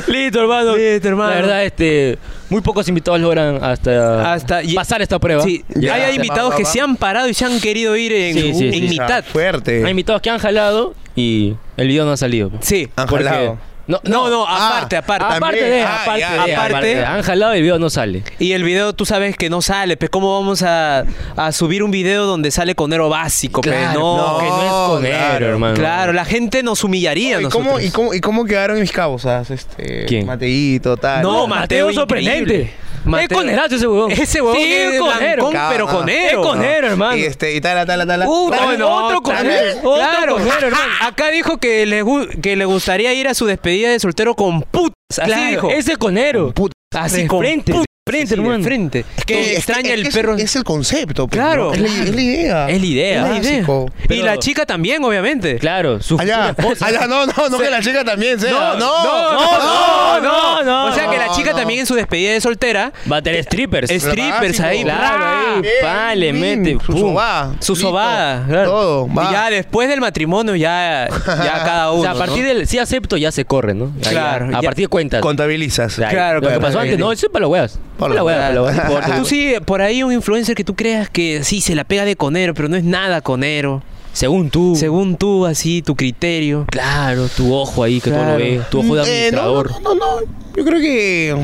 Speaker 3: Listo, hermano.
Speaker 2: *laughs* Listo, hermano.
Speaker 3: La verdad, este, muy pocos invitados logran hasta,
Speaker 2: Hasta- y-
Speaker 3: pasar esta prueba.
Speaker 2: Sí,
Speaker 1: Ya.
Speaker 2: eh, hay, hay invitados
Speaker 1: Va, va,
Speaker 2: que
Speaker 1: va.
Speaker 2: se han parado y se han querido ir en,
Speaker 3: Sí, sí,
Speaker 2: en
Speaker 3: sí.
Speaker 2: mitad.
Speaker 1: Fuerte.
Speaker 3: Hay invitados que han jalado y el video no ha salido.
Speaker 2: Sí.
Speaker 1: Han
Speaker 3: Porque-
Speaker 1: jalado.
Speaker 3: No,
Speaker 2: No, no,
Speaker 1: Ah,
Speaker 2: aparte, aparte.
Speaker 1: ah,
Speaker 3: Aparte
Speaker 1: También.
Speaker 3: de,
Speaker 1: Ah,
Speaker 3: aparte
Speaker 1: ya,
Speaker 3: de,
Speaker 2: ya.
Speaker 3: aparte de, han jalado y el video no sale.
Speaker 2: Y el video tú sabes que no sale, pues cómo vamos a, a subir un video donde sale conero básico, pues
Speaker 3: Claro,
Speaker 2: no.
Speaker 3: que
Speaker 2: que-
Speaker 3: no es conero,
Speaker 1: claro.
Speaker 3: hermano.
Speaker 2: Claro, la gente nos humillaría
Speaker 1: ¿Y
Speaker 2: nosotros.
Speaker 1: cómo, y, cómo, ¿Y cómo quedaron mis causas? Este,
Speaker 3: ¿Quién?
Speaker 1: Mateíto, tal.
Speaker 2: No,
Speaker 1: Ah,
Speaker 2: ma-
Speaker 3: Mateo,
Speaker 2: Mateo
Speaker 3: es sorprendente.
Speaker 2: increíble.
Speaker 3: Es
Speaker 2: Mateo-
Speaker 3: conerazo ese huevón.
Speaker 2: Ese huevón
Speaker 3: Sí,
Speaker 2: que
Speaker 3: es
Speaker 2: es
Speaker 3: conero.
Speaker 2: blancón, pero
Speaker 1: Cabrón.
Speaker 2: conero.
Speaker 3: Es conero, hermano.
Speaker 1: Y, este, y tala, tala, tala.
Speaker 2: Uh,
Speaker 1: Tala.
Speaker 2: no, no,
Speaker 3: otro conero,
Speaker 2: también.
Speaker 3: otro
Speaker 2: Claro.
Speaker 3: conero, hermano.
Speaker 2: Ah, acá dijo que le, gu- que le gustaría ir a su despedida de soltero con putas. Así
Speaker 3: Claro,
Speaker 2: dijo.
Speaker 3: Ese conero.
Speaker 1: Puta.
Speaker 2: así
Speaker 3: de
Speaker 2: con
Speaker 3: frente,
Speaker 2: putas,
Speaker 3: de frente,
Speaker 2: así de
Speaker 3: hermano.
Speaker 2: frente.
Speaker 1: Es
Speaker 2: Que
Speaker 1: que-
Speaker 2: extraña
Speaker 1: es
Speaker 2: el
Speaker 1: que es-
Speaker 2: perro.
Speaker 1: Es el concepto. pues,
Speaker 2: Claro.
Speaker 1: ¿no? Es la, es la idea.
Speaker 3: Es la idea.
Speaker 1: Es la idea. básico.
Speaker 2: Ah, Y
Speaker 3: Pero-
Speaker 2: la chica también, obviamente.
Speaker 3: Claro, su
Speaker 1: Allá,
Speaker 3: futura esposa.
Speaker 1: allá, no, no, no, que la chica también sea. No,
Speaker 2: no, no, no, no. O sea que la
Speaker 1: no,
Speaker 2: chica
Speaker 1: no.
Speaker 2: también en su despedida de soltera,
Speaker 3: *laughs* Va a tener strippers.
Speaker 2: Es- strippers
Speaker 1: Básico.
Speaker 2: ahí,
Speaker 3: claro, ahí,
Speaker 1: Bien,
Speaker 3: pa, le
Speaker 1: bien,
Speaker 3: mete,
Speaker 1: Su
Speaker 3: pum.
Speaker 1: sobada.
Speaker 2: su
Speaker 1: listo,
Speaker 2: sobada. claro.
Speaker 1: Todo, va.
Speaker 2: Y ya después del matrimonio, ya, ya cada uno.
Speaker 3: o sea, a partir del sí acepto ya se corre, ¿no? Ya,
Speaker 2: Claro,
Speaker 3: ya, a
Speaker 2: ya-
Speaker 3: partir de cuentas.
Speaker 1: Contabilizas.
Speaker 3: Ya,
Speaker 2: Claro,
Speaker 3: lo que
Speaker 2: claro.
Speaker 3: pasó antes, no, eso es para los huevas. Para los huevas, para los huevas. no
Speaker 2: ¿no?
Speaker 3: importa.
Speaker 2: Tú sí, por ahí un influencer que tú creas que sí se la pega de conero, pero no es nada conero.
Speaker 3: Según tú.
Speaker 2: Según tú, así, tu criterio.
Speaker 3: Claro, tu ojo ahí que todo lo
Speaker 2: Claro.
Speaker 3: ve, tu ojo de
Speaker 1: Eh, no,
Speaker 3: administrador.
Speaker 1: no, no, no, no. Yo creo que.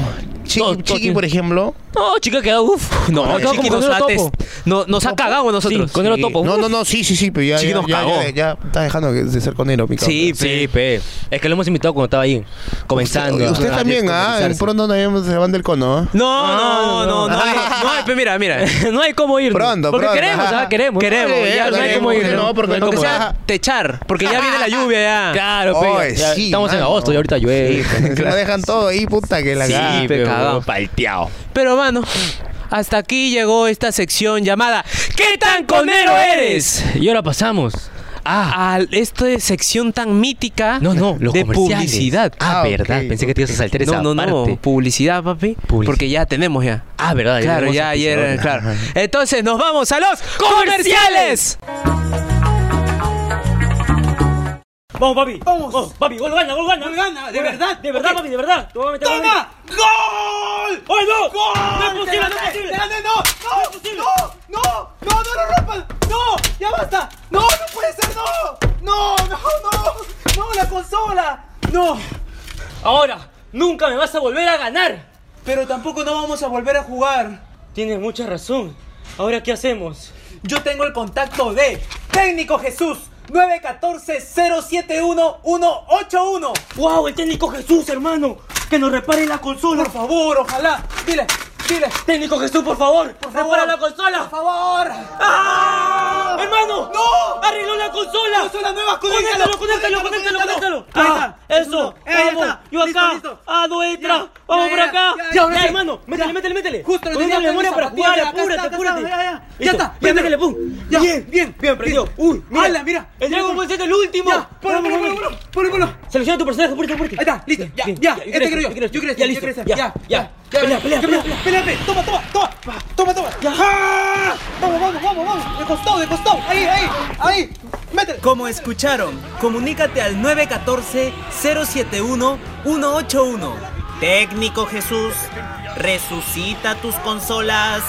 Speaker 1: Chiqui,
Speaker 3: Todo- todo
Speaker 1: Chiqui,
Speaker 3: tiene-
Speaker 1: por ejemplo.
Speaker 3: No, chica, queda uff.
Speaker 2: No,
Speaker 3: No,
Speaker 2: Chiqui nos, ha test- no- nos ha cagado a nosotros.
Speaker 3: Sí, conero
Speaker 1: Sí.
Speaker 3: topo.
Speaker 1: No, no, no, sí, sí, sí, pero ya.
Speaker 2: Chiqui
Speaker 1: ya,
Speaker 2: nos
Speaker 1: ya,
Speaker 2: cagó.
Speaker 1: Ya, ya está dejando que- de ser conero, mi
Speaker 2: Sí,
Speaker 1: cabrón.
Speaker 3: Sí, pe. Es que lo hemos invitado cuando estaba ahí, comenzando.
Speaker 1: Usted, usted
Speaker 3: a
Speaker 1: también, ¿ah? En
Speaker 3: descolonizarse.
Speaker 1: pronto también se van del cono, ¿ah?
Speaker 2: No, no, no, no. No, hay- no, hay- mira, mira.
Speaker 3: *laughs* no hay cómo ir.
Speaker 1: Pronto,
Speaker 3: Porque
Speaker 1: pronto,
Speaker 3: queremos,
Speaker 1: ajá.
Speaker 3: ah, queremos.
Speaker 2: Queremos, eh,
Speaker 3: ya,
Speaker 2: ya,
Speaker 3: no hay
Speaker 2: queremos,
Speaker 3: cómo ir.
Speaker 2: porque
Speaker 1: no, porque
Speaker 3: hay
Speaker 1: no
Speaker 3: cómo
Speaker 1: sea-
Speaker 3: ir.
Speaker 1: Ajá.
Speaker 2: Techar, porque ya viene la lluvia ya.
Speaker 3: Claro,
Speaker 1: Oye,
Speaker 3: pe. ya
Speaker 1: sí,
Speaker 3: Estamos en
Speaker 1: mano.
Speaker 3: agosto y ahorita llueve. *laughs*
Speaker 2: *laughs*
Speaker 1: Que no pues, dejan todo ahí, puta, que la caga.
Speaker 3: Sí, pe,
Speaker 2: cagado.
Speaker 3: huevón, palteado.
Speaker 2: Pero mano, hasta aquí llegó esta sección llamada ¿Qué tan conero eres?
Speaker 3: Y ahora pasamos. Ah,
Speaker 2: A esta sección tan mítica
Speaker 3: no, no, los
Speaker 2: de
Speaker 3: comerciales.
Speaker 2: publicidad.
Speaker 3: Ah,
Speaker 1: Ah,
Speaker 3: verdad.
Speaker 1: ok,
Speaker 3: Pensé que te ibas a saltar esa
Speaker 2: No, no, no,
Speaker 3: parte.
Speaker 2: publicidad, papi.
Speaker 3: Publicidad.
Speaker 2: Porque ya tenemos ya.
Speaker 3: Ah, verdad.
Speaker 2: Claro,
Speaker 3: tenemos
Speaker 2: ya ayer,
Speaker 3: auspiciadores.
Speaker 2: claro. Entonces nos vamos a los comerciales.
Speaker 4: Vamos, papi. Vamos. papi, gol gana, gol gana. Gol gana, de verdad. De verdad, papi, de verdad. ¡Toma! ¡Gol! ¡Oye, no! ¡Gol! ¡No es posible, no es posible! no! ¡No es posible! ¡No! ¡No! ¡No, no lo rompan! ¡No! ¡Ya basta! ¡No, no puede ser! ¡No! ¡No, no, no! ¡No, la consola! ¡No!
Speaker 3: Ahora, nunca me vas a volver a ganar.
Speaker 4: Pero tampoco no vamos a volver a jugar.
Speaker 3: Tienes mucha razón. Ahora, ¿qué hacemos?
Speaker 4: Yo tengo el contacto de Técnico Jesús 914-071-181.
Speaker 6: ¡Wow! El técnico Jesús, hermano. Que nos repare la consola.
Speaker 4: Por favor, ojalá. Dile, dile.
Speaker 6: Técnico Jesús, por favor.
Speaker 4: Por favor.
Speaker 6: repara la consola.
Speaker 4: Por favor.
Speaker 6: ¡Ah! ¡Hermano!
Speaker 4: ¡No!
Speaker 6: ¡Arregló la consola!
Speaker 4: ¡Consola nueva!
Speaker 6: ¡Conéctalo, conéctalo, conéctalo, conéctalo! ¡Ah!
Speaker 4: Ahí está.
Speaker 6: ¡Eso!
Speaker 4: Eh, ahí
Speaker 6: ¡Vamos!
Speaker 4: está.
Speaker 6: ¡Yo
Speaker 4: Listo,
Speaker 6: acá!
Speaker 4: listo.
Speaker 6: ¡Ah, no entra!
Speaker 4: Ya,
Speaker 6: ¡Vamos
Speaker 4: ya,
Speaker 6: por
Speaker 4: ya,
Speaker 6: acá!
Speaker 4: ya,
Speaker 6: ¡Ya,
Speaker 4: ya, ya.
Speaker 6: hermano! ¡Métele, métele, métele!
Speaker 4: Justo lo
Speaker 6: Tenemos
Speaker 4: tenía que
Speaker 6: memoria
Speaker 4: hacer
Speaker 6: para
Speaker 4: esa
Speaker 6: jugar!
Speaker 4: partida, acá
Speaker 6: ¡Apúrate,
Speaker 4: está, acá
Speaker 6: apúrate!
Speaker 4: está, ya, ya. Ya
Speaker 6: Listo,
Speaker 4: está, ya
Speaker 6: Ya
Speaker 4: está.
Speaker 6: métele, pum!
Speaker 4: Ya.
Speaker 6: ¡Bien, bien! ¡Bien, prendido!
Speaker 4: Bien.
Speaker 6: ¡Uy! mira.
Speaker 4: Ala, mira.
Speaker 6: ¡El Dragon Ball Z es el último!
Speaker 4: Ya, ponlo,
Speaker 6: Vamos,
Speaker 4: ponlo,
Speaker 6: vamos.
Speaker 4: ponlo, ponlo, ponlo.
Speaker 6: Selecciona tu personaje, apúrate, apúrate.
Speaker 4: Ahí está, listo, ya,
Speaker 6: Bien,
Speaker 4: ya,
Speaker 6: bien,
Speaker 4: este creo yo,
Speaker 6: crees,
Speaker 4: yo creo este,
Speaker 6: ya,
Speaker 4: yo
Speaker 6: listo,
Speaker 4: creo este,
Speaker 6: ya,
Speaker 4: ya,
Speaker 6: ya,
Speaker 4: ya,
Speaker 6: pelea, pelea,
Speaker 4: pelea,
Speaker 6: pelea.
Speaker 4: pelea, pelea, toma, toma, toma, toma, toma, ¡Ah! Vamos, vamos, vamos, vamos, de costado, de costado, ahí, ahí, ahí, métele.
Speaker 6: Como escucharon, comunícate al 914-071-181. Técnico Jesús, resucita tus consolas.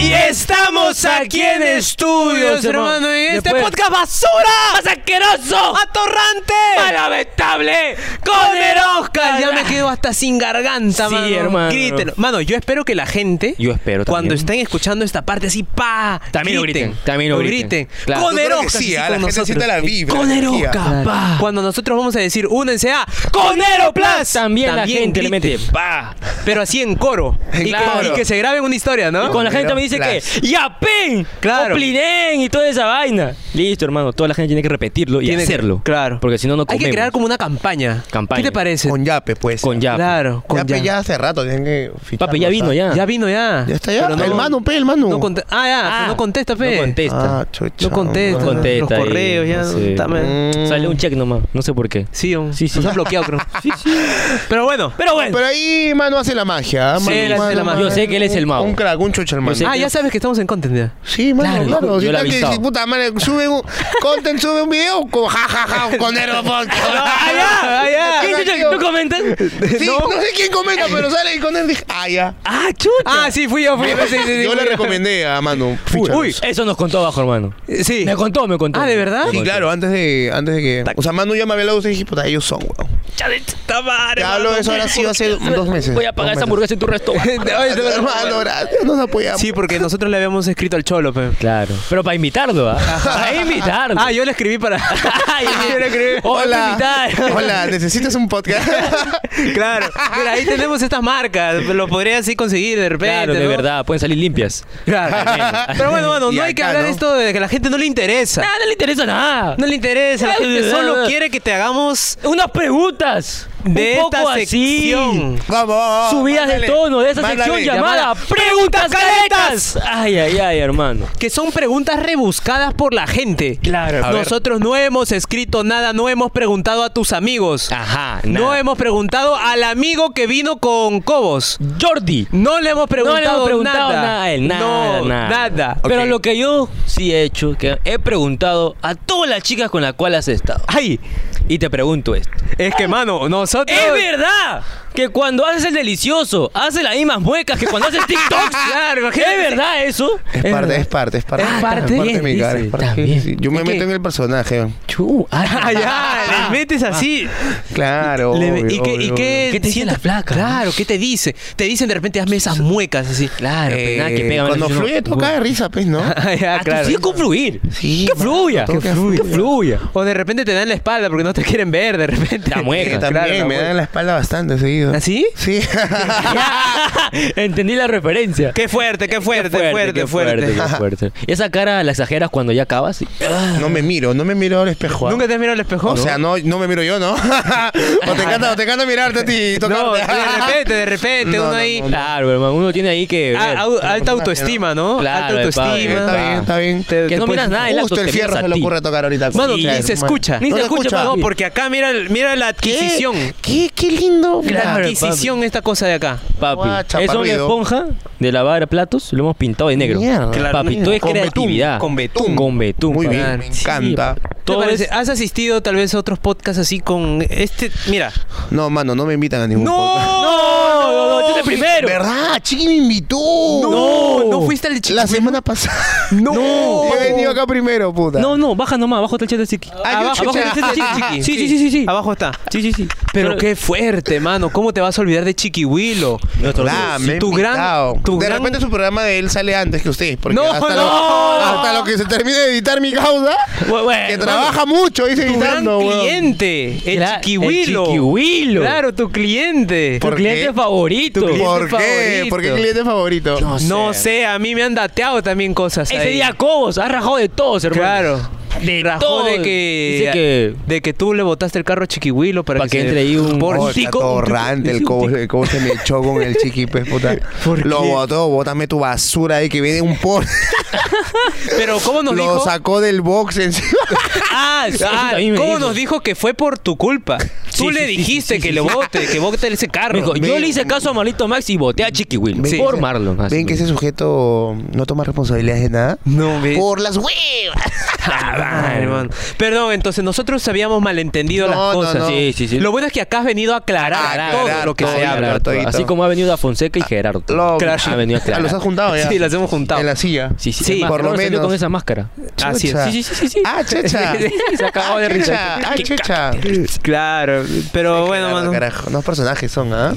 Speaker 2: Y estamos aquí en estudios, hermano, en este
Speaker 3: Después-
Speaker 2: podcast basura. ¡Más asqueroso! ¡Atorrante! ¡Lamentable! ¡Con el Oscar! Ya me quedo hasta sin garganta,
Speaker 3: Sí,
Speaker 2: mano.
Speaker 3: hermano.
Speaker 2: Grítelo. Mano, yo espero que la gente...
Speaker 3: Yo espero
Speaker 2: Cuando
Speaker 3: también.
Speaker 2: estén escuchando esta parte así, pa,
Speaker 3: También lo griten, también lo griten. Claro.
Speaker 2: Con
Speaker 1: Yo
Speaker 2: el
Speaker 1: creo que
Speaker 2: Oscar,
Speaker 1: sí,
Speaker 2: así
Speaker 1: ah,
Speaker 2: con
Speaker 1: la gente
Speaker 2: nosotros.
Speaker 1: siente la vibra,
Speaker 2: Con
Speaker 1: la
Speaker 2: el
Speaker 1: energía.
Speaker 2: Oscar,
Speaker 3: Claro.
Speaker 2: pa. Cuando nosotros vamos a decir, únense a Conero Plus.
Speaker 3: También, la gente le
Speaker 2: griten.
Speaker 3: mete. pa.
Speaker 2: Pero así en coro.
Speaker 1: En
Speaker 2: y,
Speaker 1: coro.
Speaker 2: Que, y que se graben una historia, ¿no?
Speaker 3: Y con la gente
Speaker 1: Pero,
Speaker 3: me dice
Speaker 1: claro.
Speaker 3: que ¡Yapén!
Speaker 2: Claro.
Speaker 3: ¡Oplinen! Y toda esa vaina. Listo, hermano. Toda la gente tiene que repetirlo y
Speaker 2: Tiene que-
Speaker 3: hacerlo.
Speaker 2: claro.
Speaker 3: Porque si no, no
Speaker 2: Hay
Speaker 3: comemos.
Speaker 2: que crear como una campaña.
Speaker 3: Campaña.
Speaker 2: ¿Qué te parece?
Speaker 1: Con yape, pues.
Speaker 3: Con yape.
Speaker 2: Claro, con
Speaker 1: yape.
Speaker 2: ya.
Speaker 1: ya hace rato, tienen que fichar.
Speaker 3: Papi, ya vino, ya.
Speaker 2: Ya vino ya.
Speaker 1: Ya está, ya.
Speaker 2: Pero no-
Speaker 1: el mano, pe, el mano.
Speaker 2: no conte- ah, ya. no contesta, fe.
Speaker 3: No contesta.
Speaker 1: Ah, chucha.
Speaker 2: No contesta.
Speaker 3: No contesta
Speaker 2: Los
Speaker 3: ahí,
Speaker 2: correos ya.
Speaker 3: no sé.
Speaker 2: está mal.
Speaker 1: Mm.
Speaker 3: Sale un check nomás. No sé por qué.
Speaker 2: Sí, un-
Speaker 3: Sí, sí.
Speaker 2: Nos han bloqueado, creo. sí, sí. Pero bueno.
Speaker 3: Pero bueno.
Speaker 1: Pero ahí, mano, hace la magia. ¿ah?
Speaker 2: Sí,
Speaker 1: Mano,
Speaker 2: él hace
Speaker 1: mano,
Speaker 2: la magia.
Speaker 1: mano,
Speaker 3: Yo sé que él es el mago.
Speaker 1: Un crack, un chucho, el mano.
Speaker 3: sé
Speaker 2: Ah, ya sabes que estamos en content
Speaker 3: *laughs*
Speaker 2: ya.
Speaker 1: Sí, mano,
Speaker 3: Claro,
Speaker 1: claro.
Speaker 3: yo
Speaker 1: Si
Speaker 3: lo he
Speaker 1: tal que
Speaker 3: avisado.
Speaker 1: si, puta madre, sube un content, sube un video con ja ja ja con Nero Podcast.
Speaker 2: ya, ah, ya.
Speaker 3: ¿Qué, chucha? ¿Tú comentas?
Speaker 1: Sí, no. sé quién comenta, pero sale y con él dije, ah, ya.
Speaker 3: ¡Ah, chucha!
Speaker 2: Ah, sí, fui yo, fui yo. Sí, sí, sí,
Speaker 1: Yo
Speaker 2: fui
Speaker 1: le
Speaker 2: yo.
Speaker 1: recomendé a Manu.
Speaker 3: Uy,
Speaker 1: Fíchalos.
Speaker 3: uy, eso nos contó abajo, hermano.
Speaker 2: Sí.
Speaker 3: Me contó, me contó.
Speaker 2: Ah, ¿de verdad?
Speaker 3: Me
Speaker 1: Sí,
Speaker 3: contó.
Speaker 1: claro, antes de, antes de que. O sea, Manu ya me había hablado y dije, puta, ellos son, weón. Te hablo de eso ahora sí hace dos meses.
Speaker 3: Voy a pagar esa
Speaker 1: Dos meses.
Speaker 3: hamburguesa en
Speaker 2: *laughs*
Speaker 3: tu restaurante.
Speaker 1: Ay, de *laughs* verdad, Manu, gracias, nos apoyamos.
Speaker 2: Sí, porque nosotros le habíamos escrito al Cholo, pe.
Speaker 3: Claro. Pero
Speaker 2: *laughs*
Speaker 3: para invitarlo, ¿ah? Para invitarlo.
Speaker 2: Ah, yo le escribí
Speaker 3: *laughs*
Speaker 2: para. *laughs*
Speaker 3: Ay,
Speaker 2: yo le escribí.
Speaker 3: Hola. invitar.
Speaker 1: Hola, ¿necesitas un podcast?
Speaker 2: *laughs* Claro. Mira, ahí tenemos estas marcas. Lo podría así conseguir de repente.
Speaker 3: Claro, de
Speaker 2: ¿no?
Speaker 3: verdad, pueden salir limpias.
Speaker 2: Claro. Pero bueno,
Speaker 3: *laughs*
Speaker 2: bueno,
Speaker 1: Y
Speaker 2: no hay que
Speaker 1: acá,
Speaker 2: hablar
Speaker 1: ¿no?
Speaker 2: esto de que a la gente no le interesa.
Speaker 3: Nada, no le interesa nada.
Speaker 2: No le interesa. La
Speaker 3: Claro,
Speaker 2: gente
Speaker 3: de
Speaker 2: solo
Speaker 3: verdad.
Speaker 2: quiere que te hagamos
Speaker 3: Unas preguntas.
Speaker 2: de
Speaker 3: un poco
Speaker 2: esta
Speaker 3: así.
Speaker 2: sección. Oh,
Speaker 1: Vamos, vamos.
Speaker 3: Subidas
Speaker 1: mándale,
Speaker 3: de tono de esa
Speaker 1: mándale.
Speaker 3: sección llamada
Speaker 2: Llamada
Speaker 3: Preguntas
Speaker 2: Preguntas Caretas.
Speaker 3: Caretas. Ay, ay, ay, hermano.
Speaker 2: Que son preguntas rebuscadas por la gente.
Speaker 3: Claro.
Speaker 1: A ver.
Speaker 2: Nosotros no hemos escrito nada, no hemos preguntado a tus amigos.
Speaker 3: Ajá.
Speaker 2: No
Speaker 3: Ah, nada.
Speaker 2: hemos preguntado al amigo que vino con Cobos.
Speaker 3: Jordi.
Speaker 2: No le hemos preguntado,
Speaker 3: no le hemos preguntado
Speaker 2: nada.
Speaker 3: nada, a él, nada,
Speaker 2: No,
Speaker 3: nada.
Speaker 2: nada.
Speaker 3: Pero
Speaker 1: Ok.
Speaker 3: lo que yo sí he hecho, que he preguntado a todas las chicas con las cuales has estado.
Speaker 2: Ay,
Speaker 3: Y te pregunto esto.
Speaker 2: es que mano, nosotros
Speaker 3: ¡Es verdad! Que cuando haces el delicioso, haces las mismas muecas que cuando haces TikTok.
Speaker 2: *laughs* Claro, imagínate.
Speaker 3: ¿Es verdad eso?
Speaker 1: Es parte, es parte, es parte.
Speaker 3: Eh, Es parte,
Speaker 1: de mi
Speaker 3: dice,
Speaker 1: cara. es parte,
Speaker 3: también.
Speaker 1: sí, sí. Yo me
Speaker 3: Es
Speaker 1: meto
Speaker 3: que-
Speaker 1: en el personaje.
Speaker 3: Chu,
Speaker 2: *laughs* Ah, ya, le metes así.
Speaker 1: Claro.
Speaker 2: Le-
Speaker 1: Ah. obvio,
Speaker 2: ¿Y qué, y
Speaker 1: obvio,
Speaker 2: qué,
Speaker 1: obvio.
Speaker 3: ¿Qué te dice
Speaker 2: sientes?
Speaker 3: la placa, no?
Speaker 2: Claro, ¿qué te dice? Te dicen de repente hazme esas muecas así.
Speaker 3: Claro,
Speaker 1: Eh,
Speaker 3: pero nada que pega.
Speaker 1: cuando
Speaker 3: bueno,
Speaker 1: fluye,
Speaker 3: yo no-
Speaker 1: toca de risa, pues, ¿no?
Speaker 2: *laughs* Ah, ya,
Speaker 3: Ah, tú sí es confluir.
Speaker 1: Sí,
Speaker 3: Que
Speaker 1: mano,
Speaker 3: fluya.
Speaker 1: todo
Speaker 3: que
Speaker 1: que
Speaker 3: fluya. Que
Speaker 1: fluya.
Speaker 3: fluya.
Speaker 2: O de repente te dan la espalda porque no te quieren ver, de repente.
Speaker 3: La mueca.
Speaker 1: Eh,
Speaker 3: Claro,
Speaker 1: también
Speaker 2: la
Speaker 1: me
Speaker 2: mueca.
Speaker 1: dan la espalda bastante seguido.
Speaker 2: ¿Ah, sí? *laughs*
Speaker 1: Sí.
Speaker 3: Entendí la referencia.
Speaker 2: Qué fuerte, qué fuerte,
Speaker 3: Qué
Speaker 2: fuerte, fuerte.
Speaker 3: qué qué
Speaker 1: *laughs*
Speaker 3: fuerte. Esa cara la exageras cuando ya acabas. y-
Speaker 1: no me miro, no me miro al espejo. ¿ah?
Speaker 2: ¿Nunca te has mirado al espejo?
Speaker 1: O sea, no, no me miro yo, ¿no? *laughs* o te encanta, o te encanta mirarte a ti y tocarte.
Speaker 2: No, de repente, de repente,
Speaker 1: No,
Speaker 2: uno
Speaker 1: no,
Speaker 2: ahí.
Speaker 1: no, no.
Speaker 3: Claro, hermano, uno tiene ahí que.
Speaker 2: Ah,
Speaker 3: ver.
Speaker 2: au- alta autoestima, ¿no?
Speaker 3: Claro,
Speaker 2: alta
Speaker 3: de padre,
Speaker 2: autoestima.
Speaker 1: Está bien, está bien.
Speaker 2: Te- Ah,
Speaker 3: Que
Speaker 2: te
Speaker 3: no
Speaker 2: puedes-
Speaker 3: miras nada, es la
Speaker 1: Justo el
Speaker 3: autoestima
Speaker 1: fierro
Speaker 3: es
Speaker 1: se
Speaker 3: a
Speaker 1: le
Speaker 3: ti.
Speaker 1: ocurre tocar ahorita.
Speaker 2: Mano,
Speaker 1: Sí,
Speaker 2: ni
Speaker 1: claro,
Speaker 2: se
Speaker 1: mano.
Speaker 2: escucha.
Speaker 3: Ni
Speaker 1: No
Speaker 3: se
Speaker 1: se
Speaker 3: escucha,
Speaker 1: escucha.
Speaker 2: No,
Speaker 3: papi.
Speaker 2: porque acá mira, el- mira la adquisición.
Speaker 1: ¿Qué? ¿Qué? Qué lindo.
Speaker 2: La
Speaker 3: Claro,
Speaker 2: adquisición, esta cosa de acá.
Speaker 3: Papi,
Speaker 1: Guacha,
Speaker 3: es una
Speaker 1: parrido.
Speaker 3: esponja de lavar platos, lo hemos pintado de negro.
Speaker 1: Mierda.
Speaker 3: Claro, papi,
Speaker 1: mierda.
Speaker 3: todo es
Speaker 1: Con betún,
Speaker 3: creatividad.
Speaker 1: con betún.
Speaker 3: Con betún.
Speaker 1: Muy
Speaker 3: papi.
Speaker 1: bien, me
Speaker 3: Sí,
Speaker 1: encanta.
Speaker 3: papi.
Speaker 2: ¿Te
Speaker 3: todo
Speaker 2: parece?
Speaker 3: es...
Speaker 2: ¿Has asistido tal vez a otros podcasts así con este? Mira.
Speaker 1: No, mano, no me invitan a ningún podcast.
Speaker 3: No, no, no, yo te primero.
Speaker 1: Pues, ¿Verdad? Chiqui me invitó.
Speaker 2: No, no fuiste al chico.
Speaker 1: La semana
Speaker 3: *laughs*
Speaker 1: pasada.
Speaker 2: No.
Speaker 1: Yo he venido acá primero, puta.
Speaker 3: No, no, baja nomás, abajo está el chat de Chiqui.
Speaker 1: Ah, yo
Speaker 2: Abajo,
Speaker 1: chucha.
Speaker 2: abajo está el chiqui.
Speaker 3: Sí, sí, sí, sí, sí.
Speaker 2: Abajo está.
Speaker 3: Sí, sí, sí.
Speaker 2: Pero qué fuerte, mano. ¿Cómo te vas a olvidar de Chiqui Willow?
Speaker 3: Nuestro
Speaker 1: Ah,
Speaker 3: Dios.
Speaker 1: me ha
Speaker 2: tu gran-
Speaker 1: invitado.
Speaker 2: tu
Speaker 1: de
Speaker 2: gran- *laughs*
Speaker 1: repente su Este programa de él sale antes que usted. Porque
Speaker 2: No,
Speaker 1: hasta,
Speaker 2: no.
Speaker 1: Lo, hasta lo que se termine de editar mi causa,
Speaker 3: Bu- bueno,
Speaker 1: que trabaja mucho, dice
Speaker 2: Tu gran
Speaker 1: editando, weón.
Speaker 2: cliente, el
Speaker 3: Cla-
Speaker 2: Chiqui
Speaker 3: el
Speaker 2: Willow.
Speaker 3: Chiqui Willow.
Speaker 2: Claro, tu cliente.
Speaker 3: Tu
Speaker 1: ¿Por
Speaker 3: cliente
Speaker 1: qué?
Speaker 3: favorito.
Speaker 1: ¿Por qué?
Speaker 2: favorito.
Speaker 1: ¿Por qué cliente favorito?
Speaker 2: No sé, a mí me han dateado también cosas.
Speaker 3: Ese
Speaker 2: ahí.
Speaker 3: día Cobos, has rajado de todos, hermano.
Speaker 2: Claro.
Speaker 3: De
Speaker 2: Rajó
Speaker 3: todo.
Speaker 2: de que,
Speaker 3: Dice que...
Speaker 2: de que tú le botaste el carro a Chiquihuilo para
Speaker 3: Pa'
Speaker 2: se-
Speaker 3: que entre ahí un-
Speaker 2: por
Speaker 3: Oh,
Speaker 1: Oh, está
Speaker 3: tico,
Speaker 1: todo
Speaker 3: un tico,
Speaker 1: rante
Speaker 3: sí,
Speaker 1: el
Speaker 3: un
Speaker 1: cobo,
Speaker 3: tico.
Speaker 1: el cobo se me echó con el chiqui, pues,
Speaker 2: *laughs*
Speaker 1: puta. Lo botó, bótame tu basura ahí que viene un
Speaker 2: *laughs*
Speaker 1: por.
Speaker 2: Pero ¿cómo nos
Speaker 1: Lo
Speaker 2: dijo?
Speaker 1: sacó del box encima.
Speaker 3: Ah, sí, eso
Speaker 2: Ah,
Speaker 3: también me
Speaker 2: ¿Cómo
Speaker 3: dijo.
Speaker 2: nos dijo que fue por tu culpa?
Speaker 3: Sí,
Speaker 2: Tú
Speaker 3: sí,
Speaker 2: le
Speaker 3: sí,
Speaker 2: dijiste
Speaker 3: sí, sí,
Speaker 2: que
Speaker 3: sí,
Speaker 2: le
Speaker 3: sí.
Speaker 2: bote, que bote ese
Speaker 3: Me
Speaker 2: carro.
Speaker 3: dijo, yo
Speaker 1: Ven-
Speaker 3: le hice caso a Marlito Max y voté a Chiqui Will.
Speaker 1: Ven
Speaker 3: por
Speaker 1: que-
Speaker 3: Marlon. así.
Speaker 1: Ven que ese sujeto no toma responsabilidades de nada.
Speaker 2: No, ve-
Speaker 1: Por las huevas.
Speaker 2: Ah, vale, man. Perdón, entonces nosotros habíamos malentendido
Speaker 1: No,
Speaker 2: las
Speaker 1: no,
Speaker 2: cosas.
Speaker 1: no. Ah,
Speaker 3: Sí, sí, sí.
Speaker 2: Lo bueno es que acá has venido a aclarar,
Speaker 1: Aclarar
Speaker 2: todo lo que
Speaker 1: todo,
Speaker 2: se
Speaker 1: aclarar
Speaker 2: habla.
Speaker 1: todo. todito.
Speaker 3: Así como ha venido a Fonseca y Gerardo.
Speaker 1: Ah, Lo-
Speaker 3: Ha venido
Speaker 1: *laughs*
Speaker 3: a
Speaker 1: Ah,
Speaker 3: aclarar.
Speaker 1: los has juntado ya.
Speaker 2: Sí, las hemos juntado.
Speaker 1: En la silla.
Speaker 3: Sí, sí,
Speaker 2: Sí,
Speaker 3: es más,
Speaker 1: por lo
Speaker 3: Gerardo salió
Speaker 1: menos.
Speaker 3: con esa máscara.
Speaker 2: Así es.
Speaker 1: Chucha.
Speaker 3: Sí, sí, sí, sí, sí.
Speaker 1: Ah,
Speaker 2: *laughs*
Speaker 1: checha.
Speaker 3: Se acabó
Speaker 1: Ah, *laughs*
Speaker 3: de risa.
Speaker 1: checha. Ah, checha.
Speaker 2: Claro, pero bueno,
Speaker 1: Claro,
Speaker 2: mano.
Speaker 1: carajo. Unos personajes son, ¿ah?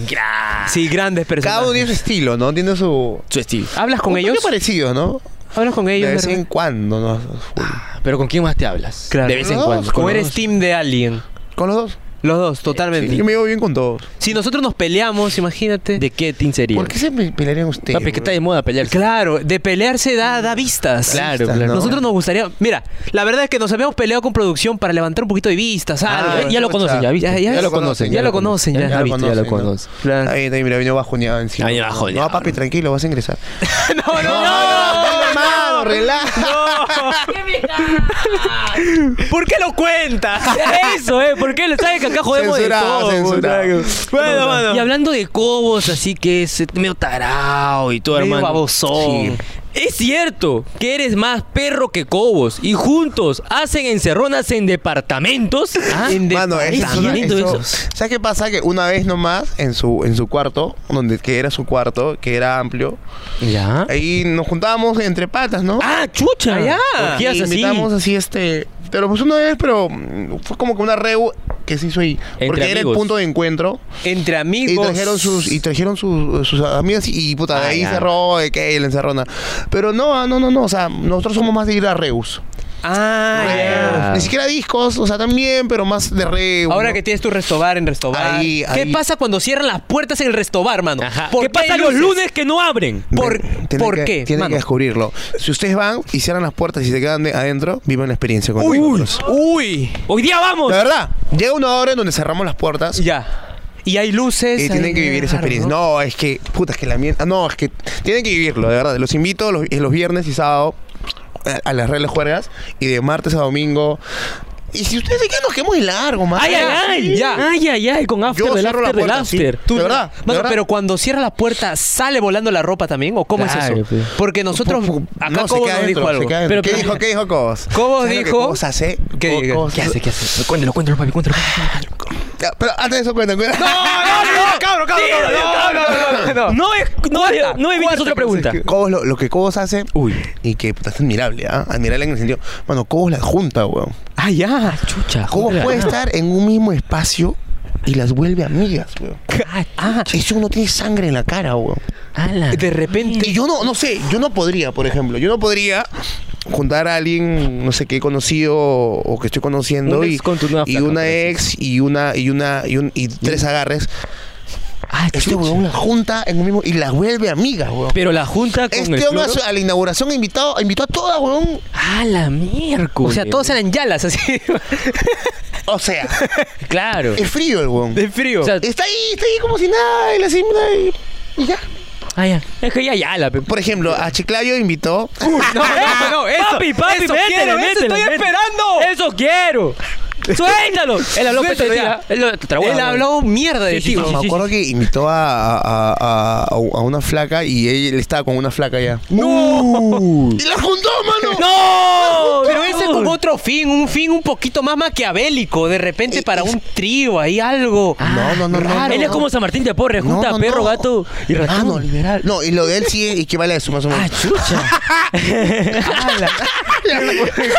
Speaker 2: Sí, grandes personas.
Speaker 1: Cada uno tiene su estilo, ¿no? Tiene su.
Speaker 3: Su estilo.
Speaker 2: ¿Hablas con
Speaker 1: un toque
Speaker 2: ellos?
Speaker 1: parecido, ¿no?
Speaker 2: ¿Hablas con
Speaker 1: De
Speaker 2: ellos?
Speaker 1: vez
Speaker 2: de
Speaker 1: en
Speaker 2: repente?
Speaker 1: cuando, ¿no?
Speaker 3: Pero ¿con quién más te hablas?
Speaker 2: Claro.
Speaker 3: De vez en
Speaker 1: No,
Speaker 3: cuando.
Speaker 2: ¿O
Speaker 3: Con
Speaker 2: eres
Speaker 3: los-
Speaker 2: team de alguien?
Speaker 1: Con los dos.
Speaker 2: Los dos,
Speaker 1: Sí,
Speaker 2: totalmente.
Speaker 1: yo me llevo bien con todos.
Speaker 2: Si nosotros nos peleamos, imagínate.
Speaker 3: ¿De qué team sería?
Speaker 1: ¿Por qué se pe- pelearían ustedes?
Speaker 3: Papi, que está de moda pelear.
Speaker 2: Claro, de pelearse da, da vistas.
Speaker 3: Claro,
Speaker 1: Vistas,
Speaker 3: claro.
Speaker 1: ¿no?
Speaker 2: Nosotros nos gustaría. Mira, la verdad es que nos habíamos peleado con producción para levantar un poquito de vistas.
Speaker 3: Ah,
Speaker 2: algo.
Speaker 3: ya lo conocen, ya, ¿viste?
Speaker 2: Ya- ya-
Speaker 1: lo conocen,
Speaker 2: ya lo conocen, ya.
Speaker 3: Ya lo conocen. Ya lo
Speaker 1: ¿no?
Speaker 3: conocen.
Speaker 2: Claro.
Speaker 1: Ahí, ahí, mira, vino bajoneado encima.
Speaker 3: Ahí bajoneado.
Speaker 1: No, papi, tranquilo, vas a ingresar.
Speaker 2: *laughs* no, no,
Speaker 1: hermano,
Speaker 3: Ah,
Speaker 1: relaja.
Speaker 5: ¡Qué mierda!
Speaker 2: ¿Por qué lo cuentas?
Speaker 3: *laughs* Eso, ¿eh? ¿Por qué? le- ¿Sabes que acá jodemos de
Speaker 1: Censurado,
Speaker 3: todo?
Speaker 1: censurado.
Speaker 3: weón?
Speaker 2: Bueno, mano.
Speaker 3: Y hablando de Cobos, así que es medio tarao y todo,
Speaker 2: Medio
Speaker 3: hermano.
Speaker 2: babosón.
Speaker 3: Sí. Es cierto que eres más perro que cobos y juntos hacen encerronas en departamentos. Ah, En
Speaker 1: Mano, esa es una-
Speaker 3: departamentos,
Speaker 1: Ah, eso-
Speaker 3: eso.
Speaker 1: ¿Sabes qué pasa? Que una vez nomás, en su, en su cuarto, donde que era su cuarto, que era amplio,
Speaker 3: Ya.
Speaker 1: ahí nos juntábamos entre patas, ¿no?
Speaker 3: Ah, chucha. *laughs*
Speaker 2: Ah, ya.
Speaker 1: Y
Speaker 3: Orgías así.
Speaker 1: invitamos así este. Pero pues una vez, pero mm, fue como que una reu que se hizo ahí.
Speaker 3: Entre
Speaker 1: porque era el
Speaker 3: amigos.
Speaker 1: punto de encuentro.
Speaker 2: Entre amigos.
Speaker 1: Y trajeron sus, y trajeron sus, sus amigas y, y, puta, de
Speaker 3: Ah,
Speaker 1: ahí
Speaker 3: ya.
Speaker 1: cerró, de que la encerrona. Pero no, ah, no, no, no. O sea, nosotros somos más de ir a Reus.
Speaker 2: Ah, ya.
Speaker 1: Ni siquiera discos, o sea, también, pero más de Reus.
Speaker 2: Ahora
Speaker 1: ¿no?
Speaker 2: que tienes tu restobar en restobar.
Speaker 1: Ahí,
Speaker 2: ¿Qué
Speaker 1: ahí.
Speaker 2: pasa cuando cierran las puertas en el restobar, mano?
Speaker 3: Ajá.
Speaker 2: ¿Por
Speaker 3: ¿Qué pasa
Speaker 2: hay
Speaker 3: los
Speaker 2: luces?
Speaker 3: lunes que no abren?
Speaker 2: Ah, ¿Por,
Speaker 1: Tienen
Speaker 2: ¿por
Speaker 1: que-
Speaker 2: qué?
Speaker 1: Tienen que
Speaker 2: mano?
Speaker 1: descubrirlo. Si ustedes van y cierran las puertas y se quedan de- adentro, vivan la experiencia con
Speaker 2: Uy,
Speaker 1: nosotros.
Speaker 2: uy.
Speaker 3: Hoy día vamos.
Speaker 1: La verdad, llega una hora en donde cerramos las puertas
Speaker 2: Ya. Y hay luces.
Speaker 1: y
Speaker 2: hay-
Speaker 1: tienen que vivir esa
Speaker 2: claro,
Speaker 1: experiencia.
Speaker 2: ¿no?
Speaker 1: No, es que, puta, es que la mierda. No, es que tienen que vivirlo, de verdad. Los invito los, en los viernes y sábado eh, a, a las redes juegas y de martes a domingo. Y si ustedes se quedan, nos quedamos de largo, man.
Speaker 3: Ay, ay, ay.
Speaker 2: Ya.
Speaker 3: Ay, ay, ay. Con after
Speaker 1: Yo
Speaker 3: del
Speaker 1: cierro la
Speaker 3: after del
Speaker 1: puerta, sí.
Speaker 3: after.
Speaker 1: Tú- De verdad, de
Speaker 2: Mano,
Speaker 1: verdad.
Speaker 2: pero cuando cierra la puerta, ¿sale volando la ropa también? ¿O cómo
Speaker 3: Claro,
Speaker 2: es eso?
Speaker 3: pe.
Speaker 2: Porque nosotros.
Speaker 1: Pu- pu-
Speaker 2: Acá
Speaker 1: no, se
Speaker 2: Cobos
Speaker 1: queda
Speaker 2: nos
Speaker 1: adentro,
Speaker 2: dijo algo.
Speaker 1: se queda adentro.
Speaker 3: Pero-
Speaker 1: ¿Qué
Speaker 3: pero-
Speaker 1: dijo? ¿Qué dijo Cobos?
Speaker 2: Cobos
Speaker 1: ¿Sabes lo que
Speaker 2: dijo-
Speaker 1: Cobos hace?
Speaker 2: ¿Qué
Speaker 1: Co-
Speaker 2: dijo?
Speaker 1: Cobos-
Speaker 3: ¿Qué hace? ¿Qué hace? Cuéntelo, cuéntelo, papi, cuéntelo.
Speaker 1: Ya, Pero antes de eso, cuentan, cuentan.
Speaker 2: cabrón, cabrón, cabrón, no, no, no, no.
Speaker 3: No es, no,
Speaker 2: Cuarta,
Speaker 3: no evitas
Speaker 2: cuarta
Speaker 3: otra pregunta.
Speaker 1: Cobos, lo, lo que Cobos hace. Uy. Y que puta, es admirable, ¿ah? Admirable en el sentido. Bueno, Cobos la junta, weón.
Speaker 2: Ah, ya.
Speaker 3: Chucha,
Speaker 1: Cobos
Speaker 3: joder.
Speaker 1: puede estar en un mismo espacio y las vuelve amigas, weón.
Speaker 3: Ah,
Speaker 1: Eso no tiene sangre en la cara, weón.
Speaker 3: ala.
Speaker 2: De repente.
Speaker 1: Y yo no, no sé, yo no podría, por ejemplo, yo no podría juntar a alguien, no sé, que he conocido o que estoy conociendo
Speaker 3: Un
Speaker 1: y,
Speaker 3: ex con tu nueva
Speaker 1: y
Speaker 3: flaca,
Speaker 1: una E.
Speaker 3: por
Speaker 1: ex y una y una y, un- y tres agarres.
Speaker 3: Ah,
Speaker 1: Este
Speaker 3: chucha.
Speaker 1: weón la junta en un mismo y las vuelve amigas, weón.
Speaker 3: Pero la junta con el
Speaker 1: Este hombre a,
Speaker 3: cloro-
Speaker 1: su- a la inauguración invitado, invitó a todas, weón.
Speaker 3: Ah, la miércoles.
Speaker 2: O sea, todos eran yalas así.
Speaker 1: O sea,
Speaker 3: pues. Claro.
Speaker 1: es frío el weón.
Speaker 2: De frío.
Speaker 3: O sea,
Speaker 1: Está ahí, está ahí como si nada, y la simula y, y ya.
Speaker 3: *laughs* ah, ya. Es que ya, ya, la pe-
Speaker 1: Por ejemplo, a Chiclayo invitó.
Speaker 2: no, no, Ah, no, eso.
Speaker 3: Ah, papi, papi,
Speaker 2: eso
Speaker 3: métele,
Speaker 2: quiero, eso
Speaker 3: métele,
Speaker 2: estoy
Speaker 3: métele.
Speaker 2: esperando.
Speaker 3: ¡Eso quiero! ¡Suéltalo! Él habló peste
Speaker 2: Suéltalo
Speaker 3: de
Speaker 2: ya.
Speaker 3: ti, ¿ah? Él lo- trabó,
Speaker 2: Él
Speaker 3: ¿no?
Speaker 2: habló mierda de
Speaker 3: Sí, sí,
Speaker 2: ti,
Speaker 3: sí,
Speaker 2: weón.
Speaker 1: Me acuerdo que invitó a, a- a- a- a una flaca y él estaba con una flaca ya.
Speaker 3: ¡No!
Speaker 1: ¡Y la juntó, mano!
Speaker 3: ¡No!
Speaker 2: Pero ese es con otro fin, un fin un poquito más maquiavélico, de
Speaker 3: Eh,
Speaker 2: repente para un trío, ahí algo.
Speaker 1: No, no, no, no,
Speaker 2: raro.
Speaker 1: no,
Speaker 3: Ah, Él es como San Martín de Aporre,
Speaker 1: No,
Speaker 3: junta
Speaker 1: no,
Speaker 3: a perro,
Speaker 1: no.
Speaker 3: gato y ratón.
Speaker 1: Ah, no, liberal. No, y lo de él sí equivale a eso, más o menos.
Speaker 2: *laughs*
Speaker 3: Ah,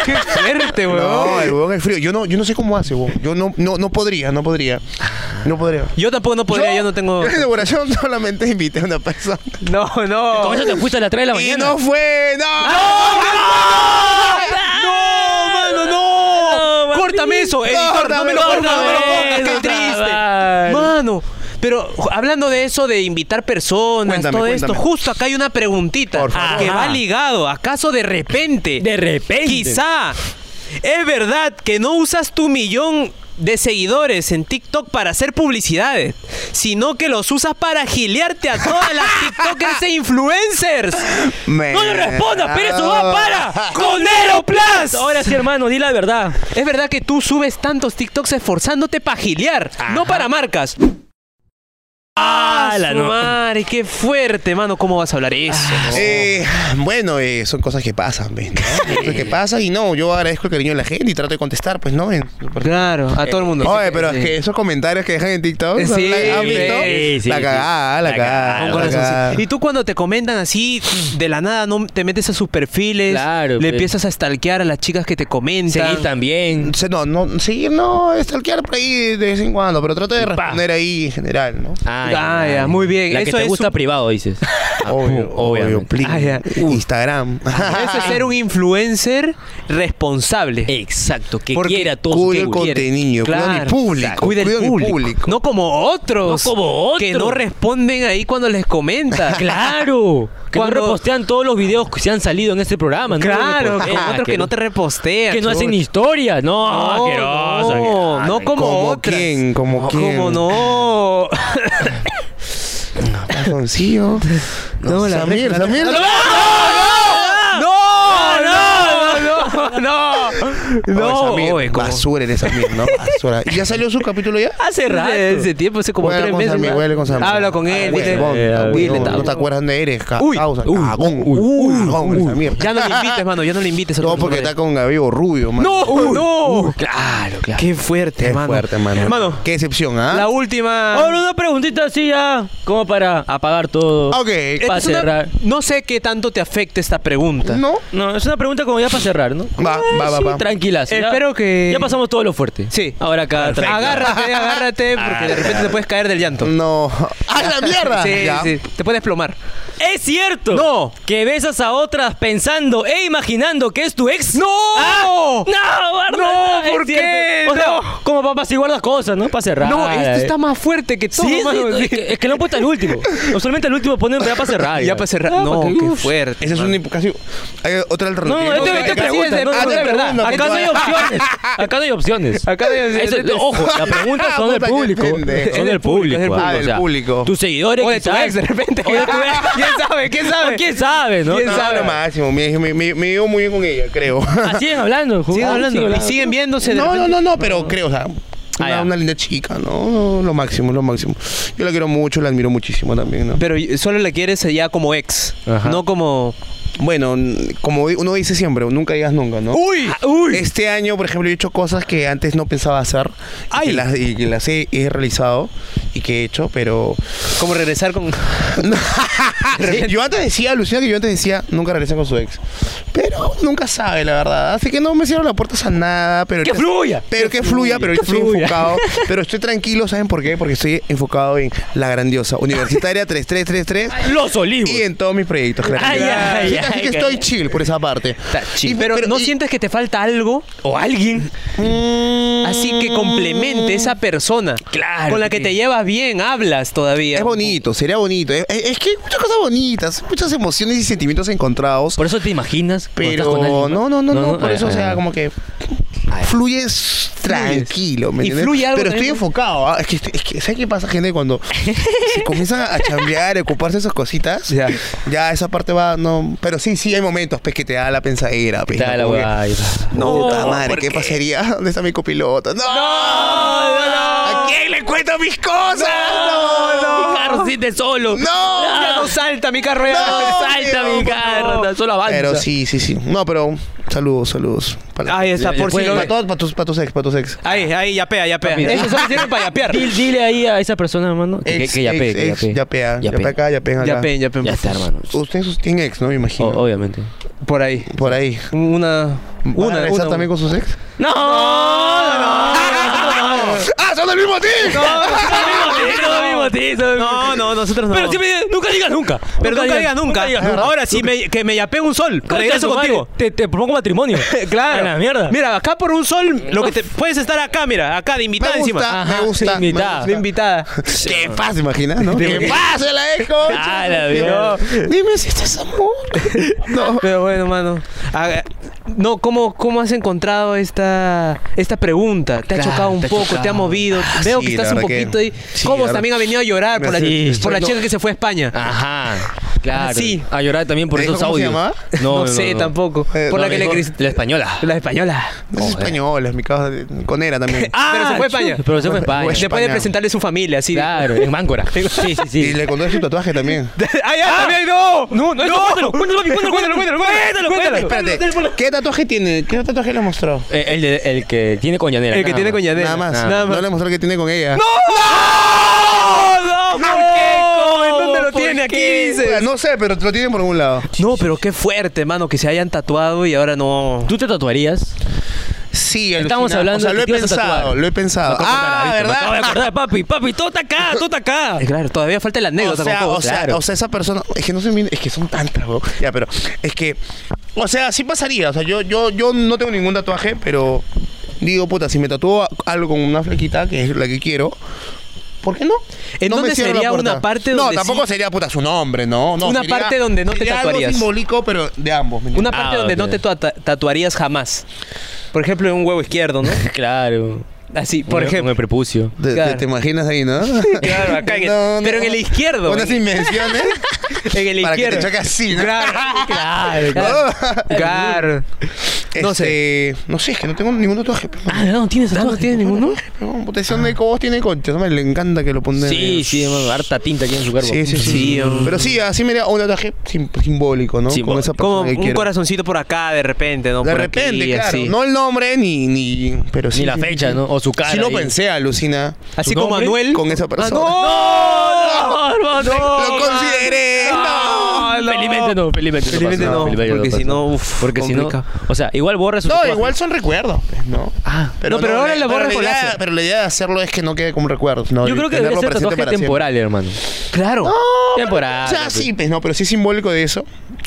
Speaker 2: Qué fuerte, weón.
Speaker 1: no, el huevón es frío. Yo no, yo no sé cómo hace, huevón. Yo no, no, no podría, no podría. No podría.
Speaker 2: Yo tampoco no podría, yo, no tengo.
Speaker 3: *laughs*
Speaker 1: Yo en la inauguración solamente invité a una persona.
Speaker 2: No, no.
Speaker 3: Con eso te fuiste a las 3 de la
Speaker 1: Y
Speaker 3: mañana. Ah,
Speaker 1: no fue, no.
Speaker 2: No, mano, no.
Speaker 3: No,
Speaker 2: Córtame
Speaker 3: papi.
Speaker 2: eso, editor. No me lo cortes, no me lo cortes,
Speaker 3: eso,
Speaker 2: Qué triste.
Speaker 3: cabal.
Speaker 2: Mano. Pero jo- hablando de eso, de invitar personas,
Speaker 1: Cuéntame,
Speaker 2: todo esto,
Speaker 1: cuéntame.
Speaker 2: justo acá hay una preguntita
Speaker 1: Por favor.
Speaker 2: que
Speaker 3: Ajá.
Speaker 2: va ligado. ¿Acaso de repente?
Speaker 3: De repente.
Speaker 2: Quizá es verdad que no usas tu millón de seguidores en TikTok para hacer publicidades, sino que los usas para gilearte a todas
Speaker 3: *laughs*
Speaker 2: las TikTokers e influencers.
Speaker 1: Me- Ah,
Speaker 3: ¡No le respondas, pero eso va para
Speaker 2: ¡Conero Plus!
Speaker 3: Ahora sí, hermano, di la verdad.
Speaker 2: Es verdad que tú subes tantos TikToks esforzándote para gilear, no para marcas. ¡Ah,
Speaker 3: la
Speaker 2: su
Speaker 3: no. Ah,
Speaker 2: madre! ¡Qué fuerte, mano! ¿Cómo vas a hablar eso?
Speaker 1: Eh, bueno, eh, son cosas que pasan, ¿ves? no? Cosas que pasan y no, yo agradezco el cariño de la gente y trato de contestar, pues, ¿no? En- porque-
Speaker 2: Claro, a todo el mundo.
Speaker 1: Oye, pero es que esos *laughs* comentarios que dejan en TikTok
Speaker 2: Sí,
Speaker 1: son la, ¿han
Speaker 2: sí,
Speaker 1: visto?
Speaker 3: sí, sí.
Speaker 1: la cagada, la
Speaker 3: La
Speaker 1: cagada.
Speaker 3: cagada,
Speaker 1: la
Speaker 2: Un corazoncito.
Speaker 1: cagada.
Speaker 2: Y tú cuando te comentan así de la nada, no te metes a sus perfiles,
Speaker 3: Claro, pues.
Speaker 2: le
Speaker 3: pe.
Speaker 2: empiezas a stalkear a las chicas que te comentan.
Speaker 3: Seguí también.
Speaker 1: Se- No, no, sí, no, stalkear por ahí de vez en cuando, pero trato de
Speaker 3: pa.
Speaker 1: responder ahí en general, ¿no?
Speaker 2: Ah, ya, muy bien.
Speaker 3: La
Speaker 2: Eso
Speaker 3: que te
Speaker 2: es
Speaker 3: gusta
Speaker 2: un- *laughs*
Speaker 3: privado, dices.
Speaker 1: Obvio,
Speaker 3: obviamente.
Speaker 1: obvio, plin.
Speaker 2: Ah, ya.
Speaker 1: Instagram.
Speaker 2: Eso es ser un influencer responsable.
Speaker 3: Exacto, que
Speaker 2: Porque
Speaker 3: quiera todo
Speaker 1: Cuido
Speaker 3: su
Speaker 1: el contenido, cuido a mi
Speaker 2: Claro.
Speaker 1: público.
Speaker 2: Cuida el
Speaker 1: cuido a mi
Speaker 2: público.
Speaker 1: público.
Speaker 2: No como otros.
Speaker 3: No como
Speaker 2: Que
Speaker 3: otros.
Speaker 2: no responden ahí cuando les comentas. *laughs*
Speaker 3: *laughs* Claro, que
Speaker 2: Cuando-
Speaker 3: no repostean todos los videos que se han salido en este programa. ¿no?
Speaker 2: Claro,
Speaker 3: Repostean, Ah,
Speaker 2: como otros que no te repostean.
Speaker 3: que no hacen
Speaker 2: chucha.
Speaker 3: historia. No,
Speaker 2: No,
Speaker 3: asqueroso, Ah,
Speaker 2: no,
Speaker 3: asqueroso.
Speaker 2: no como
Speaker 1: ¿Como
Speaker 2: otras.
Speaker 1: quién? ¿Como
Speaker 2: No,
Speaker 1: quién?
Speaker 2: ¿Cómo
Speaker 1: *laughs*
Speaker 2: no?
Speaker 1: Calzoncillo. No, la Samir, Samir. Ah,
Speaker 2: ¡No! ¡No! ¡No! ¡No!
Speaker 1: *laughs* No,
Speaker 2: No,
Speaker 1: Samir,
Speaker 2: oye, ¿cómo?
Speaker 1: basura eres Samir, ¿no? Basura. ¿Y ya salió su capítulo ya?
Speaker 2: Hace rato.
Speaker 3: Ese tiempo, hace como
Speaker 1: Huele
Speaker 3: tres
Speaker 1: con
Speaker 3: meses.
Speaker 1: Samir,
Speaker 3: ¿no?
Speaker 1: huele con Samir.
Speaker 2: Habla con él,
Speaker 1: Ah,
Speaker 2: dile.
Speaker 1: huevón,
Speaker 3: Eh,
Speaker 1: huevón,
Speaker 3: dile,
Speaker 1: No
Speaker 3: tal.
Speaker 1: te acuerdas dónde eres, ca-
Speaker 2: Uy,
Speaker 1: causa.
Speaker 2: uy,
Speaker 1: Cagón,
Speaker 2: uy, uy,
Speaker 1: cagón,
Speaker 2: uy.
Speaker 1: Samir.
Speaker 2: Ya no
Speaker 1: *laughs*
Speaker 2: le invites, mano, ya no le invites. a
Speaker 1: No,
Speaker 2: otros
Speaker 1: porque
Speaker 2: lugares.
Speaker 1: está con Gabio Rubio, man.
Speaker 2: ¡No! ¡No! claro, claro. Qué fuerte,
Speaker 1: Qué
Speaker 2: mano.
Speaker 1: fuerte, mano.
Speaker 2: Mano,
Speaker 1: Qué excepción, ¿ah?
Speaker 2: la última...
Speaker 3: Ahora una preguntita así ya, como para apagar todo.
Speaker 1: Ok.
Speaker 3: Pa'
Speaker 2: Es una-
Speaker 3: cerrar.
Speaker 2: No sé qué tanto te afecta esta pregunta.
Speaker 1: No.
Speaker 3: No, es una pregunta como ya para cerrar, ¿no?
Speaker 1: Va, va, va,
Speaker 3: Sí,
Speaker 1: va.
Speaker 3: Tranquilas. ya-
Speaker 2: Espero que-
Speaker 3: Ya pasamos todo lo fuerte.
Speaker 2: Sí.
Speaker 3: Ahora acá. tranquila.
Speaker 2: Agárrate, agárrate, porque de repente te puedes caer del llanto.
Speaker 1: No. ¡A Ah, la mierda!
Speaker 2: Sí,
Speaker 1: Ya.
Speaker 2: sí, te puedes plomar.
Speaker 3: ¿Es cierto?
Speaker 2: No.
Speaker 3: ¿Que besas a otras pensando e imaginando que es tu ex?
Speaker 2: ¡No!
Speaker 3: ¡Ah! ¡No, guarda!
Speaker 2: No,
Speaker 3: es
Speaker 2: ¿por
Speaker 3: cierto.
Speaker 2: qué?
Speaker 3: O sea,
Speaker 2: No.
Speaker 3: como para si guardas cosas, ¿no? Para cerrar.
Speaker 2: No, esto está más fuerte que todo,
Speaker 3: Sí, sí,
Speaker 2: mano.
Speaker 3: es, que, es que lo han puesto al último. Usualmente al último ponen ya para cerrar.
Speaker 2: Ya para cerrar.
Speaker 3: Ah,
Speaker 2: No,
Speaker 3: porque-
Speaker 2: qué
Speaker 3: Uf.
Speaker 2: fuerte.
Speaker 1: Esa es una casi. Hay otra
Speaker 3: No,
Speaker 1: alternativa.
Speaker 3: no, este, este
Speaker 1: Casi-
Speaker 3: pregunta.
Speaker 2: es de-
Speaker 3: no, no,
Speaker 2: ah,
Speaker 3: no,
Speaker 2: de
Speaker 3: no,
Speaker 2: verdad.
Speaker 3: no, Acá no hay
Speaker 2: Ah, ah,
Speaker 3: opciones. Acá no
Speaker 2: *laughs*
Speaker 3: hay opciones.
Speaker 2: Acá de-
Speaker 3: Eso-
Speaker 2: de-
Speaker 3: ojo, las preguntas son del
Speaker 1: Puta, qué
Speaker 3: público.
Speaker 1: pendejo.
Speaker 3: Son del público.
Speaker 2: Es del
Speaker 3: ah,
Speaker 1: público.
Speaker 3: o sea,
Speaker 1: Del público.
Speaker 3: Tus seguidores,
Speaker 2: O de tu
Speaker 3: quizás.
Speaker 2: ex, de repente.
Speaker 3: O
Speaker 2: *laughs*
Speaker 3: de tu ex.
Speaker 2: ¿Quién sabe? ¿Quién sabe?
Speaker 3: O ¿Quién sabe, no?
Speaker 2: ¿Quién
Speaker 1: No,
Speaker 2: sabe?
Speaker 1: lo máximo. Me, me, me, me llevo muy bien con ella, creo.
Speaker 3: Ah, siguen hablando.
Speaker 2: Siguen
Speaker 3: Ah,
Speaker 2: hablando. Y siguen viéndose. de
Speaker 1: No,
Speaker 2: repente.
Speaker 1: no, no, no, *laughs* pero creo, o sea.
Speaker 3: Ah, ya.
Speaker 1: Una, una linda chica, ¿no? No, Lo máximo, lo máximo. Yo la quiero mucho, la admiro muchísimo también, ¿no?
Speaker 2: Pero y- solo la quieres ya como ex.
Speaker 3: Ajá.
Speaker 2: No como.
Speaker 1: Bueno, n- como di- uno dice siempre, nunca digas nunca, ¿no?
Speaker 2: ¡Uy!
Speaker 1: Este año, por ejemplo, yo he hecho cosas que antes no pensaba hacer. Y
Speaker 2: ¡Ay!
Speaker 1: que las, y que las he, he realizado y que he hecho, pero.
Speaker 2: Como regresar con.
Speaker 1: *laughs* yo antes decía, Lucía, que yo antes decía, nunca regresé con su ex. Pero nunca sabe, la verdad. Así que no me cierro las puertas a nada. Pero
Speaker 3: ¡Que
Speaker 1: ahorita-
Speaker 3: fluya!
Speaker 1: Pero que fluya, pero yo estoy enfocado. Pero estoy tranquilo, ¿saben por qué? Porque estoy enfocado en la grandiosa universitaria 3333
Speaker 3: Los olivos.
Speaker 1: y en todos mis proyectos, claro.
Speaker 3: Ay,
Speaker 1: Así-
Speaker 3: ay, ay,
Speaker 1: así que
Speaker 3: ay.
Speaker 1: estoy chill por esa parte.
Speaker 2: Y-
Speaker 1: Y-
Speaker 2: pero, ¿no
Speaker 1: y-
Speaker 2: sientes que te falta algo?
Speaker 3: O alguien.
Speaker 2: Así que complemente esa persona.
Speaker 3: Claro.
Speaker 2: Con la que te llevas bien, hablas todavía.
Speaker 1: Es bonito, sería bonito. Es, es- es que hay muchas cosas bonitas, muchas emociones y sentimientos encontrados.
Speaker 3: Por eso te imaginas. cuando
Speaker 1: Pero
Speaker 3: estás con
Speaker 1: no,
Speaker 3: alguien,
Speaker 1: no, no, no, por
Speaker 3: Ah,
Speaker 1: eso, o
Speaker 3: ah,
Speaker 1: sea,
Speaker 3: ah.
Speaker 1: como que fluyes tranquilo, ¿me
Speaker 2: Y
Speaker 1: entiendes?
Speaker 2: fluye algo
Speaker 1: Pero
Speaker 2: también,
Speaker 1: estoy
Speaker 2: ¿no?
Speaker 1: enfocado, ¿ah? es, que, estoy- es que, ¿sabes qué pasa, gente?
Speaker 3: *laughs*
Speaker 1: Cuando se comienzan a chambear, a ocuparse de esas cositas,
Speaker 2: Ya.
Speaker 1: ya. esa parte va, no, pero sí, sí, hay momentos, pues, que te da la pensadera, pues,
Speaker 3: Te da
Speaker 1: ¿no?
Speaker 3: la
Speaker 1: Como que,
Speaker 3: huevada y tal.
Speaker 1: No, puta madre, ¿qué pasaría? *laughs* ¿Dónde está mi copiloto? ¡No! ¿A quién le cuento mis cosas?
Speaker 3: Mi carro siente solo.
Speaker 1: ¡No!
Speaker 2: Ya no salta mi carro. ya
Speaker 1: No,
Speaker 2: no salta.
Speaker 3: Salta
Speaker 1: pero,
Speaker 3: mi carro.
Speaker 1: no.
Speaker 3: Solo avanza.
Speaker 1: Pero sí, sí, sí. No, pero saludos, saludos. Para,
Speaker 2: Ahí está, por si
Speaker 3: Después-
Speaker 2: lo
Speaker 1: para
Speaker 2: ve.
Speaker 1: todos, para tus, para tus ex, para tus ex.
Speaker 2: Ahí, ahí, yapea, yapea. Eso solo sirve para yapear.
Speaker 3: Dil- Dile, ahí a esa persona, mano. Que, que-
Speaker 1: Ex,
Speaker 3: que ya
Speaker 1: ex,
Speaker 3: pe, Eh, que ya
Speaker 1: ex,
Speaker 3: pe.
Speaker 1: ya pea, ya
Speaker 3: pe.
Speaker 1: pea acá, ya pea acá.
Speaker 2: Yapen, yapen.
Speaker 3: Ya está, hermano.
Speaker 1: Ustedes tienen ex, ¿no? Me
Speaker 3: O-
Speaker 1: imagino.
Speaker 3: obviamente.
Speaker 2: Por ahí.
Speaker 1: Por ahí.
Speaker 2: Una.
Speaker 1: ¿Una,
Speaker 2: Una,
Speaker 1: ¿Estás
Speaker 2: una.
Speaker 1: también con sus ex?
Speaker 3: ¡No! ¡No!
Speaker 1: ¡Ah, son del mismo team!
Speaker 2: Ah,
Speaker 3: mismo tío, son del mismo
Speaker 2: No,
Speaker 3: tío.
Speaker 2: no, nosotros no.
Speaker 3: Pero siempre dice, nunca digas nunca.
Speaker 2: Pero nunca digas nunca.
Speaker 3: digas
Speaker 2: Ahora, si me, que me yapee un sol,
Speaker 3: Concha
Speaker 2: regreso
Speaker 3: tu madre,
Speaker 2: contigo.
Speaker 3: Te, te propongo matrimonio.
Speaker 2: *laughs* Claro.
Speaker 3: A la mierda.
Speaker 2: Mira, acá por un sol, lo que te puedes estar acá, mira, acá de invitada
Speaker 1: Me
Speaker 2: encima.
Speaker 1: gusta, me gusta. me
Speaker 3: invitada.
Speaker 1: gusta.
Speaker 2: De invitada.
Speaker 1: ¿Qué pasa, imaginas, no? ¿Qué eh, pasa, la ex?
Speaker 3: A la mierda.
Speaker 1: Dime si este es amor. No.
Speaker 2: Pero bueno, mano. Ah, No, ¿cómo, ¿cómo has encontrado esta, esta pregunta? ¿Te ha
Speaker 3: Claro,
Speaker 2: chocado un
Speaker 3: te ha
Speaker 2: poco?
Speaker 3: chocado.
Speaker 2: ¿Te ha movido?
Speaker 1: Ah,
Speaker 2: Veo
Speaker 1: sí,
Speaker 2: que
Speaker 1: la
Speaker 2: estás un
Speaker 1: verdad que-
Speaker 2: poquito ahí.
Speaker 1: sí,
Speaker 2: Cobos
Speaker 1: la
Speaker 2: también ha
Speaker 1: verdad.
Speaker 2: venido a llorar por la,
Speaker 3: Sí. Ah,
Speaker 2: por la
Speaker 1: No.
Speaker 2: chica que se fue a España.
Speaker 3: Ajá. Claro.
Speaker 2: Sí.
Speaker 3: A llorar también por
Speaker 1: ¿Eh,
Speaker 3: esos
Speaker 1: cómo se
Speaker 3: audios.
Speaker 1: llamaba?
Speaker 2: No, sé tampoco.
Speaker 1: Eh,
Speaker 2: por
Speaker 1: no,
Speaker 2: la que le
Speaker 1: mejor-
Speaker 2: cris-
Speaker 3: La española.
Speaker 2: La española.
Speaker 1: Es española, es mi casa. Conera también.
Speaker 2: pero se fue a España.
Speaker 3: Ah, Pero se fue a España. Ah.
Speaker 1: Pues-
Speaker 2: Después de
Speaker 1: España.
Speaker 2: presentarle su familia, así.
Speaker 3: Claro, en Máncora. Sí, sí,
Speaker 1: Y
Speaker 3: *laughs* sí.
Speaker 1: le conté su tatuaje también.
Speaker 2: *laughs* ¡Ay, ay, también no!
Speaker 3: Ah. No, no, cuéntalo, cuéntalo, papi,
Speaker 2: *laughs*
Speaker 3: cuéntalo, cuéntalo, cuéntalo, cuéntalo, cuéntalo.
Speaker 1: Espérate, ¿qué tatuaje tiene? ¿Qué tatuaje le mostró?
Speaker 3: Eh, El, de- el que tiene con Yanela.
Speaker 2: El que
Speaker 3: nada
Speaker 2: tiene
Speaker 3: más.
Speaker 2: con Yanela.
Speaker 1: Nada más.
Speaker 2: Nada más.
Speaker 1: No le mostró el que tiene con ella.
Speaker 2: ¡No! ¡No! ¿Por qué, Cobo? ¿En dónde lo
Speaker 3: ¿Por
Speaker 2: tiene? Aquí
Speaker 3: qué?
Speaker 1: O sea,
Speaker 2: dice.
Speaker 1: No sé, pero lo tienen por algún lado.
Speaker 2: No, pero qué fuerte, mano, que se hayan tatuado y ahora no.
Speaker 3: ¿Tú te tatuarías?
Speaker 1: Sí,
Speaker 3: Estamos
Speaker 1: alucina.
Speaker 3: hablando
Speaker 1: O sea,
Speaker 3: de
Speaker 1: lo he
Speaker 3: que te ibas a
Speaker 1: pensado,
Speaker 3: tatuar.
Speaker 1: lo he pensado.
Speaker 3: Me acabo de acordar,
Speaker 1: Ah,
Speaker 3: ¿viste? Me acabo de
Speaker 1: ¿verdad?
Speaker 3: acordar, papi, papi, todo está acá, todo está acá.
Speaker 2: Eh, *laughs* Claro, todavía falta la
Speaker 1: Ah, O
Speaker 2: anécdota.
Speaker 1: sea,
Speaker 2: con Cobo,
Speaker 1: o sea,
Speaker 2: claro.
Speaker 1: o sea, esa persona. Es que no se mide, es que son tantas, bro. Ya, pero. Es que. O sea, sí pasaría. O sea, yo, yo, yo no tengo ningún tatuaje, pero. Digo, puta, si me tatúo algo con una flequita, que es la que quiero. ¿Por qué no?
Speaker 2: ¿En
Speaker 1: no me
Speaker 2: dónde
Speaker 1: cierro la
Speaker 2: sería
Speaker 1: puerta.
Speaker 2: una parte donde
Speaker 1: No, tampoco sería puta su nombre, no. no
Speaker 2: Una
Speaker 1: sería-
Speaker 2: parte donde no te
Speaker 1: sería
Speaker 2: tatuarías.
Speaker 1: Algo simbólico, pero de ambos. ¿me
Speaker 2: Una
Speaker 1: entiendes?
Speaker 2: parte
Speaker 3: Ah,
Speaker 2: donde *laughs*
Speaker 3: ok.
Speaker 2: no te tatu- tatuarías jamás. Por ejemplo, en un huevo izquierdo, ¿no?
Speaker 3: Claro.
Speaker 2: Así, por
Speaker 3: Un-
Speaker 2: ejemplo.
Speaker 3: Un prepucio.
Speaker 1: Te, te-
Speaker 2: Claro.
Speaker 1: te imaginas ahí, ¿no?
Speaker 2: *laughs* Claro, acá en el-
Speaker 1: No, no.
Speaker 2: pero en el izquierdo. *laughs*
Speaker 1: Unas
Speaker 2: en-
Speaker 1: invenciones.
Speaker 2: En el
Speaker 1: para que te
Speaker 2: izquierdo.
Speaker 1: choque así, ¿no?
Speaker 2: Claro, *laughs* claro,
Speaker 1: Claro.
Speaker 2: claro.
Speaker 1: No sé. Eh, No sé, es que no tengo ningún tatuaje. pero-
Speaker 3: Ah, no, tienes
Speaker 2: ¿No tiene ninguno?
Speaker 1: pero Protección de cobos tiene concha. ¿no? Le encanta que lo pongan.
Speaker 3: Sí, sí, hermano, harta tinta aquí en su cuerpo.
Speaker 1: Sí, sí, sí.
Speaker 2: Sí, um.
Speaker 1: Pero sí, así mira, un tatuaje sim- simbólico, ¿no?
Speaker 3: Simbólico.
Speaker 1: Con esa persona
Speaker 2: Como
Speaker 1: que
Speaker 2: un
Speaker 1: quiero.
Speaker 2: corazoncito por acá de repente, ¿no?
Speaker 1: De
Speaker 2: Por
Speaker 1: repente,
Speaker 2: aquí,
Speaker 1: claro.
Speaker 2: así.
Speaker 1: No el nombre ni. ni pero sí,
Speaker 3: Ni la
Speaker 1: sí,
Speaker 3: fecha,
Speaker 1: sí.
Speaker 3: ¿no? O su cara.
Speaker 1: Sí lo
Speaker 3: ahí.
Speaker 1: pensé, alucina.
Speaker 2: Así
Speaker 3: ¿Su
Speaker 2: como
Speaker 3: nombre?
Speaker 2: Manuel.
Speaker 1: Con esa persona.
Speaker 2: ¡No!
Speaker 3: hermano!
Speaker 1: Lo consideré. No.
Speaker 2: no.
Speaker 3: Felizmente no, felizmente no.
Speaker 2: Felizmente
Speaker 3: pasa nada,
Speaker 2: no,
Speaker 3: felizmente
Speaker 2: porque
Speaker 3: pasa
Speaker 2: si
Speaker 3: nada.
Speaker 2: no, uf,
Speaker 3: Porque si
Speaker 2: complicado.
Speaker 3: no. O sea, igual borra su.
Speaker 1: No,
Speaker 3: tatuaje.
Speaker 1: igual son recuerdos, pues, ¿no?
Speaker 3: Ah,
Speaker 2: No, pero ahora lo borras
Speaker 1: la
Speaker 2: con
Speaker 1: idea-
Speaker 2: láser.
Speaker 1: Pero la idea de hacerlo es que no quede como recuerdo. ¿no?
Speaker 3: yo creo que debería
Speaker 1: Tenerlo
Speaker 3: ser
Speaker 1: presente
Speaker 3: tatuaje
Speaker 1: para siempre.
Speaker 3: temporal, hermano.
Speaker 2: Claro.
Speaker 3: Temporal.
Speaker 1: O sea, sí, pues, ¿no? Pero sí es simbólico de eso.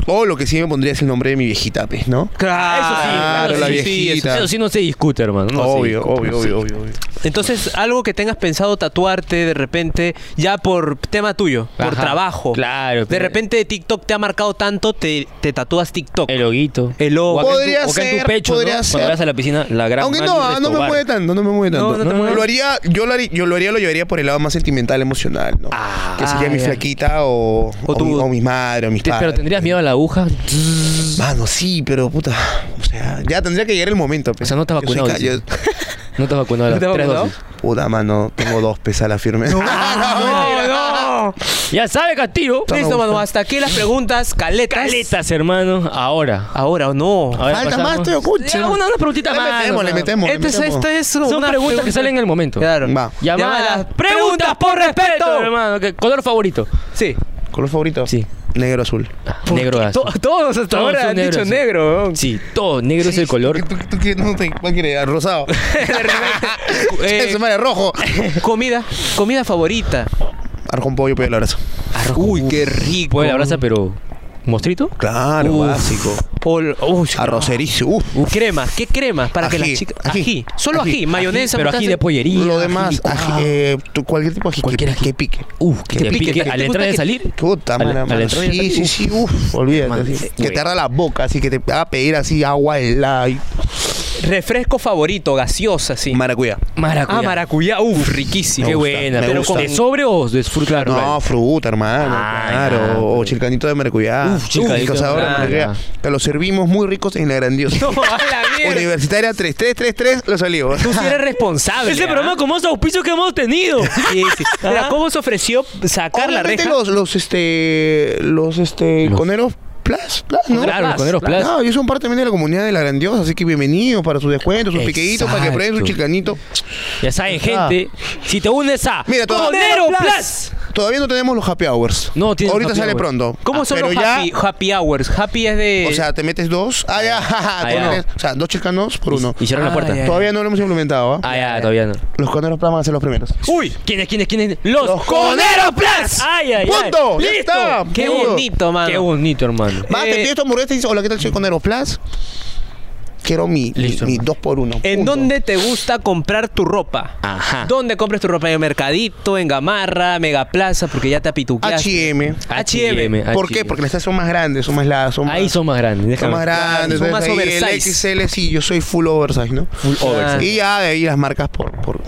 Speaker 1: O lo que sí me pondría es el nombre de mi viejita, pues, ¿no?
Speaker 2: Claro.
Speaker 3: Ah,
Speaker 1: Claro,
Speaker 3: eso
Speaker 1: la
Speaker 3: sí,
Speaker 1: viejita.
Speaker 3: eso, eso sí no se discute, hermano. no se
Speaker 1: obvio,
Speaker 3: discute.
Speaker 1: obvio, obvio, obvio, obvio.
Speaker 2: Entonces, algo que tengas pensado tatuarte de repente, ya por tema tuyo, por
Speaker 3: Ajá,
Speaker 2: trabajo.
Speaker 3: claro.
Speaker 2: De repente TikTok te ha marcado tanto, te, te tatúas TikTok.
Speaker 3: El hoguito.
Speaker 2: El logo.
Speaker 3: O acá en tu-
Speaker 1: Podría
Speaker 3: o acá en
Speaker 1: ser,
Speaker 3: tu pecho,
Speaker 1: podría
Speaker 3: ¿no?
Speaker 1: ser.
Speaker 3: Cuando vas a la piscina, la gran
Speaker 1: Aunque
Speaker 3: Manu
Speaker 1: no,
Speaker 3: de
Speaker 1: ah, no me
Speaker 3: Escobar.
Speaker 1: mueve tanto, no me mueve tanto.
Speaker 2: No, no te mueve.
Speaker 1: Lo haría, yo lo haría, yo lo haría, lo llevaría por el lado más sentimental, emocional, ¿no? que sería mi
Speaker 2: Ah, ya.
Speaker 1: flaquita o,
Speaker 2: O
Speaker 1: o
Speaker 2: tu-
Speaker 1: mi, o mi madre o mis
Speaker 3: Te-
Speaker 1: padres.
Speaker 3: pero tendrías miedo a la aguja.
Speaker 1: Mano, sí, pero puta. O sea, ya tendría que llegar el momento. pues.
Speaker 3: O sea, no estás
Speaker 1: Yo soy
Speaker 3: vacunado,
Speaker 1: ca-
Speaker 3: dices.
Speaker 1: yo-
Speaker 3: No te has
Speaker 1: *laughs*
Speaker 3: vacunado a
Speaker 2: ¿No
Speaker 3: las
Speaker 2: te has
Speaker 3: tres
Speaker 2: vacunado?
Speaker 3: dosis.
Speaker 1: puta, mano, tengo dos pesas a la firme.
Speaker 2: Ah, No, no.
Speaker 3: Ya sabe, Castillo.
Speaker 2: Listo, mano, hasta aquí las preguntas caletas.
Speaker 3: Caletas, hermano. Ahora.
Speaker 2: Ahora o no.
Speaker 3: A ver,
Speaker 1: Falta
Speaker 3: pasamos.
Speaker 1: más, estoy oculto.
Speaker 3: Ya, una, una preguntita
Speaker 1: Le
Speaker 3: más.
Speaker 1: metemos, le
Speaker 3: hermano.
Speaker 1: metemos. le
Speaker 2: Este es,
Speaker 1: metemos.
Speaker 2: esto es
Speaker 3: Son
Speaker 2: una
Speaker 3: preguntas
Speaker 2: pregunta-
Speaker 3: que salen en el momento.
Speaker 2: Claro.
Speaker 1: Va.
Speaker 3: Llamadas. Preguntas por respeto. Hermano, ¿qué color favorito?
Speaker 2: Sí.
Speaker 1: ¿Color favorito?
Speaker 3: Sí.
Speaker 1: Negro azul.
Speaker 3: Negro
Speaker 2: To-
Speaker 3: azul.
Speaker 2: todos hasta
Speaker 3: Todos
Speaker 2: ahora
Speaker 3: son
Speaker 2: han dicho
Speaker 3: negros, sí.
Speaker 2: negro.
Speaker 3: *laughs*
Speaker 2: weón.
Speaker 3: Sí, todo negro es el color.
Speaker 1: ¿Tú, tú qué- no te, ¿Cuál quieres? ¿A Rosado. *laughs*
Speaker 2: Eh,
Speaker 1: Su madre, rojo.
Speaker 2: comida, comida favorita.
Speaker 1: Arjón pollo, pollo al abrazo.
Speaker 2: Uy, qué rico.
Speaker 3: Puede la brasa, pero. ¿Mostrito?
Speaker 1: Claro,
Speaker 2: Uf.
Speaker 1: básico.
Speaker 2: O- uy,
Speaker 1: Arrocerizo. Uf.
Speaker 2: no. Crema, ¿qué crema? Para que
Speaker 1: Ají,
Speaker 2: las chicas. Ají.
Speaker 1: ají,
Speaker 2: Solo ají, mayonesa,
Speaker 3: Pero ají
Speaker 2: mostaza.
Speaker 3: de pollería.
Speaker 1: Lo
Speaker 3: ají
Speaker 1: demás,
Speaker 3: de-
Speaker 1: ají, eh, tú- cualquier tipo de ají que,
Speaker 3: Cualquier
Speaker 1: que pique.
Speaker 3: Uh, que te
Speaker 2: pique,
Speaker 3: pique.
Speaker 2: que te
Speaker 3: Al
Speaker 2: gusta
Speaker 3: entrar y
Speaker 2: que-
Speaker 3: al salir.
Speaker 1: Puta,
Speaker 3: Al-
Speaker 1: mano,
Speaker 3: al
Speaker 1: mano,
Speaker 3: entrar y al
Speaker 1: Sí,
Speaker 3: salir,
Speaker 1: sí,
Speaker 3: uf.
Speaker 1: sí, uf, olvídate.
Speaker 3: Mano,
Speaker 1: sí.
Speaker 3: sí,
Speaker 1: Que
Speaker 3: güey.
Speaker 1: te arda la boca, así que te va a pedir así agua helada. y-
Speaker 2: Refresco favorito, gaseosa, sí.
Speaker 1: Maracuyá.
Speaker 3: Maracuyá.
Speaker 2: ah, maracuyá, uff, riquísimo.
Speaker 1: Me
Speaker 3: Qué
Speaker 1: gusta,
Speaker 3: buena.
Speaker 1: me
Speaker 3: Pero
Speaker 1: gusta.
Speaker 3: con ¿De sobre o de fruta
Speaker 1: No,
Speaker 3: natural?
Speaker 1: fruta, hermano,
Speaker 3: Ah,
Speaker 1: claro.
Speaker 3: ya.
Speaker 1: O chilcanito de maracuyá.
Speaker 3: Uf, chilcanito
Speaker 1: Uf,
Speaker 3: de
Speaker 1: sabor de
Speaker 3: maracuyá.
Speaker 1: maracuyá. Te lo servimos muy ricos en la grandiosa.
Speaker 2: *laughs* No, a
Speaker 3: *laughs*
Speaker 2: la mierda.
Speaker 1: Universitaria 3333, los olivos.
Speaker 2: Tú sí eres responsable.
Speaker 3: Ese
Speaker 2: ¿ah?
Speaker 3: programa con más auspicios que hemos tenido.
Speaker 2: Sí, sí. Mira, ¿Cómo se ofreció sacar la
Speaker 1: Obviamente
Speaker 2: reja?
Speaker 1: los, los, este, los, este,
Speaker 3: Los-
Speaker 1: coneros plus, plus, ¿no?
Speaker 3: Claro, los coneros
Speaker 2: Ah.
Speaker 3: plus.
Speaker 1: No, yo soy parte también de la comunidad de la grandiosa, así que bienvenidos para sus descuentos, sus piqueitos, para que prueben su
Speaker 3: Exacto.
Speaker 1: chilcanito.
Speaker 3: Ya saben,
Speaker 1: Ah.
Speaker 3: gente, si te unes a
Speaker 1: Mira, todo-
Speaker 3: Conero Plus.
Speaker 1: Todavía no tenemos los happy hours.
Speaker 3: No, tiene
Speaker 1: Ahorita
Speaker 3: happy
Speaker 1: sale
Speaker 3: hours.
Speaker 1: pronto.
Speaker 2: ¿Cómo
Speaker 1: Ah,
Speaker 2: son
Speaker 1: pero
Speaker 2: los
Speaker 1: ya,
Speaker 2: happy, happy hours? Happy es de.
Speaker 1: O sea, te metes dos. Ah, ya, jaja,
Speaker 3: Ah, ya.
Speaker 1: coneros. O sea, dos chilcanos por uno.
Speaker 3: Y, y cierran
Speaker 2: Ah,
Speaker 3: la puerta.
Speaker 2: ya.
Speaker 1: Todavía no lo hemos implementado, ¿ah?
Speaker 3: Ah, ya, todavía no.
Speaker 1: Los coneros plus van a ser los primeros.
Speaker 3: Uy, ¿quiénes, quiénes, quiénes? Los,
Speaker 1: Los
Speaker 3: Coneros
Speaker 1: Coneros
Speaker 3: Plus. Ay, ay, ay.
Speaker 1: ¡Punto! ¡Ya
Speaker 3: ¡Listo!
Speaker 1: está!
Speaker 2: Ah, Qué
Speaker 1: Punto.
Speaker 2: bonito, mano.
Speaker 3: Qué bonito, hermano.
Speaker 1: Va, te
Speaker 2: Eh,
Speaker 1: pides tu hamburguesa y dices, hola, ¿qué tal? Soy Conero Plus. Quiero mi, mi-
Speaker 3: Listo.
Speaker 1: mi dos por uno.
Speaker 2: ¿En
Speaker 1: Punto.
Speaker 2: dónde te gusta comprar tu ropa?
Speaker 3: Ajá.
Speaker 2: ¿Dónde compras tu ropa? ¿En el mercadito? ¿En Gamarra? ¿Megaplaza? Porque ya te apituqueaste.
Speaker 1: H&M.
Speaker 2: H&M.
Speaker 1: ¿Por qué? Porque las tazas son más grandes, son más largas, son
Speaker 3: ahí
Speaker 1: más...
Speaker 3: son más grandes.
Speaker 1: son
Speaker 3: déjame.
Speaker 1: más
Speaker 2: Claro,
Speaker 1: grandes,
Speaker 2: son
Speaker 1: entonces
Speaker 2: más
Speaker 1: ahí el
Speaker 2: oversize.
Speaker 1: XL sí, yo soy full oversize, ¿no?
Speaker 3: Full over.
Speaker 1: Y ya de ahí las marcas por, por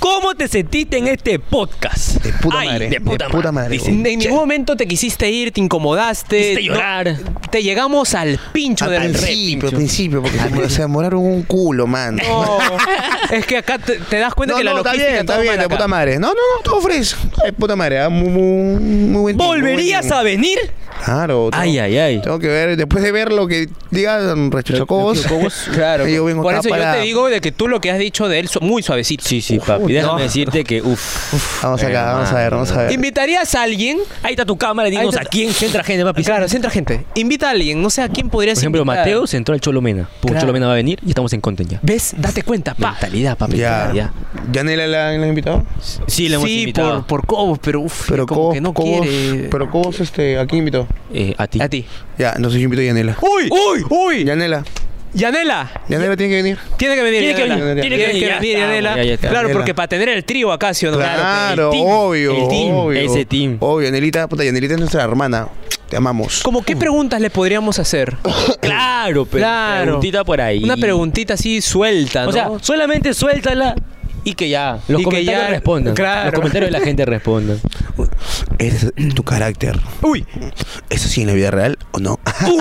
Speaker 3: ¿Cómo te sentiste en este podcast?
Speaker 2: Eh,
Speaker 1: de puta
Speaker 3: Ay,
Speaker 1: madre,
Speaker 3: De puta madre. Dice,
Speaker 1: güey.
Speaker 2: En ningún momento te quisiste ir, te
Speaker 3: te
Speaker 2: incomodaste.
Speaker 3: hiciste llorar.
Speaker 2: no- te llegamos al pincho
Speaker 1: Al
Speaker 2: del rey.
Speaker 1: principio, al principio, porque se demor- se demoraron un culo, man.
Speaker 2: No, *laughs* es que acá te, te das cuenta
Speaker 1: No,
Speaker 2: que la
Speaker 1: no, está
Speaker 2: logística
Speaker 1: bien, está
Speaker 2: toma
Speaker 1: bien,
Speaker 2: acá.
Speaker 1: de puta madre. No, no, no, todo fresco. De puta madre, ah, muy, muy, muy buen tiempo, muy buen
Speaker 3: ¿Volverías
Speaker 1: tiempo.
Speaker 3: a venir?
Speaker 1: Claro. tengo-
Speaker 3: Ay, ay, ay.
Speaker 1: Tengo que ver, después de ver lo que mm, digan Rechuchacobos. *laughs*
Speaker 2: Claro.
Speaker 1: Yo vengo
Speaker 2: por
Speaker 1: acá
Speaker 2: eso
Speaker 1: para-
Speaker 2: yo te digo de que tú lo que has dicho de él so- muy suavecito.
Speaker 3: Sí, sí, papi. Déjame
Speaker 2: no.
Speaker 3: decirte que, uff.
Speaker 1: Vamos acá, vamos a ver, vamos a ver.
Speaker 2: ¿Invitarías a alguien?
Speaker 3: Ahí está tu cámara,
Speaker 2: Ahí
Speaker 3: dinos
Speaker 2: está
Speaker 3: a
Speaker 2: tu-
Speaker 3: quién se entra gente, papi.
Speaker 2: Claro, si entra gente. Invita a alguien, no sé a quién podrías
Speaker 3: Por ejemplo,
Speaker 2: invitar.
Speaker 3: Mateo se entró al Cholomena. Pum,
Speaker 2: Claro.
Speaker 3: Cholomena va a venir y estamos en content ya.
Speaker 2: ¿Ves? Date cuenta, pa.
Speaker 3: Mentalidad, papi.
Speaker 1: Ya.
Speaker 3: mentalidad.
Speaker 1: ¿Yanela la la han invitado?
Speaker 3: Sí, le hemos
Speaker 2: sí,
Speaker 3: invitado.
Speaker 2: por, por Cobos, pero uff,
Speaker 1: Pero
Speaker 2: como
Speaker 1: Cobos,
Speaker 2: que no
Speaker 1: Cobos-
Speaker 2: quiere.
Speaker 1: Pero Cobos, este, ¿a quién invitó?
Speaker 3: Eh, a ti.
Speaker 2: A ti.
Speaker 1: Ya, entonces yo invito a Yanela.
Speaker 2: ¡Uy! ¡Uy! ¡Uy!
Speaker 1: Yanela,
Speaker 2: Yanela,
Speaker 1: Yanela tiene que venir.
Speaker 2: tiene que venir.
Speaker 3: Tiene que
Speaker 2: Yanela.
Speaker 1: venir, tiene
Speaker 3: que venir, ya estamos,
Speaker 2: Yanela.
Speaker 3: ya, ya está.
Speaker 2: Claro,
Speaker 1: Yanela.
Speaker 2: porque para tener el trío acá, ¿sí o no?
Speaker 1: Claro,
Speaker 3: el team,
Speaker 1: obvio,
Speaker 3: el team,
Speaker 1: obvio.
Speaker 3: ese team.
Speaker 1: Obvio, Yanelita, puta, Yanelita es nuestra hermana.
Speaker 7: Te amamos.
Speaker 2: ¿Cómo qué preguntas le podríamos hacer?
Speaker 3: Claro, pero
Speaker 2: Claro.
Speaker 3: preguntita por ahí.
Speaker 2: Una preguntita así suelta, ¿no?
Speaker 3: O sea, solamente suéltala y que ya los
Speaker 2: Y que
Speaker 3: comentarios
Speaker 2: ya-
Speaker 3: respondan.
Speaker 2: claro.
Speaker 3: Los comentarios de la gente respondan.
Speaker 7: ¿Eres tu carácter?
Speaker 2: uy,
Speaker 7: ¿Eso sí en la vida real o no?
Speaker 2: Ay,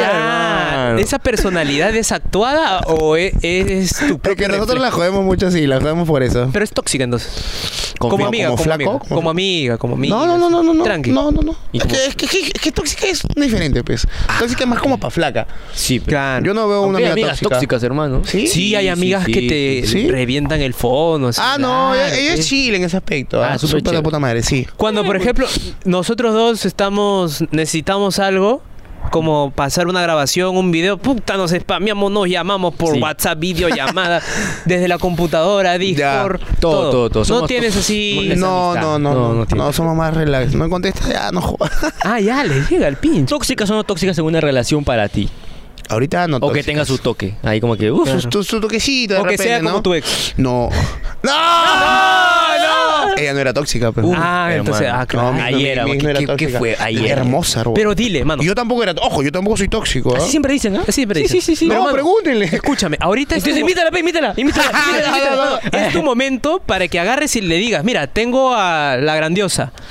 Speaker 3: hermano.
Speaker 2: ¿Esa personalidad es actuada o e- es,
Speaker 1: *laughs*
Speaker 2: tu propio
Speaker 7: Porque nosotros
Speaker 2: reflejo?
Speaker 7: la jodemos mucho, sí, la jodemos por eso.
Speaker 2: Pero es tóxica entonces.
Speaker 7: Como-
Speaker 2: Como amiga,
Speaker 7: como
Speaker 2: como,
Speaker 7: flaco,
Speaker 2: amiga.
Speaker 7: como-
Speaker 2: Como amiga, como amiga.
Speaker 7: No, no, no, no, no, no.
Speaker 2: Tranqui.
Speaker 7: No, no, no.
Speaker 3: ¿Y
Speaker 7: Es
Speaker 3: cómo?
Speaker 7: que, es, que, es que- es que tóxica es diferente, pues. Tóxica es más como pa' flaca.
Speaker 3: Sí, pero-
Speaker 2: Claro.
Speaker 7: Yo no veo una
Speaker 3: Aunque hay
Speaker 7: amiga
Speaker 3: amigas
Speaker 7: tóxica.
Speaker 3: tóxicas, hermano.
Speaker 7: Sí.
Speaker 2: Sí, hay amigas
Speaker 3: sí,
Speaker 2: que
Speaker 3: sí,
Speaker 2: te
Speaker 7: sí, sí.
Speaker 2: revientan el fono. así,
Speaker 7: Ah, no,
Speaker 2: claro,
Speaker 7: ella, ella
Speaker 2: sí.
Speaker 7: es chile en ese aspecto.
Speaker 3: Ah,
Speaker 7: Ah,
Speaker 3: súper
Speaker 7: súper de
Speaker 3: chévere.
Speaker 7: puta madre, sí.
Speaker 2: Cuando, por ejemplo, nosotros dos estamos, necesitamos algo, como pasar una grabación, un video, puta, nos spameamos, nos llamamos por
Speaker 3: Sí.
Speaker 2: WhatsApp,
Speaker 7: *laughs*
Speaker 2: videollamada, desde la computadora, Discord,
Speaker 3: Todo, todo, todo.
Speaker 2: No
Speaker 3: Somos
Speaker 2: tienes
Speaker 3: to-
Speaker 2: así...
Speaker 3: Esa
Speaker 7: No,
Speaker 3: amistad. No,
Speaker 7: no, no, no,
Speaker 3: no
Speaker 7: no,
Speaker 3: tiene.
Speaker 7: somos más relax. No contestas, ya no jodas.
Speaker 2: Ah, ya, le llega el pinche.
Speaker 3: Tóxicas o no tóxicas en una relación para ti.
Speaker 7: *laughs* Ahorita no.
Speaker 3: O que
Speaker 7: tóxicas.
Speaker 3: tenga su toque. Ahí como que, uff,
Speaker 7: *laughs* su, su toquecito de
Speaker 2: O que
Speaker 7: repente,
Speaker 2: sea como
Speaker 7: ¿no?
Speaker 2: tu ex.
Speaker 7: *laughs* No. ¡No! *laughs* ¡No! Ella no era tóxica, pues. pero.
Speaker 2: ah,
Speaker 3: hermano.
Speaker 2: entonces, ah, claro.
Speaker 7: Uh, No, mi- mi-
Speaker 3: Ahí era,
Speaker 7: mi- mi
Speaker 3: ¿qué-
Speaker 7: no era
Speaker 3: qué- qué
Speaker 7: tóxica.
Speaker 3: fue? Ahí era.
Speaker 7: Hermosa, hermano.
Speaker 2: Pero dile, mano.
Speaker 7: Y yo tampoco era. Ojo, yo tampoco soy tóxico. ¿ah?
Speaker 3: Así siempre dicen, ¿ah?
Speaker 2: Así siempre dicen.
Speaker 3: Sí, sí, sí.
Speaker 7: No,
Speaker 2: Pero, mano,
Speaker 7: pregúntenle.
Speaker 2: Escúchame, ahorita este es tu,
Speaker 3: Entonces, imítala, pe,
Speaker 2: *laughs*
Speaker 3: imítala. *laughs* Imítala.
Speaker 2: mira, mira,
Speaker 7: no,
Speaker 2: mira, es tu momento para que agarres y le digas, mira, tengo a la grandiosa. *laughs*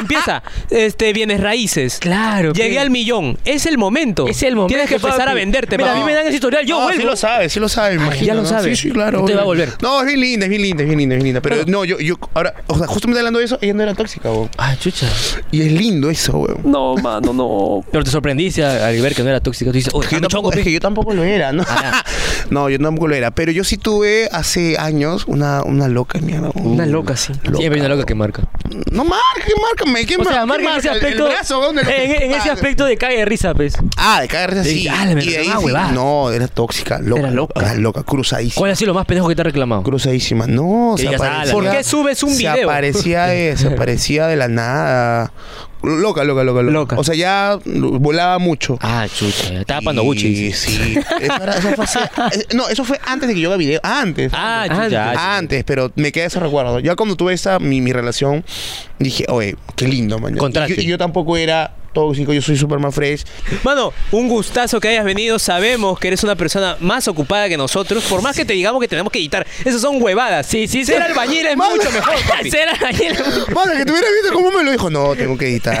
Speaker 2: Empieza, este, bienes raíces.
Speaker 3: Claro.
Speaker 2: Llegué al millón. Es el momento.
Speaker 3: Es el momento.
Speaker 2: Tienes que empezar
Speaker 3: papi.
Speaker 2: a venderte,
Speaker 3: Mira,
Speaker 2: papi.
Speaker 3: a mí me dan ese tutorial, yo
Speaker 7: no,
Speaker 3: vuelvo. Ah,
Speaker 7: Ah, sí lo sabe, sí lo sabe, imagino,
Speaker 2: ya lo
Speaker 7: ¿no?
Speaker 2: sabe.
Speaker 7: Sí, sí, claro.
Speaker 3: Usted va a
Speaker 7: obvio.
Speaker 3: volver.
Speaker 7: No, es bien linda, es bien linda, es bien linda, es bien linda. Pero no, yo, yo, ahora, o sea, justamente hablando de eso, ella no era tóxica, weón.
Speaker 3: Ah, chucha.
Speaker 7: Y es lindo eso, weón.
Speaker 2: No, mano, no.
Speaker 3: Pero te sorprendiste a- al ver que no era tóxica. Tú dices, oye,
Speaker 7: Es que yo
Speaker 3: dame chongo, Ah,
Speaker 7: tampoco-
Speaker 3: pe.
Speaker 7: es que yo tampoco lo era, ¿no? *laughs* no, yo tampoco lo era. Pero yo sí tuve hace años una, una loca, mierda. weón.
Speaker 2: Una loca, sí.
Speaker 3: Siempre hay una loca que marca.
Speaker 7: No marca, márcame. ¿Qué
Speaker 3: O
Speaker 7: mar-
Speaker 3: sea,
Speaker 7: qué
Speaker 3: marca en ese
Speaker 7: El-
Speaker 3: aspecto.
Speaker 7: El brazo, weón, de la-
Speaker 3: en, en ese
Speaker 7: Ah,
Speaker 3: aspecto de cae de risa, pues.
Speaker 7: Ah, de cagarse
Speaker 3: Sí,
Speaker 7: así.
Speaker 3: ah, la
Speaker 7: y de ahí
Speaker 3: verdad,
Speaker 7: sí,
Speaker 3: huevada.
Speaker 7: No, era tóxica, loca.
Speaker 3: Era loca.
Speaker 7: Era loca, cruzadísima.
Speaker 3: ¿Cuál ha sido lo más pendejo que te ha reclamado?
Speaker 7: Cruzadísima. No,
Speaker 3: Que
Speaker 7: se
Speaker 3: digas, "Ah,
Speaker 7: aparecía.
Speaker 3: "Ala,
Speaker 2: ¿Por qué subes un
Speaker 7: Se
Speaker 2: video?
Speaker 7: aparecía, de, se aparecía de la nada. Loca, loca, loca, loca.
Speaker 2: Loca.
Speaker 7: O sea, ya volaba mucho.
Speaker 3: Ah, chucha. ya Estaba pando
Speaker 7: Y-
Speaker 3: Gucci.
Speaker 7: Sí. Eso, era- eso fue hace-
Speaker 3: *laughs*
Speaker 7: eh, no, eso fue antes de que yo haga video. Antes.
Speaker 3: Ah,
Speaker 7: antes,
Speaker 3: chucha, ah,
Speaker 7: Antes, pero me queda ese recuerdo. Ya cuando tuve esa, mi, mi relación, dije, oye, qué lindo, man.
Speaker 3: Contraste.
Speaker 7: Y yo, y yo tampoco era tóxico, yo soy
Speaker 3: *laughs*
Speaker 7: Superman Fresh.
Speaker 2: Mano, un gustazo que hayas venido. Sabemos que eres una persona más ocupada que nosotros. Por más que te digamos que tenemos que editar, esas son huevadas. Sí, sí, ser albañil es
Speaker 7: Mano.
Speaker 2: mucho mejor. papi.
Speaker 3: Ser albañil.
Speaker 7: Madre, que te hubiera visto cómo me lo dijo. No, tengo que
Speaker 3: *laughs*
Speaker 7: editar.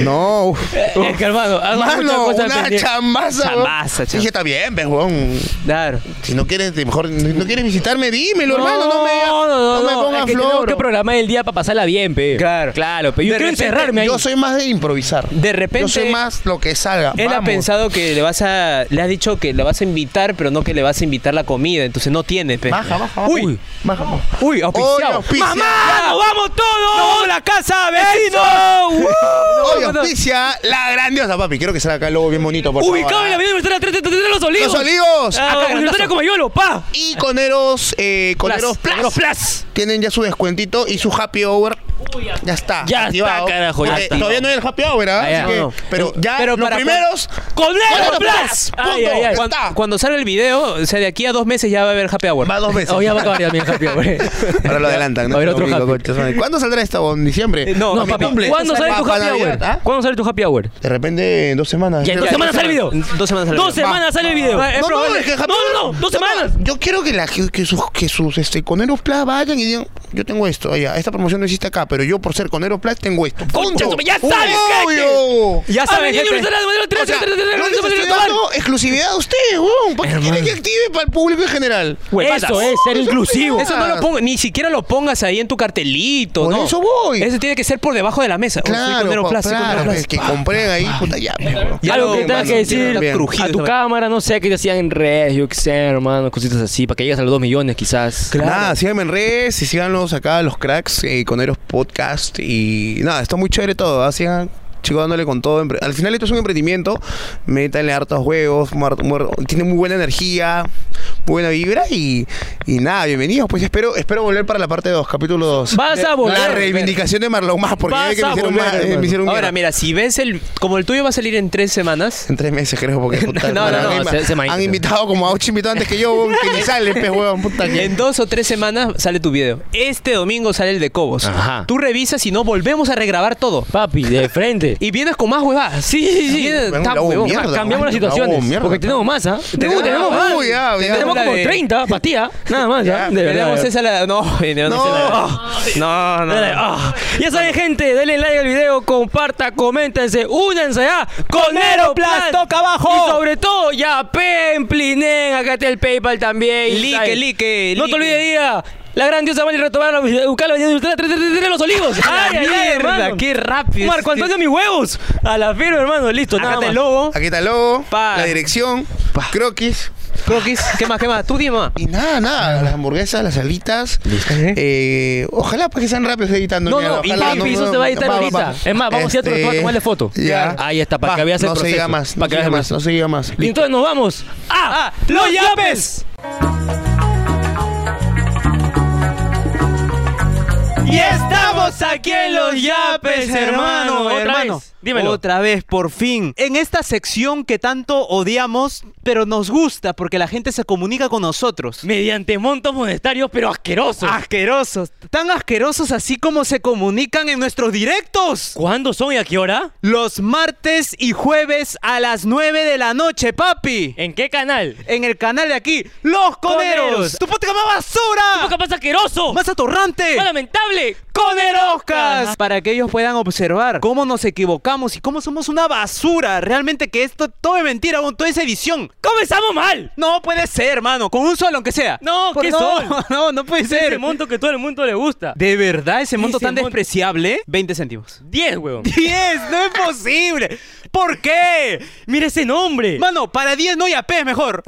Speaker 7: No. uf.
Speaker 3: Es que, hermano, hago muchas
Speaker 7: Mano,
Speaker 3: cosas
Speaker 7: una
Speaker 3: pendientes.
Speaker 7: chambaza. weón.
Speaker 2: Chambaza, chambaza.
Speaker 7: Dije, está bien, pues, weón.
Speaker 2: Claro.
Speaker 7: Si no quieres, de- mejor, no quieres visitarme, dímelo, hermano. No me,
Speaker 3: no, no,
Speaker 7: no me
Speaker 3: no,
Speaker 7: pongas
Speaker 3: es que
Speaker 7: flor.
Speaker 3: tengo que programar el día para pasarla bien, pe.
Speaker 2: Claro.
Speaker 3: Claro, pe. Yo
Speaker 2: De
Speaker 3: quiero
Speaker 2: repente,
Speaker 3: encerrarme ahí.
Speaker 7: Yo soy más de improvisar.
Speaker 2: De repente-
Speaker 7: Yo soy más lo que salga.
Speaker 2: Él ha
Speaker 7: Vamos.
Speaker 2: pensado que le vas a. Le has dicho que le vas a invitar, pero no que le vas a invitar la comida. Entonces no tiene, pe.
Speaker 7: Baja, baja, baja.
Speaker 2: Uy,
Speaker 7: baja. baja.
Speaker 2: uy,
Speaker 7: Hoy
Speaker 2: auspiciado.
Speaker 7: auspicia.
Speaker 2: ¡Mamá! ¡Nos vamos todos! a la casa, vecino!
Speaker 7: Hoy auspicia la grandiosa, papi. Quiero que salga acá el logo bien bonito, por favor. ¿eh?
Speaker 3: Ubicado en la avenida Universitaria 333 Los Olivos.
Speaker 7: Los olivos.
Speaker 3: Ah,
Speaker 2: Acá,
Speaker 3: Universitaria
Speaker 2: grandazo.
Speaker 3: Comayolo, pa.
Speaker 7: Y coneros, eh, coneros plus.
Speaker 3: Coneros Plus.
Speaker 7: Tienen ya su descuentito y su happy hour. ya está.
Speaker 3: Ya está,
Speaker 7: activado.
Speaker 3: carajo, ya
Speaker 7: Porque
Speaker 3: está.
Speaker 7: Todavía no es el happy hour, ¿ah?
Speaker 3: Ah, ya.
Speaker 7: Así que-
Speaker 3: No, no.
Speaker 7: Pero ya
Speaker 2: Pero
Speaker 7: los
Speaker 2: para-
Speaker 7: primeros.
Speaker 3: ¡Coneros
Speaker 7: ¡Coneros
Speaker 3: Plus!
Speaker 7: Plus!
Speaker 3: Ay,
Speaker 7: Punto.
Speaker 3: ay, ay.
Speaker 7: Cuando-
Speaker 2: Cuando, cuando salga el video, o sea, de aquí a dos meses ya va a haber happy hour.
Speaker 7: Va dos veces.
Speaker 3: *laughs* Oh, ya va a acabar ya mi happy hour.
Speaker 7: Ahora lo adelantan, ¿no?
Speaker 3: A ver, otro
Speaker 7: Domingo,
Speaker 3: happy.
Speaker 7: coches, madre. ¿Cuándo saldrá esta? ¿En diciembre?
Speaker 2: Eh, *laughs* no,
Speaker 3: No,
Speaker 7: A mi
Speaker 3: papi,
Speaker 7: cumple.
Speaker 3: ¿cuándo sale tu
Speaker 7: Pa-
Speaker 3: happy
Speaker 7: para
Speaker 3: hour?
Speaker 7: Navidad, ¿ah?
Speaker 3: ¿Cuándo sale tu happy hour?
Speaker 7: De repente, en dos semanas.
Speaker 3: Ya, en dos semanas sale el video.
Speaker 2: Dos semanas al
Speaker 3: Dos
Speaker 2: video.
Speaker 3: semanas sale el video.
Speaker 2: Ah, es
Speaker 7: No, no,
Speaker 2: probable.
Speaker 7: es que happy
Speaker 3: No,
Speaker 7: hour-
Speaker 3: no, no, dos semanas.
Speaker 7: Yo quiero que, la, que sus, que sus este, coneros plus vayan y digan: Yo tengo esto, allá. Esta promoción no existe acá, pero yo por ser coneros plus tengo esto.
Speaker 3: Concha,
Speaker 7: Punto.
Speaker 3: ya sabes,
Speaker 7: ¡Obvio!
Speaker 2: Ya saben,
Speaker 3: Avenida
Speaker 2: gente.
Speaker 3: Universitaria de Madrid,
Speaker 7: O sea,
Speaker 3: 333
Speaker 7: no les estoy dando exclusividad a ustedes, weón. ¿Para qué quieren que active para el público en general?
Speaker 3: Eso es ser
Speaker 7: Eso es
Speaker 3: inclusivo.
Speaker 7: verdad.
Speaker 2: Eso no lo pongo, ni siquiera lo pongas ahí en tu cartelito,
Speaker 7: Por
Speaker 2: no.
Speaker 7: eso voy.
Speaker 2: Eso tiene que ser por debajo de la mesa. Oh, soy
Speaker 7: Claro,
Speaker 2: conero
Speaker 7: pa-
Speaker 2: plus, soy conero
Speaker 7: claro,
Speaker 2: plus.
Speaker 7: es que compré ahí, puta ya. pe, weón.
Speaker 2: Ya
Speaker 3: Algo
Speaker 2: lo-
Speaker 3: que tengas
Speaker 2: mano,
Speaker 3: que
Speaker 2: ya
Speaker 3: decir
Speaker 2: lo- crujido
Speaker 3: a tu
Speaker 2: también.
Speaker 3: cámara, no sé, que te hacían en redes, yo qué sé, hermano, cositas así, para que llegues a los dos millones quizás.
Speaker 7: Nada, síganme en redes y síganos acá los cracks eh, con Eros Podcast y nada, está muy chévere todo, ¿ah? sigan chicos dándole con todo. Empre- Al final esto es un emprendimiento, métanle hartos juegos, muer- muer- tiene muy buena energía,
Speaker 1: buena vibra y, y nada, bienvenidos. Pues espero espero volver para la parte 2, capítulo 2.
Speaker 3: Vas a volver.
Speaker 1: La reivindicación de Marlon más, porque ya
Speaker 3: Vas
Speaker 1: ve que me
Speaker 3: a
Speaker 1: hicieron,
Speaker 3: volver,
Speaker 1: más- eh,
Speaker 3: hermano.
Speaker 1: me hicieron
Speaker 2: Ahora,
Speaker 1: mierda.
Speaker 2: mira, si ves el. Como el tuyo va a salir en tres semanas.
Speaker 1: En tres meses, creo, porque
Speaker 3: *laughs*
Speaker 1: puta,
Speaker 2: *laughs* No, no,
Speaker 1: hermano,
Speaker 2: no,
Speaker 1: a mí
Speaker 3: se-
Speaker 1: me-
Speaker 3: se me ha
Speaker 1: han
Speaker 3: ido.
Speaker 1: invitado como a ocho invitados antes que yo, weón, que ni salen, pues, huevón, puta
Speaker 3: *laughs*
Speaker 1: que.
Speaker 2: En dos o tres semanas sale tu video. Este domingo sale el de Cobos.
Speaker 3: Ajá.
Speaker 2: Tú revisas y no volvemos a regrabar todo.
Speaker 3: Papi, de frente.
Speaker 2: Y vienes con más huevadas.
Speaker 3: Sí, sí, sí.
Speaker 2: Vienes-
Speaker 1: Me
Speaker 2: está
Speaker 1: hago
Speaker 2: huevón.
Speaker 1: mierda. man,
Speaker 3: Cambiamos las situaciones.
Speaker 1: no, mierda.
Speaker 3: porque tenemos más, ¿ah?
Speaker 2: Tenemos-
Speaker 3: Tenemos, tenemos
Speaker 1: uy,
Speaker 3: más.
Speaker 1: ya, ya.
Speaker 3: Tenemos como
Speaker 2: La de- *laughs*
Speaker 3: 30 pastillas. Nada más, ya. De verdad.
Speaker 2: Tenemos esa la... No, *laughs* no,
Speaker 1: No.
Speaker 2: no, no.
Speaker 3: Dale, ah. Ya saben, gente, denle like al video, comparta, coméntense, únense a Conero Plan.
Speaker 2: toca abajo.
Speaker 3: Y sobre todo, ya pemplinen, acá está el PayPal también.
Speaker 2: Like,
Speaker 3: Ay,
Speaker 2: like,
Speaker 3: No
Speaker 2: like.
Speaker 3: te olvides de ir a la gran diosa Mali Retobar, a buscar la avenida Industrial 333 Los
Speaker 2: *laughs*
Speaker 3: Olivos.
Speaker 2: ¡Ay,
Speaker 3: Ay, ay, ay, hermano.
Speaker 2: ¡Qué rápido!
Speaker 3: Marco
Speaker 2: este-
Speaker 3: Antonio, mis huevos. A la firma, hermano, listo.
Speaker 2: Acá
Speaker 3: nada
Speaker 2: está el
Speaker 3: más.
Speaker 2: logo.
Speaker 1: Aquí está el logo,
Speaker 2: Pa.
Speaker 1: la dirección, croquis.
Speaker 2: Croquis. ¿Qué más, qué más? Tú, Diema.
Speaker 1: Y nada, nada, las hamburguesas, las alitas. Eh, ojalá para que sean rápidos editando.
Speaker 3: No,
Speaker 1: mierda,
Speaker 3: no, y
Speaker 1: ojalá,
Speaker 3: papi, eso se va a editar
Speaker 1: va, va,
Speaker 3: ahorita.
Speaker 1: va.
Speaker 3: Es más, vamos a ir a tu
Speaker 1: Este,
Speaker 3: restaurante a tomarle foto.
Speaker 1: Ya.
Speaker 3: Ahí está, para
Speaker 1: Va,
Speaker 3: que veas el
Speaker 1: No se
Speaker 3: proceso.
Speaker 1: diga más,
Speaker 3: Para
Speaker 1: no
Speaker 3: que
Speaker 1: se
Speaker 3: veas
Speaker 1: diga
Speaker 3: el
Speaker 1: más, no se diga más.
Speaker 3: Y
Speaker 1: Listo.
Speaker 3: entonces nos vamos a Los Yapes.
Speaker 2: Y estamos aquí en los yapes, hermano.
Speaker 3: Otra
Speaker 2: hermano.
Speaker 3: vez, dímelo.
Speaker 2: Otra vez, por fin. En esta sección que tanto odiamos, pero nos gusta porque la gente se comunica con nosotros.
Speaker 3: Mediante montos monetarios, pero asquerosos.
Speaker 1: Ah.
Speaker 2: Asquerosos. Tan asquerosos así como se comunican en nuestros directos.
Speaker 3: ¿Cuándo son y a qué hora?
Speaker 2: Los martes y jueves a las 9 de la noche, papi.
Speaker 3: ¿En qué canal?
Speaker 2: En el canal de aquí, Los Coneros.
Speaker 3: Coneros.
Speaker 2: ¡Tu podcast más basura!
Speaker 3: capaz asqueroso!
Speaker 2: ¡Más atorrante!
Speaker 3: ¡Más lamentable!
Speaker 2: Coneroscas para que ellos puedan observar cómo nos equivocamos y cómo somos una basura. Realmente que esto todo es mentira, con toda esa edición.
Speaker 3: ¡Comenzamos mal!
Speaker 2: No puede ser, hermano, con un sol aunque sea.
Speaker 3: No,
Speaker 2: Por-
Speaker 3: ¿qué
Speaker 2: no,
Speaker 3: sol?
Speaker 2: *laughs* No, no puede ser.
Speaker 3: Ese monto que todo el mundo le gusta.
Speaker 2: De verdad, ese monto
Speaker 3: Ese
Speaker 2: tan
Speaker 3: monto-
Speaker 2: despreciable, 20 céntimos. *laughs*
Speaker 3: 10, weón.
Speaker 2: 10, no es posible. ¿Por qué?
Speaker 3: Mira ese nombre.
Speaker 2: Mano, para 10 no y AP es mejor.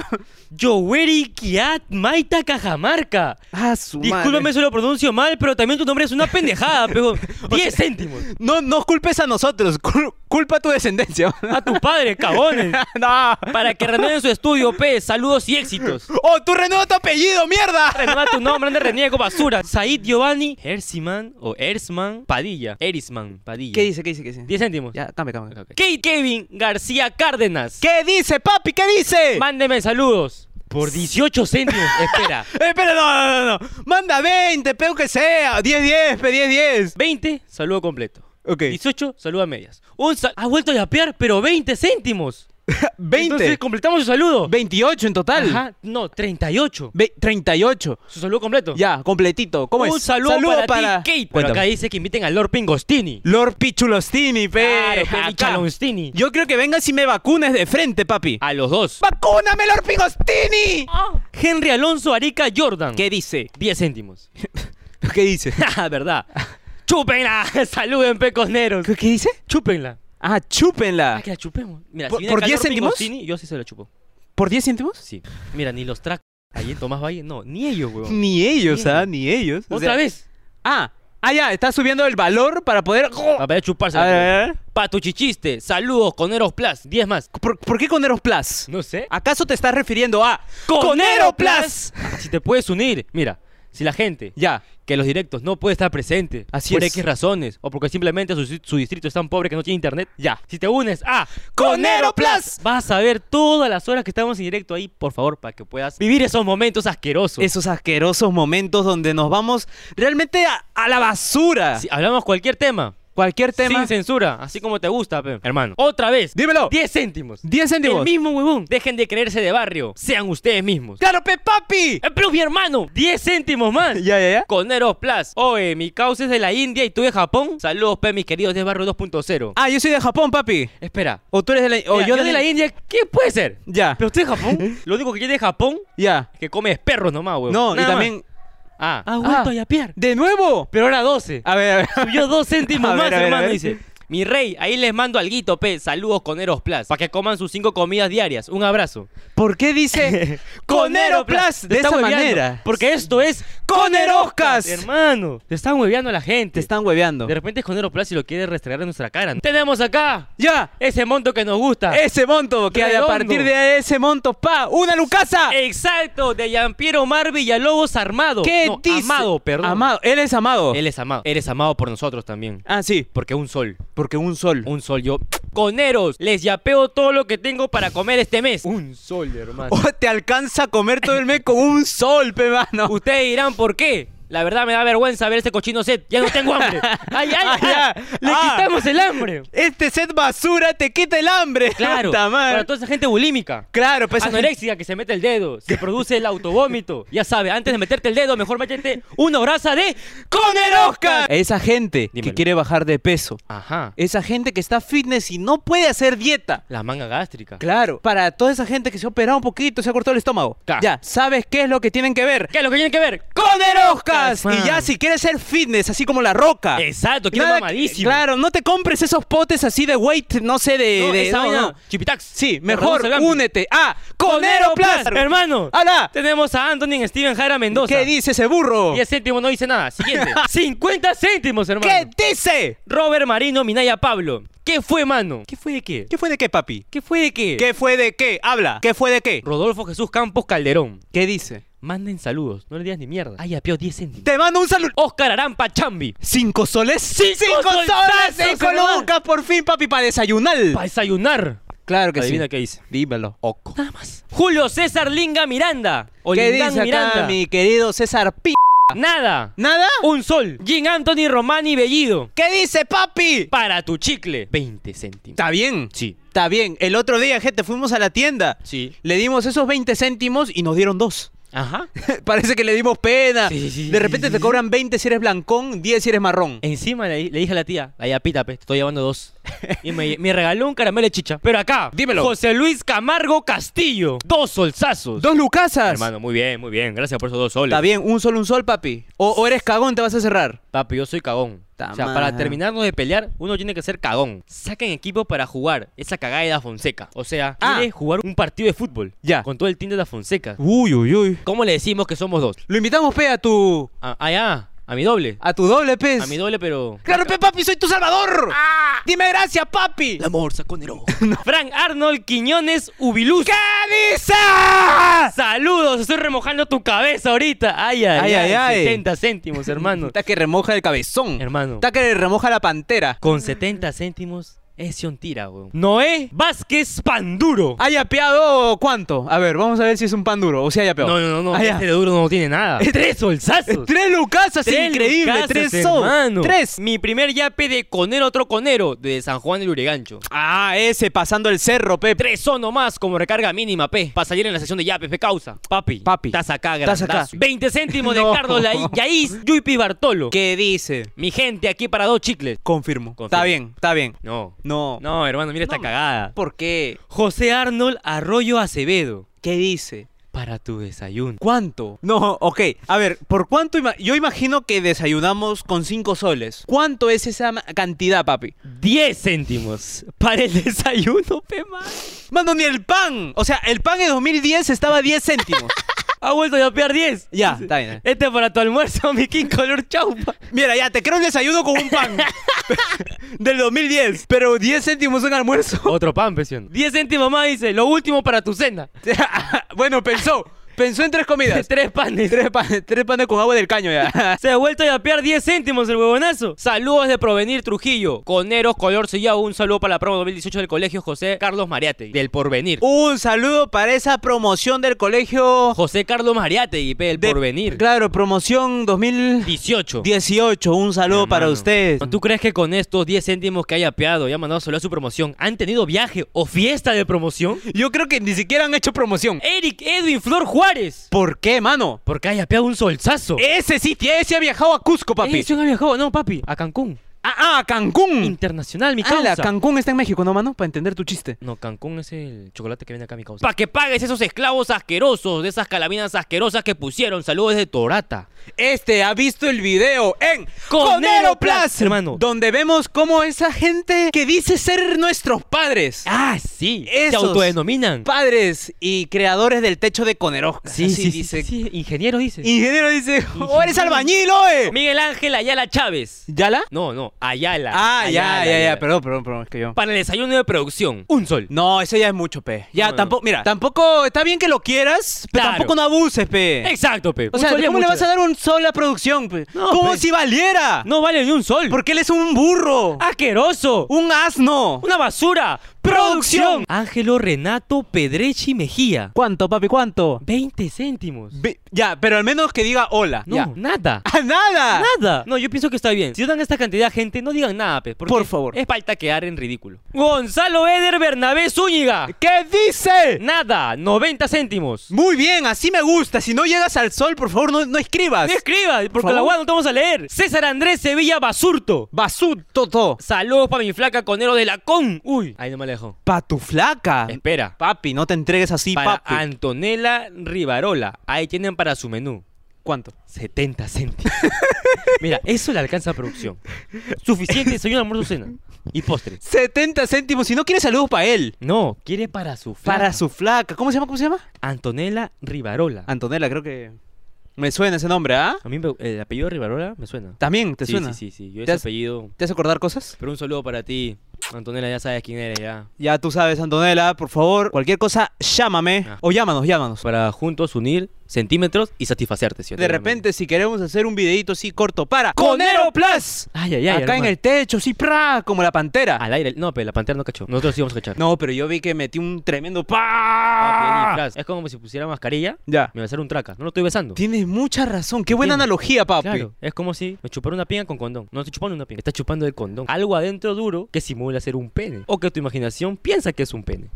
Speaker 3: Yoweri Kiat Maita Cajamarca.
Speaker 2: Ah, su
Speaker 3: Discúlpame si lo pronuncio mal, pero también tu nombre es una pendejada, *laughs* pero 10 céntimos.
Speaker 2: No nos culpes a nosotros, cul- culpa a tu descendencia. *laughs*
Speaker 3: A tu
Speaker 1: *laughs*
Speaker 3: padre, cagones.
Speaker 2: no.
Speaker 3: Para que renueven su estudio, P. Saludos y éxitos.
Speaker 2: ¡Oh, tú renueva tu apellido, mierda!
Speaker 3: Renueva tu nombre, ande reniego basura. Said Giovanni Hersiman o Erzman Padilla. Erisman Padilla.
Speaker 2: ¿Qué dice? ¿Qué dice? ¿Qué dice?
Speaker 3: 10 céntimos.
Speaker 2: Ya, dame, dame.
Speaker 3: Ok. Kate Kevin García Cárdenas.
Speaker 2: ¿Qué dice, papi? ¿Qué dice?
Speaker 3: Mándeme saludos. Por 18 céntimos.
Speaker 2: *laughs*
Speaker 3: Espera.
Speaker 2: Eh, Espera, no, no, no, no. Manda 20, peo que sea. 10, 10, pe 10, 10.
Speaker 3: 20, saludo completo.
Speaker 2: Ok.
Speaker 3: 18, saludo a medias. Un sal- ha vuelto a yapear, pero 20 céntimos.
Speaker 2: 20.
Speaker 3: Entonces completamos su saludo.
Speaker 2: 28 en total.
Speaker 3: Ajá, no, 38.
Speaker 2: Ve- 38.
Speaker 3: Su saludo completo.
Speaker 2: Ya, completito. ¿Cómo
Speaker 3: Un
Speaker 2: es?
Speaker 3: saludo, para, ti, Kate. Pero acá
Speaker 2: Cuéntame.
Speaker 3: dice que inviten al Lord Pingostini.
Speaker 2: Lord Pichulostini, pe.
Speaker 3: Claro, pe,
Speaker 2: Acá.
Speaker 3: mi Chalonstini.
Speaker 2: Yo creo que vengas y me vacunes de frente, papi.
Speaker 3: A los dos.
Speaker 2: ¡Vacúname, Lord Pingostini!
Speaker 3: Henry Alonso Arica Jordan.
Speaker 2: ¿Qué dice? *laughs*
Speaker 3: 10 céntimos.
Speaker 2: ¿Qué
Speaker 3: *laughs*
Speaker 2: dice?
Speaker 3: Ah, ¿Verdad? ¡Chúpenla! *laughs* ¡Saluden, pecosneros!
Speaker 2: ¿Qué, qué dice?
Speaker 3: ¡Chúpenla!
Speaker 2: Ah, chúpenla.
Speaker 3: Ah, que la chupemos. Mira,
Speaker 2: ¿Por-
Speaker 3: si viene
Speaker 2: por
Speaker 3: acá
Speaker 2: 10
Speaker 3: el Lord
Speaker 2: céntimos?
Speaker 3: Pingostini, Yo sí se la chupo.
Speaker 2: ¿Por 10 céntimos?
Speaker 3: Sí. Mira, ni los tracks. Ahí en Tomás Valle. No, ni ellos, weón.
Speaker 2: Ni ellos,
Speaker 3: Ni
Speaker 2: ¿ah? Ni ellos. O
Speaker 3: Otra
Speaker 2: sea-
Speaker 3: vez.
Speaker 2: Ah, ah, ya, está subiendo el valor para poder.
Speaker 3: A ver, chuparse.
Speaker 2: A ver, a ver.
Speaker 3: Patuchichiste. Saludos, Coneros Plus. 10 más.
Speaker 2: ¿Por, por qué Coneros Plus?
Speaker 3: No sé.
Speaker 2: ¿Acaso te estás refiriendo a
Speaker 3: Conero
Speaker 2: Conero Plus?
Speaker 3: Si te puedes unir. Mira, si la gente
Speaker 2: Ya.
Speaker 3: que los directos no puede estar presente
Speaker 2: Así
Speaker 3: por
Speaker 2: es.
Speaker 3: X razones o porque simplemente su, su distrito es tan pobre que no tiene internet, ya. Si te unes a
Speaker 2: Conero Plus,
Speaker 3: vas a ver todas las horas que estamos en directo ahí, por favor, para que puedas vivir esos momentos asquerosos.
Speaker 2: Esos asquerosos momentos donde nos vamos realmente a, a la basura.
Speaker 3: Si hablamos cualquier tema,
Speaker 2: Cualquier tema.
Speaker 3: sin censura, así como te gusta, pe. hermano. Otra vez,
Speaker 2: Dímelo.
Speaker 3: 10 céntimos.
Speaker 2: 10
Speaker 3: El
Speaker 2: céntimos.
Speaker 3: mismo huevón. Dejen de creerse de barrio. Sean ustedes mismos.
Speaker 2: ¡Claro, pe papi!
Speaker 3: El plus, mi hermano. 10 céntimos más.
Speaker 2: Ya, ya, ya.
Speaker 3: Coneros Plus. Oe, mi causa es de la India y tú de Japón. Saludos, pe, mis queridos de Barrio 2.0.
Speaker 2: Ah, yo soy de Japón, papi.
Speaker 3: Espera.
Speaker 2: O tú eres de la. O
Speaker 3: Mira, yo, de la India, ¿qué puede ser?
Speaker 2: Ya.
Speaker 3: Pero usted de Japón. Lo único que tiene de Japón
Speaker 2: Ya.
Speaker 3: es que comes perros nomás, weón.
Speaker 2: No, y
Speaker 3: Nada
Speaker 2: también.
Speaker 3: más. Ah,
Speaker 2: Ah, vuelto a
Speaker 3: yapear. *laughs*
Speaker 2: ¿De nuevo?
Speaker 3: Pero ahora 12.
Speaker 2: A ver, a ver.
Speaker 3: *laughs* Subió 2 céntimos
Speaker 2: A ver,
Speaker 3: más,
Speaker 2: a ver, a
Speaker 3: hermano.
Speaker 2: ver.
Speaker 3: Dice. Mi rey, ahí les mando alguito, pe. Saludos, Coneros Plus. Para que coman sus cinco comidas diarias. Un abrazo.
Speaker 2: ¿Por qué
Speaker 3: *laughs*
Speaker 2: dice Conero Plus
Speaker 3: Te
Speaker 2: de esa
Speaker 3: están hueveando,
Speaker 2: manera?
Speaker 3: Porque esto es
Speaker 2: Coneroscas.
Speaker 3: Hermano, te están hueveando a la
Speaker 2: Te
Speaker 3: gente.
Speaker 2: están hueveando.
Speaker 3: De repente es Conero Plus y lo quiere restregar en nuestra cara. Tenemos acá
Speaker 2: Ya,
Speaker 3: ese monto que nos gusta.
Speaker 2: ese monto, que a
Speaker 3: Ah. Redondo.
Speaker 2: partir de ese monto, pa, una lucasa.
Speaker 3: Exacto, de Yampiero Mar Villalobos armado.
Speaker 2: ¿Qué
Speaker 3: No,
Speaker 2: dice?
Speaker 3: Amado, perdón.
Speaker 2: Amado, él es amado.
Speaker 3: Él es amado. Eres amado por nosotros también.
Speaker 2: Ah, sí,
Speaker 3: Porque un sol.
Speaker 2: porque un sol.
Speaker 3: Un sol yo. Coneros, les yapeo todo lo que tengo para comer este mes. Un sol, hermano.
Speaker 2: Oh, te alcanza a comer todo el mes con un sol, pe mano.
Speaker 3: Ustedes dirán por qué. La verdad me da vergüenza ver este cochino set. Ya no tengo
Speaker 2: *laughs*
Speaker 3: hambre. ¡Ay, ay, ay!
Speaker 2: Ah,
Speaker 3: ¡Le
Speaker 2: ah.
Speaker 3: quitamos el hambre!
Speaker 2: Este set basura te quita el hambre. *laughs*
Speaker 3: Claro.
Speaker 2: Puta madre.
Speaker 3: Para Ah, toda esa gente bulímica.
Speaker 2: Claro, pues esa gente-
Speaker 3: Anoréxica que se mete el
Speaker 2: *laughs*
Speaker 3: dedo, se produce el autovómito. Ya sabe, antes de meterte el dedo, mejor métete una braza de conerosca.
Speaker 2: Esa gente que
Speaker 3: Dímelo.
Speaker 2: quiere bajar de peso.
Speaker 3: Ajá.
Speaker 2: Esa gente que está fitness y no puede hacer dieta.
Speaker 3: La manga gástrica.
Speaker 2: Claro, para toda esa gente que se ha operado un poquito, se ha cortado el estómago.
Speaker 3: Claro.
Speaker 2: Ya, ¿sabes qué es lo que tienen que ver?
Speaker 3: ¿Qué es lo que tiene que ver?
Speaker 2: ¡Coneroscas!
Speaker 3: Man.
Speaker 2: Y ya, si quieres ser fitness, así como la roca.
Speaker 3: Exacto, quiero
Speaker 2: Ah, Nada que-
Speaker 3: mamadísimo.
Speaker 2: Claro, no te compres esos potes así de weight, no sé, de.
Speaker 3: No,
Speaker 2: de-
Speaker 3: esa
Speaker 2: no,
Speaker 3: vaina,
Speaker 2: no.
Speaker 3: Chipitax.
Speaker 2: Sí,
Speaker 3: Te
Speaker 2: mejor
Speaker 3: reduce el hambre.
Speaker 2: únete a Conero
Speaker 3: Conero Plus,
Speaker 2: Plus.
Speaker 3: hermano.
Speaker 2: ¡Hala!
Speaker 3: Tenemos a Anthony Steven Jara Mendoza.
Speaker 2: ¿Qué dice ese burro?
Speaker 3: 10 céntimos no dice nada.
Speaker 2: *laughs*
Speaker 3: Siguiente. 50 céntimos, hermano.
Speaker 2: ¿Qué dice?
Speaker 3: Robert Marino Minaya Pablo. ¿Qué fue, mano? ¿Qué fue de qué?
Speaker 2: ¿Qué fue de qué, papi?
Speaker 3: ¿Qué fue de qué?
Speaker 2: ¿Qué fue de qué? Habla. ¿Qué fue de qué?
Speaker 3: Rodolfo Jesús Campos Calderón.
Speaker 2: ¿Qué dice?
Speaker 3: Manden saludos. No le digas ni mierda. Ay, apeo 10 céntimos.
Speaker 2: Te mando un saludo.
Speaker 3: Oscar Arampa Chambi.
Speaker 2: ¿Cinco soles? ¡Cinco,
Speaker 3: solazos,
Speaker 2: soles! ¡Cinco
Speaker 3: hermano!
Speaker 2: lucas por fin, papi, para desayunar!
Speaker 3: Para desayunar.
Speaker 2: claro que
Speaker 3: Adivina
Speaker 2: sí.
Speaker 3: qué dice.
Speaker 2: Dímelo, Oco.
Speaker 3: Nada más. Julio César Linga Miranda. O
Speaker 2: ¿Qué
Speaker 3: Lingán
Speaker 2: dice acá
Speaker 3: Miranda.
Speaker 2: mi querido César P?
Speaker 3: Nada.
Speaker 2: ¿Nada?
Speaker 3: Un sol. Jim Anthony Romani Bellido.
Speaker 2: ¿Qué dice, papi?
Speaker 3: Para tu chicle. 20 céntimos.
Speaker 2: Está bien.
Speaker 3: Sí.
Speaker 2: Está bien. El otro día, gente, fuimos a la tienda.
Speaker 3: Sí.
Speaker 2: Le dimos esos 20 céntimos y nos dieron dos. *laughs*
Speaker 3: Ajá.
Speaker 2: Parece que le dimos pena.
Speaker 3: Sí, sí, sí,
Speaker 2: de
Speaker 3: sí,
Speaker 2: repente
Speaker 3: sí, Eh,
Speaker 2: te
Speaker 3: sí.
Speaker 2: cobran 20 si eres blancón, 10 si eres marrón.
Speaker 3: Encima le, le dije a la tía, la yapita, pe, te estoy llevando *laughs* dos. Y me, me regaló un caramelo de chicha. Pero acá,
Speaker 2: Dímelo.
Speaker 3: José Luis Camargo Castillo. Dos solsazos.
Speaker 2: Dos lucasas.
Speaker 3: Hermano, muy bien, muy bien. Gracias por esos dos soles.
Speaker 2: Está bien, un sol, un sol, papi. O, o eres cagón, te vas a cerrar.
Speaker 3: Papi, yo soy cagón.
Speaker 2: Ta
Speaker 3: o sea,
Speaker 2: madre.
Speaker 3: para terminarnos de pelear, uno tiene que ser cagón. Saquen equipo para jugar esa cagada de Da Fonseca. O sea,
Speaker 2: Ah.
Speaker 3: quiere jugar un partido de fútbol.
Speaker 2: Ya.
Speaker 3: Con todo el team de Da Fonseca.
Speaker 2: Uy, uy, uy.
Speaker 3: ¿Cómo le decimos que somos dos?
Speaker 2: Lo invitamos, pe, a tu.
Speaker 3: Ah, ah, ya, a mi doble.
Speaker 2: a tu doble pez.
Speaker 3: A mi doble, pero.
Speaker 2: Claro, Ah. pe, papi, soy tu salvador. Dime gracias, papi. La morsa con
Speaker 3: Frank Arnold Quiñones Ubiluz.
Speaker 2: ¿Qué dice?
Speaker 3: Saludos, estoy remojando tu cabeza ahorita. Ay, ay,
Speaker 2: Ay, ay,
Speaker 3: ay.
Speaker 2: ay.
Speaker 3: 70
Speaker 2: *laughs*
Speaker 3: céntimos, hermano.
Speaker 2: Está que remoja el cabezón.
Speaker 3: Hermano.
Speaker 2: Está que remoja la pantera.
Speaker 3: Con 70 céntimos es tira, weón. Noé Vázquez Panduro.
Speaker 2: ¿Hay apeado cuánto? A ver, vamos a ver si es un pan duro o si hay apeado.
Speaker 3: No, no, no, no.
Speaker 2: Ah, ya.
Speaker 3: este de duro no tiene nada. Tres solsazos.
Speaker 2: Tres lucasas, increíble.
Speaker 3: lucasas,
Speaker 2: tres son.
Speaker 3: hermano.
Speaker 2: Tres.
Speaker 3: Mi primer yape de conero, otro conero, de San Juan del Urigancho.
Speaker 2: Ah, ese pasando el cerro, Pepe.
Speaker 3: Tres son nomás como recarga mínima, pe. Para salir en la sección de yapes, pe causa. Papi.
Speaker 2: Papi.
Speaker 3: Estás acá,
Speaker 2: Estás
Speaker 3: grandazo.
Speaker 2: acá.
Speaker 3: 20 *laughs* céntimos de
Speaker 2: No.
Speaker 3: Carlos Lai- Yaiz Yuipi Bartolo.
Speaker 2: ¿Qué dice?
Speaker 3: Mi gente aquí para dos chicles.
Speaker 2: Confirmo.
Speaker 3: Confirmo.
Speaker 2: Está bien, está bien.
Speaker 3: No.
Speaker 2: No.
Speaker 3: No, hermano, mira esta
Speaker 2: No.
Speaker 3: cagada.
Speaker 2: ¿Por qué?
Speaker 3: José Arnold Arroyo Acevedo.
Speaker 2: ¿Qué dice?
Speaker 3: Para tu desayuno.
Speaker 2: ¿Cuánto? No, ok. A ver, ¿por cuánto? ima- Yo imagino que desayunamos con cinco soles. ¿Cuánto es esa ma- cantidad, papi?
Speaker 3: 10 céntimos. Para el desayuno, pe, man.
Speaker 2: Mano, ni el pan. O sea, el pan en 2010 estaba a 10 *laughs* céntimos. Ah,
Speaker 3: Ha vuelto a yapear 10.
Speaker 2: ya, está bien.
Speaker 3: Este es para tu almuerzo, *laughs* mi King Color Chaupa.
Speaker 2: Mira, ya, te creo un desayuno con un *laughs* pan. Del 2010. Pero 10 céntimos en almuerzo.
Speaker 3: Otro pan, pesión. 10 céntimos más dice, lo último para tu cena.
Speaker 2: *laughs* bueno, pensó. Pensó en *laughs* tres comidas.
Speaker 3: Tres panes.
Speaker 2: Tres panes, tres panes con agua del caño ya. *laughs*
Speaker 3: Se ha vuelto a yapear 10 céntimos el huevonazo. Saludos de Provenir Trujillo. Coneros, color sellado. Un saludo para la promo 2018 del colegio José Carlos Mariate. Del Porvenir.
Speaker 2: Un saludo para esa promoción del colegio.
Speaker 3: José Carlos Mariate, y del
Speaker 2: de-
Speaker 3: Porvenir.
Speaker 2: Claro, promoción 2018.
Speaker 3: 18.
Speaker 2: Un saludo para
Speaker 3: Hermano,
Speaker 2: ustedes.
Speaker 3: ¿Tú crees que con estos 10 céntimos que haya apeado y ha mandado solo a su promoción, han tenido viaje o fiesta de promoción?
Speaker 2: Yo creo que ni siquiera han hecho promoción.
Speaker 3: Eric Edwin Flor
Speaker 2: Eh,
Speaker 3: Juárez.
Speaker 2: ¿Por qué, mano?
Speaker 3: Porque haya apeado un solsazo.
Speaker 2: Ese sí, ese ha viajado a Cusco, papi.
Speaker 3: Ese ha viajado, no, papi, a Cancún.
Speaker 4: Ah, ah,
Speaker 3: Mm.
Speaker 4: Cancún.
Speaker 3: Internacional, mi
Speaker 2: Ah,
Speaker 4: Ala,
Speaker 3: causa.
Speaker 4: Cancún está en México, ¿no, mano? Para entender tu chiste.
Speaker 3: No, Cancún es el chocolate que viene acá, mi causa. Para que pagues esos esclavos asquerosos, de esas calabinas asquerosas que pusieron. Saludos desde Torata.
Speaker 2: Este ha visto el video en
Speaker 3: Conero
Speaker 2: Conero
Speaker 3: Plus,
Speaker 2: Plus,
Speaker 3: hermano.
Speaker 2: Donde vemos cómo esa gente que dice ser nuestros padres,
Speaker 3: Ah, sí. Se
Speaker 2: Esos.
Speaker 3: autodenominan.
Speaker 2: padres y creadores del techo de Conero.
Speaker 3: sí, sí, sí, sí, sí, Ingeniero dice.
Speaker 2: Ingeniero dice, ¡Oh, eres albañil, oe!
Speaker 3: Miguel Ángel Ayala Chávez.
Speaker 2: ¿Yala?
Speaker 3: No, no, Ayala.
Speaker 2: Ah, ya,
Speaker 3: Ayala,
Speaker 2: ya, ya,
Speaker 3: Ayala.
Speaker 2: perdón, perdón, perdón, es que yo...
Speaker 3: Para el desayuno de producción. Un sol.
Speaker 2: No, eso ya es mucho, pe. Ya,
Speaker 3: No,
Speaker 2: tampoco, mira, tampoco, está bien que lo quieras, pero
Speaker 3: Claro.
Speaker 2: tampoco no abuses, pe.
Speaker 3: Exacto, pe.
Speaker 2: O
Speaker 3: Un
Speaker 2: sea,
Speaker 3: sol es
Speaker 2: ¿cómo le
Speaker 3: mucho.
Speaker 2: vas a dar un sol a producción, pe?
Speaker 3: No,
Speaker 2: Como
Speaker 3: pe.
Speaker 2: si valiera.
Speaker 3: No vale ni un sol.
Speaker 2: Porque él es un burro.
Speaker 3: ¡Asqueroso!
Speaker 2: Un asno.
Speaker 3: ¡Una basura!
Speaker 2: ¡Producción!
Speaker 3: Ángelo Renato Pedrechi Mejía.
Speaker 2: ¿Cuánto, papi? ¿Cuánto?
Speaker 3: 20 céntimos.
Speaker 2: Ve- ya, pero al menos que diga hola.
Speaker 3: No,
Speaker 2: ya.
Speaker 3: nada.
Speaker 2: ¡Ah, nada!
Speaker 3: Nada. No, yo pienso que está bien. Si dan esta cantidad de gente, no digan nada, pe, porque
Speaker 2: Por favor.
Speaker 3: Es falta quedar en ridículo. Gonzalo Eder
Speaker 2: *laughs*
Speaker 3: Bernabé Zúñiga.
Speaker 2: ¿Qué dice?
Speaker 3: Nada, 90 céntimos.
Speaker 2: Muy bien, así me gusta. Si no llegas al sol, por favor, no, no escribas.
Speaker 3: No escriba, porque
Speaker 2: favor.
Speaker 3: la guada no te vamos a leer. César Andrés Sevilla Basurto.
Speaker 2: Basú, toto.
Speaker 3: Saludos para mi flaca conero de la con. Uy, ahí no me alejo.
Speaker 2: Pa' tu flaca.
Speaker 3: Espera.
Speaker 2: Papi, no te entregues así,
Speaker 3: para
Speaker 2: papi.
Speaker 3: Antonella Rivarola. Ahí tienen para su menú.
Speaker 2: ¿Cuánto?
Speaker 3: 70 céntimos. *laughs* Mira, eso le alcanza a producción. Suficiente desayuno, almuerzo, cena. Y postre.
Speaker 2: 70 céntimos. Si no quieres saludos para él.
Speaker 3: No, quiere para su flaca.
Speaker 2: Para su flaca. ¿Cómo se llama? ¿Cómo se llama?
Speaker 3: Antonella Rivarola.
Speaker 2: Antonella, creo que. Me suena ese nombre, ¿ah?
Speaker 3: A mí me- el apellido Rivarola me suena.
Speaker 2: También, ¿te
Speaker 3: sí,
Speaker 2: suena?
Speaker 3: Sí, sí, sí. Yo
Speaker 2: ¿Te
Speaker 3: ese
Speaker 2: has-
Speaker 3: apellido.
Speaker 2: ¿Te hace acordar cosas?
Speaker 3: Pero un saludo para ti. Antonella, ya sabes quién eres ya.
Speaker 2: Ya tú sabes, Antonella, por favor, cualquier cosa, llámame.
Speaker 3: Ah.
Speaker 2: O llámanos, llámanos.
Speaker 3: Para juntos unir centímetros y satisfacerte, ¿sí?
Speaker 2: De repente, si queremos hacer un videito así corto para Conero Plus.
Speaker 3: Ay, ay, ay.
Speaker 2: Acá en
Speaker 3: hermano.
Speaker 2: el techo, sí, pra, como la pantera.
Speaker 3: Al aire. No, pero la pantera no cachó. Nosotros sí íbamos a cachar.
Speaker 2: No, pero yo vi que metí un tremendo
Speaker 3: Ah,
Speaker 2: pa.
Speaker 3: bien, disfraz. Es como si pusiera mascarilla.
Speaker 2: Ya.
Speaker 3: Me besara un traca. No lo estoy besando.
Speaker 2: Tienes mucha razón. Qué buena
Speaker 3: Entiendo.
Speaker 2: analogía, papi.
Speaker 3: Claro, es como si me chupara una pinga con condón. No estoy chupando una pinga, está chupando el condón. Algo adentro duro que simula ser un pene. O que tu imaginación piensa que es un pene.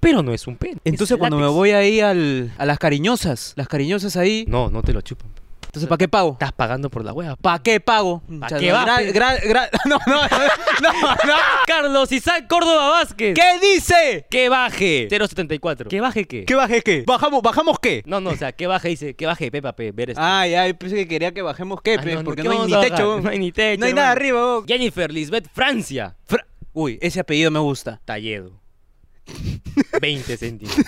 Speaker 3: Pero no es un pene.
Speaker 2: Entonces,
Speaker 3: es
Speaker 2: cuando me
Speaker 3: látex.
Speaker 2: voy ahí al, a las cariñosas, las cariñosas ahí,
Speaker 3: No, no te lo chupan.
Speaker 2: entonces, ¿para qué pago?
Speaker 3: Estás pagando por la hueá. pa.
Speaker 2: ¿Para qué pago?
Speaker 3: ¿Pa' qué vas,
Speaker 2: Gra-
Speaker 3: pe?
Speaker 2: gra- gra- *laughs* no, no, no, no.
Speaker 3: Carlos Isaac Córdoba Vázquez.
Speaker 2: ¿Qué dice?
Speaker 3: Que baje. 074. ¿Que baje qué?
Speaker 2: ¿Qué bajé qué? ¿Bajamos, bajamos qué?
Speaker 3: No, no, o sea, que baje dice, que baje Pepa P. Ver esto.
Speaker 2: Ay, ay, pensé que quería que bajemos qué,
Speaker 3: Ah,
Speaker 2: pe,
Speaker 3: no, no,
Speaker 2: porque
Speaker 3: ¿qué
Speaker 2: no hay
Speaker 3: vamos
Speaker 2: ni
Speaker 3: a
Speaker 2: techo.
Speaker 3: bajar?
Speaker 2: weón.
Speaker 3: No hay ni techo.
Speaker 2: No hay nada
Speaker 3: hermano.
Speaker 2: arriba. weón.
Speaker 3: Jennifer Lisbeth Francia.
Speaker 2: Fra- Uy, ese apellido me gusta.
Speaker 3: Talledo. 20 *laughs* centímetros.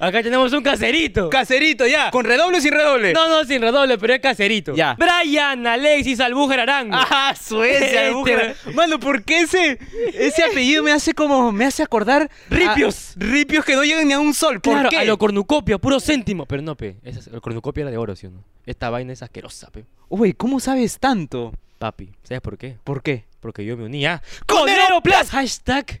Speaker 3: Acá tenemos un caserito.
Speaker 2: Caserito ya, con redoble sin redoble.
Speaker 3: No, no, sin redoble, pero es caserito.
Speaker 2: Ya.
Speaker 3: Brian Alexis Albujer
Speaker 2: *laughs*
Speaker 3: Arango.
Speaker 2: Ah, Suecia,
Speaker 3: Este,
Speaker 2: Bújara. Mano, ¿por qué ese, ese apellido me hace como, me hace acordar a-
Speaker 3: Ripios.
Speaker 2: ripios que no llegan ni a un sol? ¿Por
Speaker 3: claro,
Speaker 2: qué?
Speaker 3: a lo cornucopia, puro céntimo. Pero no, pe. Esa, el cornucopia era de oro, ¿sí o no? Esta vaina es asquerosa, pe.
Speaker 2: Uy, ¿cómo sabes tanto?
Speaker 3: Papi, ¿sabes por qué?
Speaker 2: ¿Por qué?
Speaker 3: Porque yo me uní a
Speaker 2: ¡Con Aero
Speaker 3: Plus. Hashtag.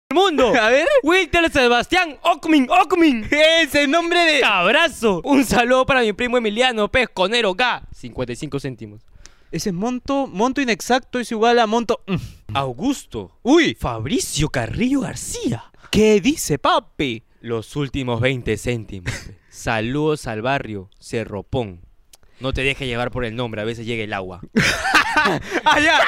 Speaker 3: del mundo.
Speaker 2: *laughs* A ver.
Speaker 3: Wilter Sebastián Ockmin, Ockmin.
Speaker 2: Ese nombre de.
Speaker 3: Abrazo. Un saludo para mi primo Emiliano Pesconero K. 55 céntimos.
Speaker 2: Ese es monto, monto inexacto es igual a monto. Mm.
Speaker 3: Augusto.
Speaker 2: Uy,
Speaker 3: Fabricio Carrillo García.
Speaker 2: ¿qué dice, papi?
Speaker 3: Los últimos 20 céntimos. *laughs* Saludos al barrio Cerropón. No te dejes llevar por el nombre, a veces llega
Speaker 2: *laughs*
Speaker 3: el agua.
Speaker 2: Allá.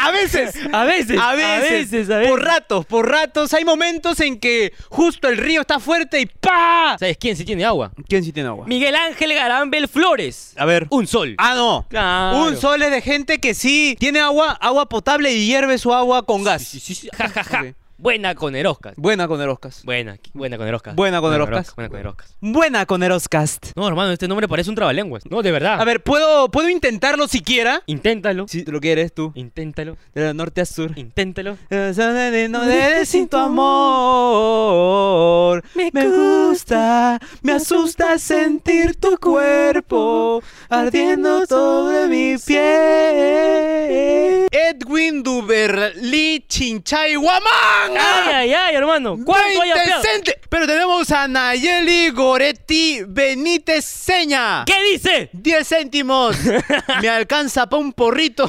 Speaker 2: A veces.
Speaker 3: A veces,
Speaker 2: A veces,
Speaker 3: a veces.
Speaker 2: por ratos, por ratos, hay momentos en que justo el río está fuerte y ¡pa!
Speaker 3: ¿Sabes quién sí tiene agua?
Speaker 2: ¿Quién sí tiene agua?
Speaker 3: Miguel Ángel Garambel Flores.
Speaker 2: A ver.
Speaker 3: Un sol.
Speaker 2: Ah, no.
Speaker 3: Claro.
Speaker 2: Un sol es de gente que sí tiene agua, agua potable y hierve su agua con gas.
Speaker 3: Sí, sí, sí. Ja, ja, ja.
Speaker 2: *laughs* Ok.
Speaker 3: Buena con Eroscas.
Speaker 2: Buena con Eroscas.
Speaker 3: Buena, buena con Eroscas.
Speaker 2: Buena con Eroscas.
Speaker 3: Eroscas, Buena con Eroscas.
Speaker 2: Buena con Eroscast.
Speaker 3: No, hermano, este nombre parece un trabalenguas. No, de verdad.
Speaker 2: A ver, ¿puedo, ¿puedo intentarlo siquiera?
Speaker 3: Inténtalo.
Speaker 2: Si lo quieres tú,
Speaker 3: Inténtalo.
Speaker 2: de norte a sur.
Speaker 3: Inténtalo.
Speaker 2: No eres sin tu amor. Me gusta, me asusta sentir tu cuerpo ardiendo sobre mi piel. Edwin Duberli Chinchay Guamán.
Speaker 3: Ay, ay, ay, hermano. ¿Cuánto hay apeado?
Speaker 2: *laughs* Pero tenemos a Nayeli Goretti Benítez Seña.
Speaker 3: ¿Qué dice?
Speaker 2: 10 *laughs* céntimos. Me alcanza pa' un porrito.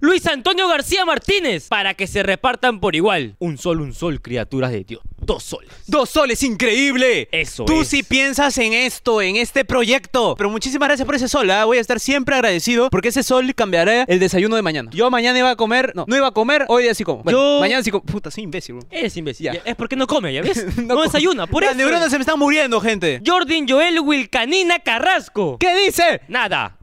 Speaker 3: Luis Antonio García Martínez. Para que se repartan por igual. Un sol, un sol, criaturas de Dios. Dos soles.
Speaker 2: Dos soles, increíble.
Speaker 3: Eso
Speaker 2: Tú
Speaker 3: es.
Speaker 2: sí piensas en esto, en este proyecto. Pero muchísimas gracias por ese sol, ¿ah? voy a estar siempre agradecido porque ese sol cambiará el desayuno de mañana. Yo mañana iba a comer, no, no iba a comer, hoy día sí como. Bueno,
Speaker 3: Yo-
Speaker 2: mañana sí como. Puta, soy imbécil. bro.
Speaker 3: Es imbécil.
Speaker 2: Ya.
Speaker 3: Ya, Es porque no come, ¿ya ves?
Speaker 2: *laughs* No
Speaker 3: no,
Speaker 2: come.
Speaker 3: desayuna, por
Speaker 2: Las
Speaker 3: eso.
Speaker 2: neuronas se me están muriendo, gente.
Speaker 3: Jordan Joel Wilcanina Carrasco.
Speaker 2: ¿Qué dice?
Speaker 3: Nada.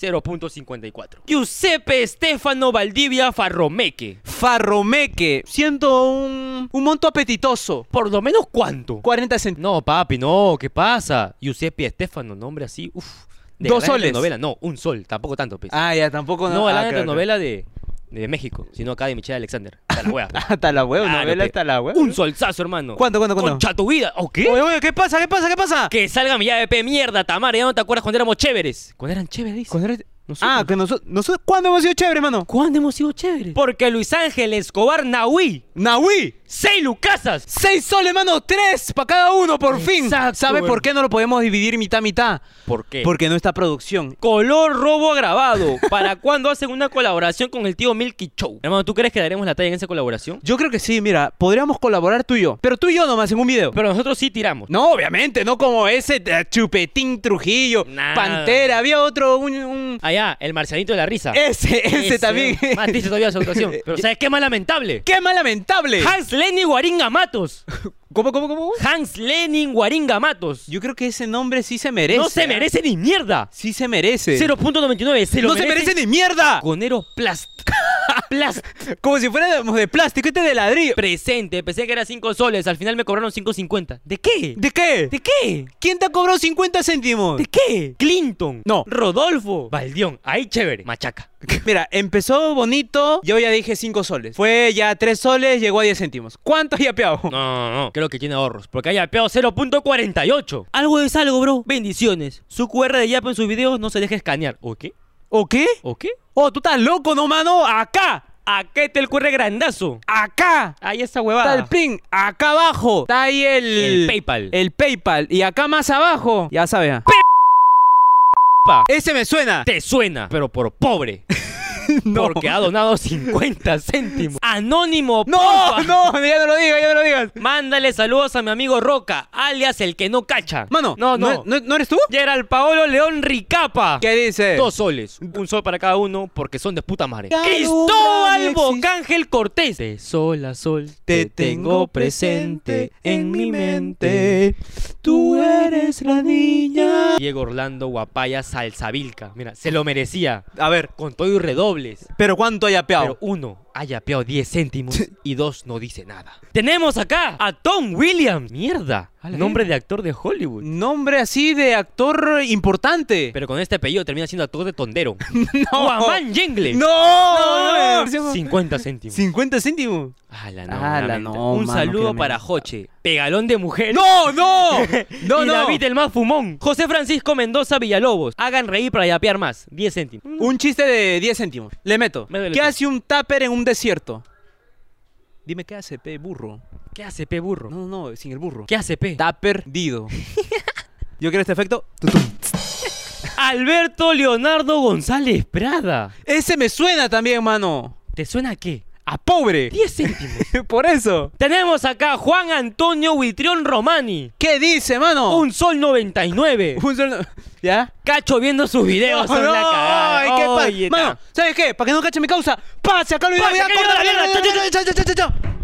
Speaker 3: 0.54. Giuseppe Estefano Valdivia Farromeque.
Speaker 2: Farromeque. Siento un, un monto apetitoso.
Speaker 3: ¿Por lo menos cuánto?
Speaker 2: 40 centavos.
Speaker 3: No, papi, no, ¿qué pasa? Giuseppe Estefano, nombre así, uff.
Speaker 2: Dos soles.
Speaker 3: novela, no, un sol, tampoco tanto, pues.
Speaker 2: Ah, ya, tampoco.
Speaker 3: no,
Speaker 2: ah,
Speaker 3: la
Speaker 2: claro,
Speaker 3: novela de, de México, sino acá de Michelle Alexander. Hasta la wea.
Speaker 2: claro. *laughs* Hasta la huevo,
Speaker 3: Claro,
Speaker 2: novela
Speaker 3: pe.
Speaker 2: hasta la huevo.
Speaker 3: Un solzazo, hermano.
Speaker 2: ¿Cuánto, cuánto, cuánto?
Speaker 3: Concha tu vida, ¿o qué?
Speaker 2: Oye, oye, ¿qué pasa? ¿Qué pasa? ¿Qué pasa?
Speaker 3: Que salga mi llave, pe, mierda, Tamara, ya no te acuerdas cuando éramos chéveres. ¿Cuándo eran chéveres? dice?
Speaker 2: Cuando eres-
Speaker 3: Nosotros.
Speaker 2: Ah, que nosotros, nosotros. ¿Cuándo hemos sido chévere, hermano?
Speaker 3: ¿Cuándo hemos sido chéveres? Porque Luis Ángel Escobar Nahui,
Speaker 2: Nahui.
Speaker 3: seis Lucasas,
Speaker 2: Seis soles, hermano. Tres para cada uno, por fin.
Speaker 3: Exacto,
Speaker 2: ¿Sabes
Speaker 3: hermano.
Speaker 2: por qué no lo podemos dividir mitad, mitad?
Speaker 3: ¿Por qué?
Speaker 2: Eh. Porque no está producción.
Speaker 3: Color robo grabado. ¿Para cuándo hacen una colaboración con el tío Milky Show? Hermano, ¿tú crees que daremos la talla en esa colaboración?
Speaker 2: *laughs* Yo creo que sí, mira, podríamos colaborar tú y yo. Pero tú y yo nomás en un video.
Speaker 3: Pero nosotros sí tiramos.
Speaker 2: No, obviamente, no como ese eh, Chupetín Trujillo,
Speaker 3: Nada.
Speaker 2: Pantera, había otro, un... un-
Speaker 3: Allá, el marcianito de la risa.
Speaker 2: Ese, Ah. ese, también.
Speaker 3: Más triste todavía
Speaker 2: *laughs*
Speaker 3: su actuación. Pero ¿sabes qué más lamentable?
Speaker 2: ¡Qué más lamentable!
Speaker 3: Hans Lenny Guaringa Matos.
Speaker 2: ¿Cómo, cómo, cómo?
Speaker 3: Hans Lenin Guaringa Matos.
Speaker 2: Yo creo que ese nombre sí se merece.
Speaker 3: No se
Speaker 2: ¿ah?
Speaker 3: merece ni mierda.
Speaker 2: Sí se merece.
Speaker 3: 0.99. Se lo
Speaker 2: ¡No se merece ni mierda!
Speaker 3: Conero Plast. *laughs* Plast.
Speaker 2: Como si fuéramos de plástico, este de ladrillo.
Speaker 3: Presente. Pensé que era 5 soles. Al final me cobraron 5.50. ¿De qué?
Speaker 2: ¿De qué?
Speaker 3: ¿De qué?
Speaker 2: ¿Quién te ha cobrado 50 céntimos?
Speaker 3: ¿De qué? Clinton.
Speaker 2: No.
Speaker 3: Rodolfo. Valdión. Ahí chévere. Machaca.
Speaker 2: Mira, empezó bonito, yo ya dije 5 soles. Fue ya 3 soles, llegó a 10 céntimos. ¿Cuánto ya peado?
Speaker 3: No, no, no. Creo que tiene ahorros. Porque hay apeado 0.48. Algo es algo, bro. Bendiciones. Su QR de Yapo en sus videos no se deja escanear. ¿O qué?
Speaker 2: ¿O qué?
Speaker 3: ¿O qué?
Speaker 2: Oh, tú estás loco, no, mano. Acá,
Speaker 3: Acá está el QR grandazo.
Speaker 2: acá.
Speaker 3: Ahí esa
Speaker 2: Está
Speaker 3: huevada.
Speaker 2: el PRIN, acá abajo. Está ahí el,
Speaker 3: El PayPal.
Speaker 2: El PayPal. Y acá más abajo. Ya sabes. ah.
Speaker 3: Pa.
Speaker 2: Ese me suena.
Speaker 3: Te suena, pero por *laughs* pobre. Porque ha donado 50 céntimos. *laughs* Anónimo,
Speaker 2: No,
Speaker 3: porfa.
Speaker 2: no, *laughs* ya no lo digas, ya no lo digas.
Speaker 3: Mándale saludos a mi amigo Roca, alias el que no cacha.
Speaker 2: Mano,
Speaker 3: no, no.
Speaker 2: ¿No, no eres tú?
Speaker 3: Gerald Paolo León Ricapa.
Speaker 2: ¿Qué dice?
Speaker 3: Dos soles. Un sol para cada uno porque son de puta madre.
Speaker 2: Cada
Speaker 3: Cristóbal
Speaker 2: uno
Speaker 3: Bocángel Cortés. De sol a sol
Speaker 2: Te tengo presente en mi mente. Tú eres la niña.
Speaker 3: Diego Orlando Guapaya Salsavilca. Mira, se lo merecía.
Speaker 2: A ver,
Speaker 3: Con todo y redobles.
Speaker 2: pero ¿cuánto haya
Speaker 3: Pero
Speaker 2: peado?
Speaker 3: uno ha yapeado 10 céntimos y dos no dice nada. Tenemos acá a Tom Williams. Mierda. Nombre de actor de Hollywood.
Speaker 2: Nombre así de actor importante.
Speaker 3: Pero con este apellido termina siendo actor
Speaker 2: *laughs*
Speaker 3: de tondero. Guamán Yengle.
Speaker 2: no, no.
Speaker 3: 50 céntimos.
Speaker 2: 50 céntimos.
Speaker 3: A la
Speaker 2: Ala,
Speaker 3: lamento.
Speaker 2: no,
Speaker 3: Un
Speaker 2: mano, qué
Speaker 3: saludo
Speaker 2: lamento.
Speaker 3: para Joche, pegalón de mujer.
Speaker 2: No, *laughs* no. No,
Speaker 3: y
Speaker 2: no.
Speaker 3: David el más fumón. José Francisco Mendoza Villalobos. Hagan reír para yapear más. 10 céntimos.
Speaker 2: Un chiste de 10 céntimos. Le meto.
Speaker 3: Me duele
Speaker 2: ¿Qué
Speaker 3: el pie.
Speaker 2: hace un tupper en un desierto? Dime qué hace, pe, burro.
Speaker 3: ¿Qué hace, pe burro?
Speaker 2: No, no, no, sin el burro.
Speaker 3: ¿Qué hace, pe?
Speaker 2: Está perdido. Yo quiero este efecto.
Speaker 3: Alberto Leonardo González Prada.
Speaker 2: Ese me suena también, mano.
Speaker 3: ¿Te suena a qué?
Speaker 2: A pobre. *laughs*
Speaker 3: 10 céntimos.
Speaker 2: Por eso.
Speaker 3: Tenemos acá a Juan Antonio Huitrión Romani.
Speaker 2: ¿Qué dice, mano?
Speaker 3: Un sol 99.
Speaker 2: *laughs* Un solo- *laughs* ¿Ya?
Speaker 3: Cacho viendo sus videos. son la cagada.
Speaker 2: ay, qué pa-
Speaker 3: Oye,
Speaker 2: Mano,
Speaker 3: ta-
Speaker 2: ¿sabes qué? Para que no cache mi causa, pase acá lo
Speaker 3: Pase, acá, yo la mierda.
Speaker 2: Chao, chao, chao, chao, chao.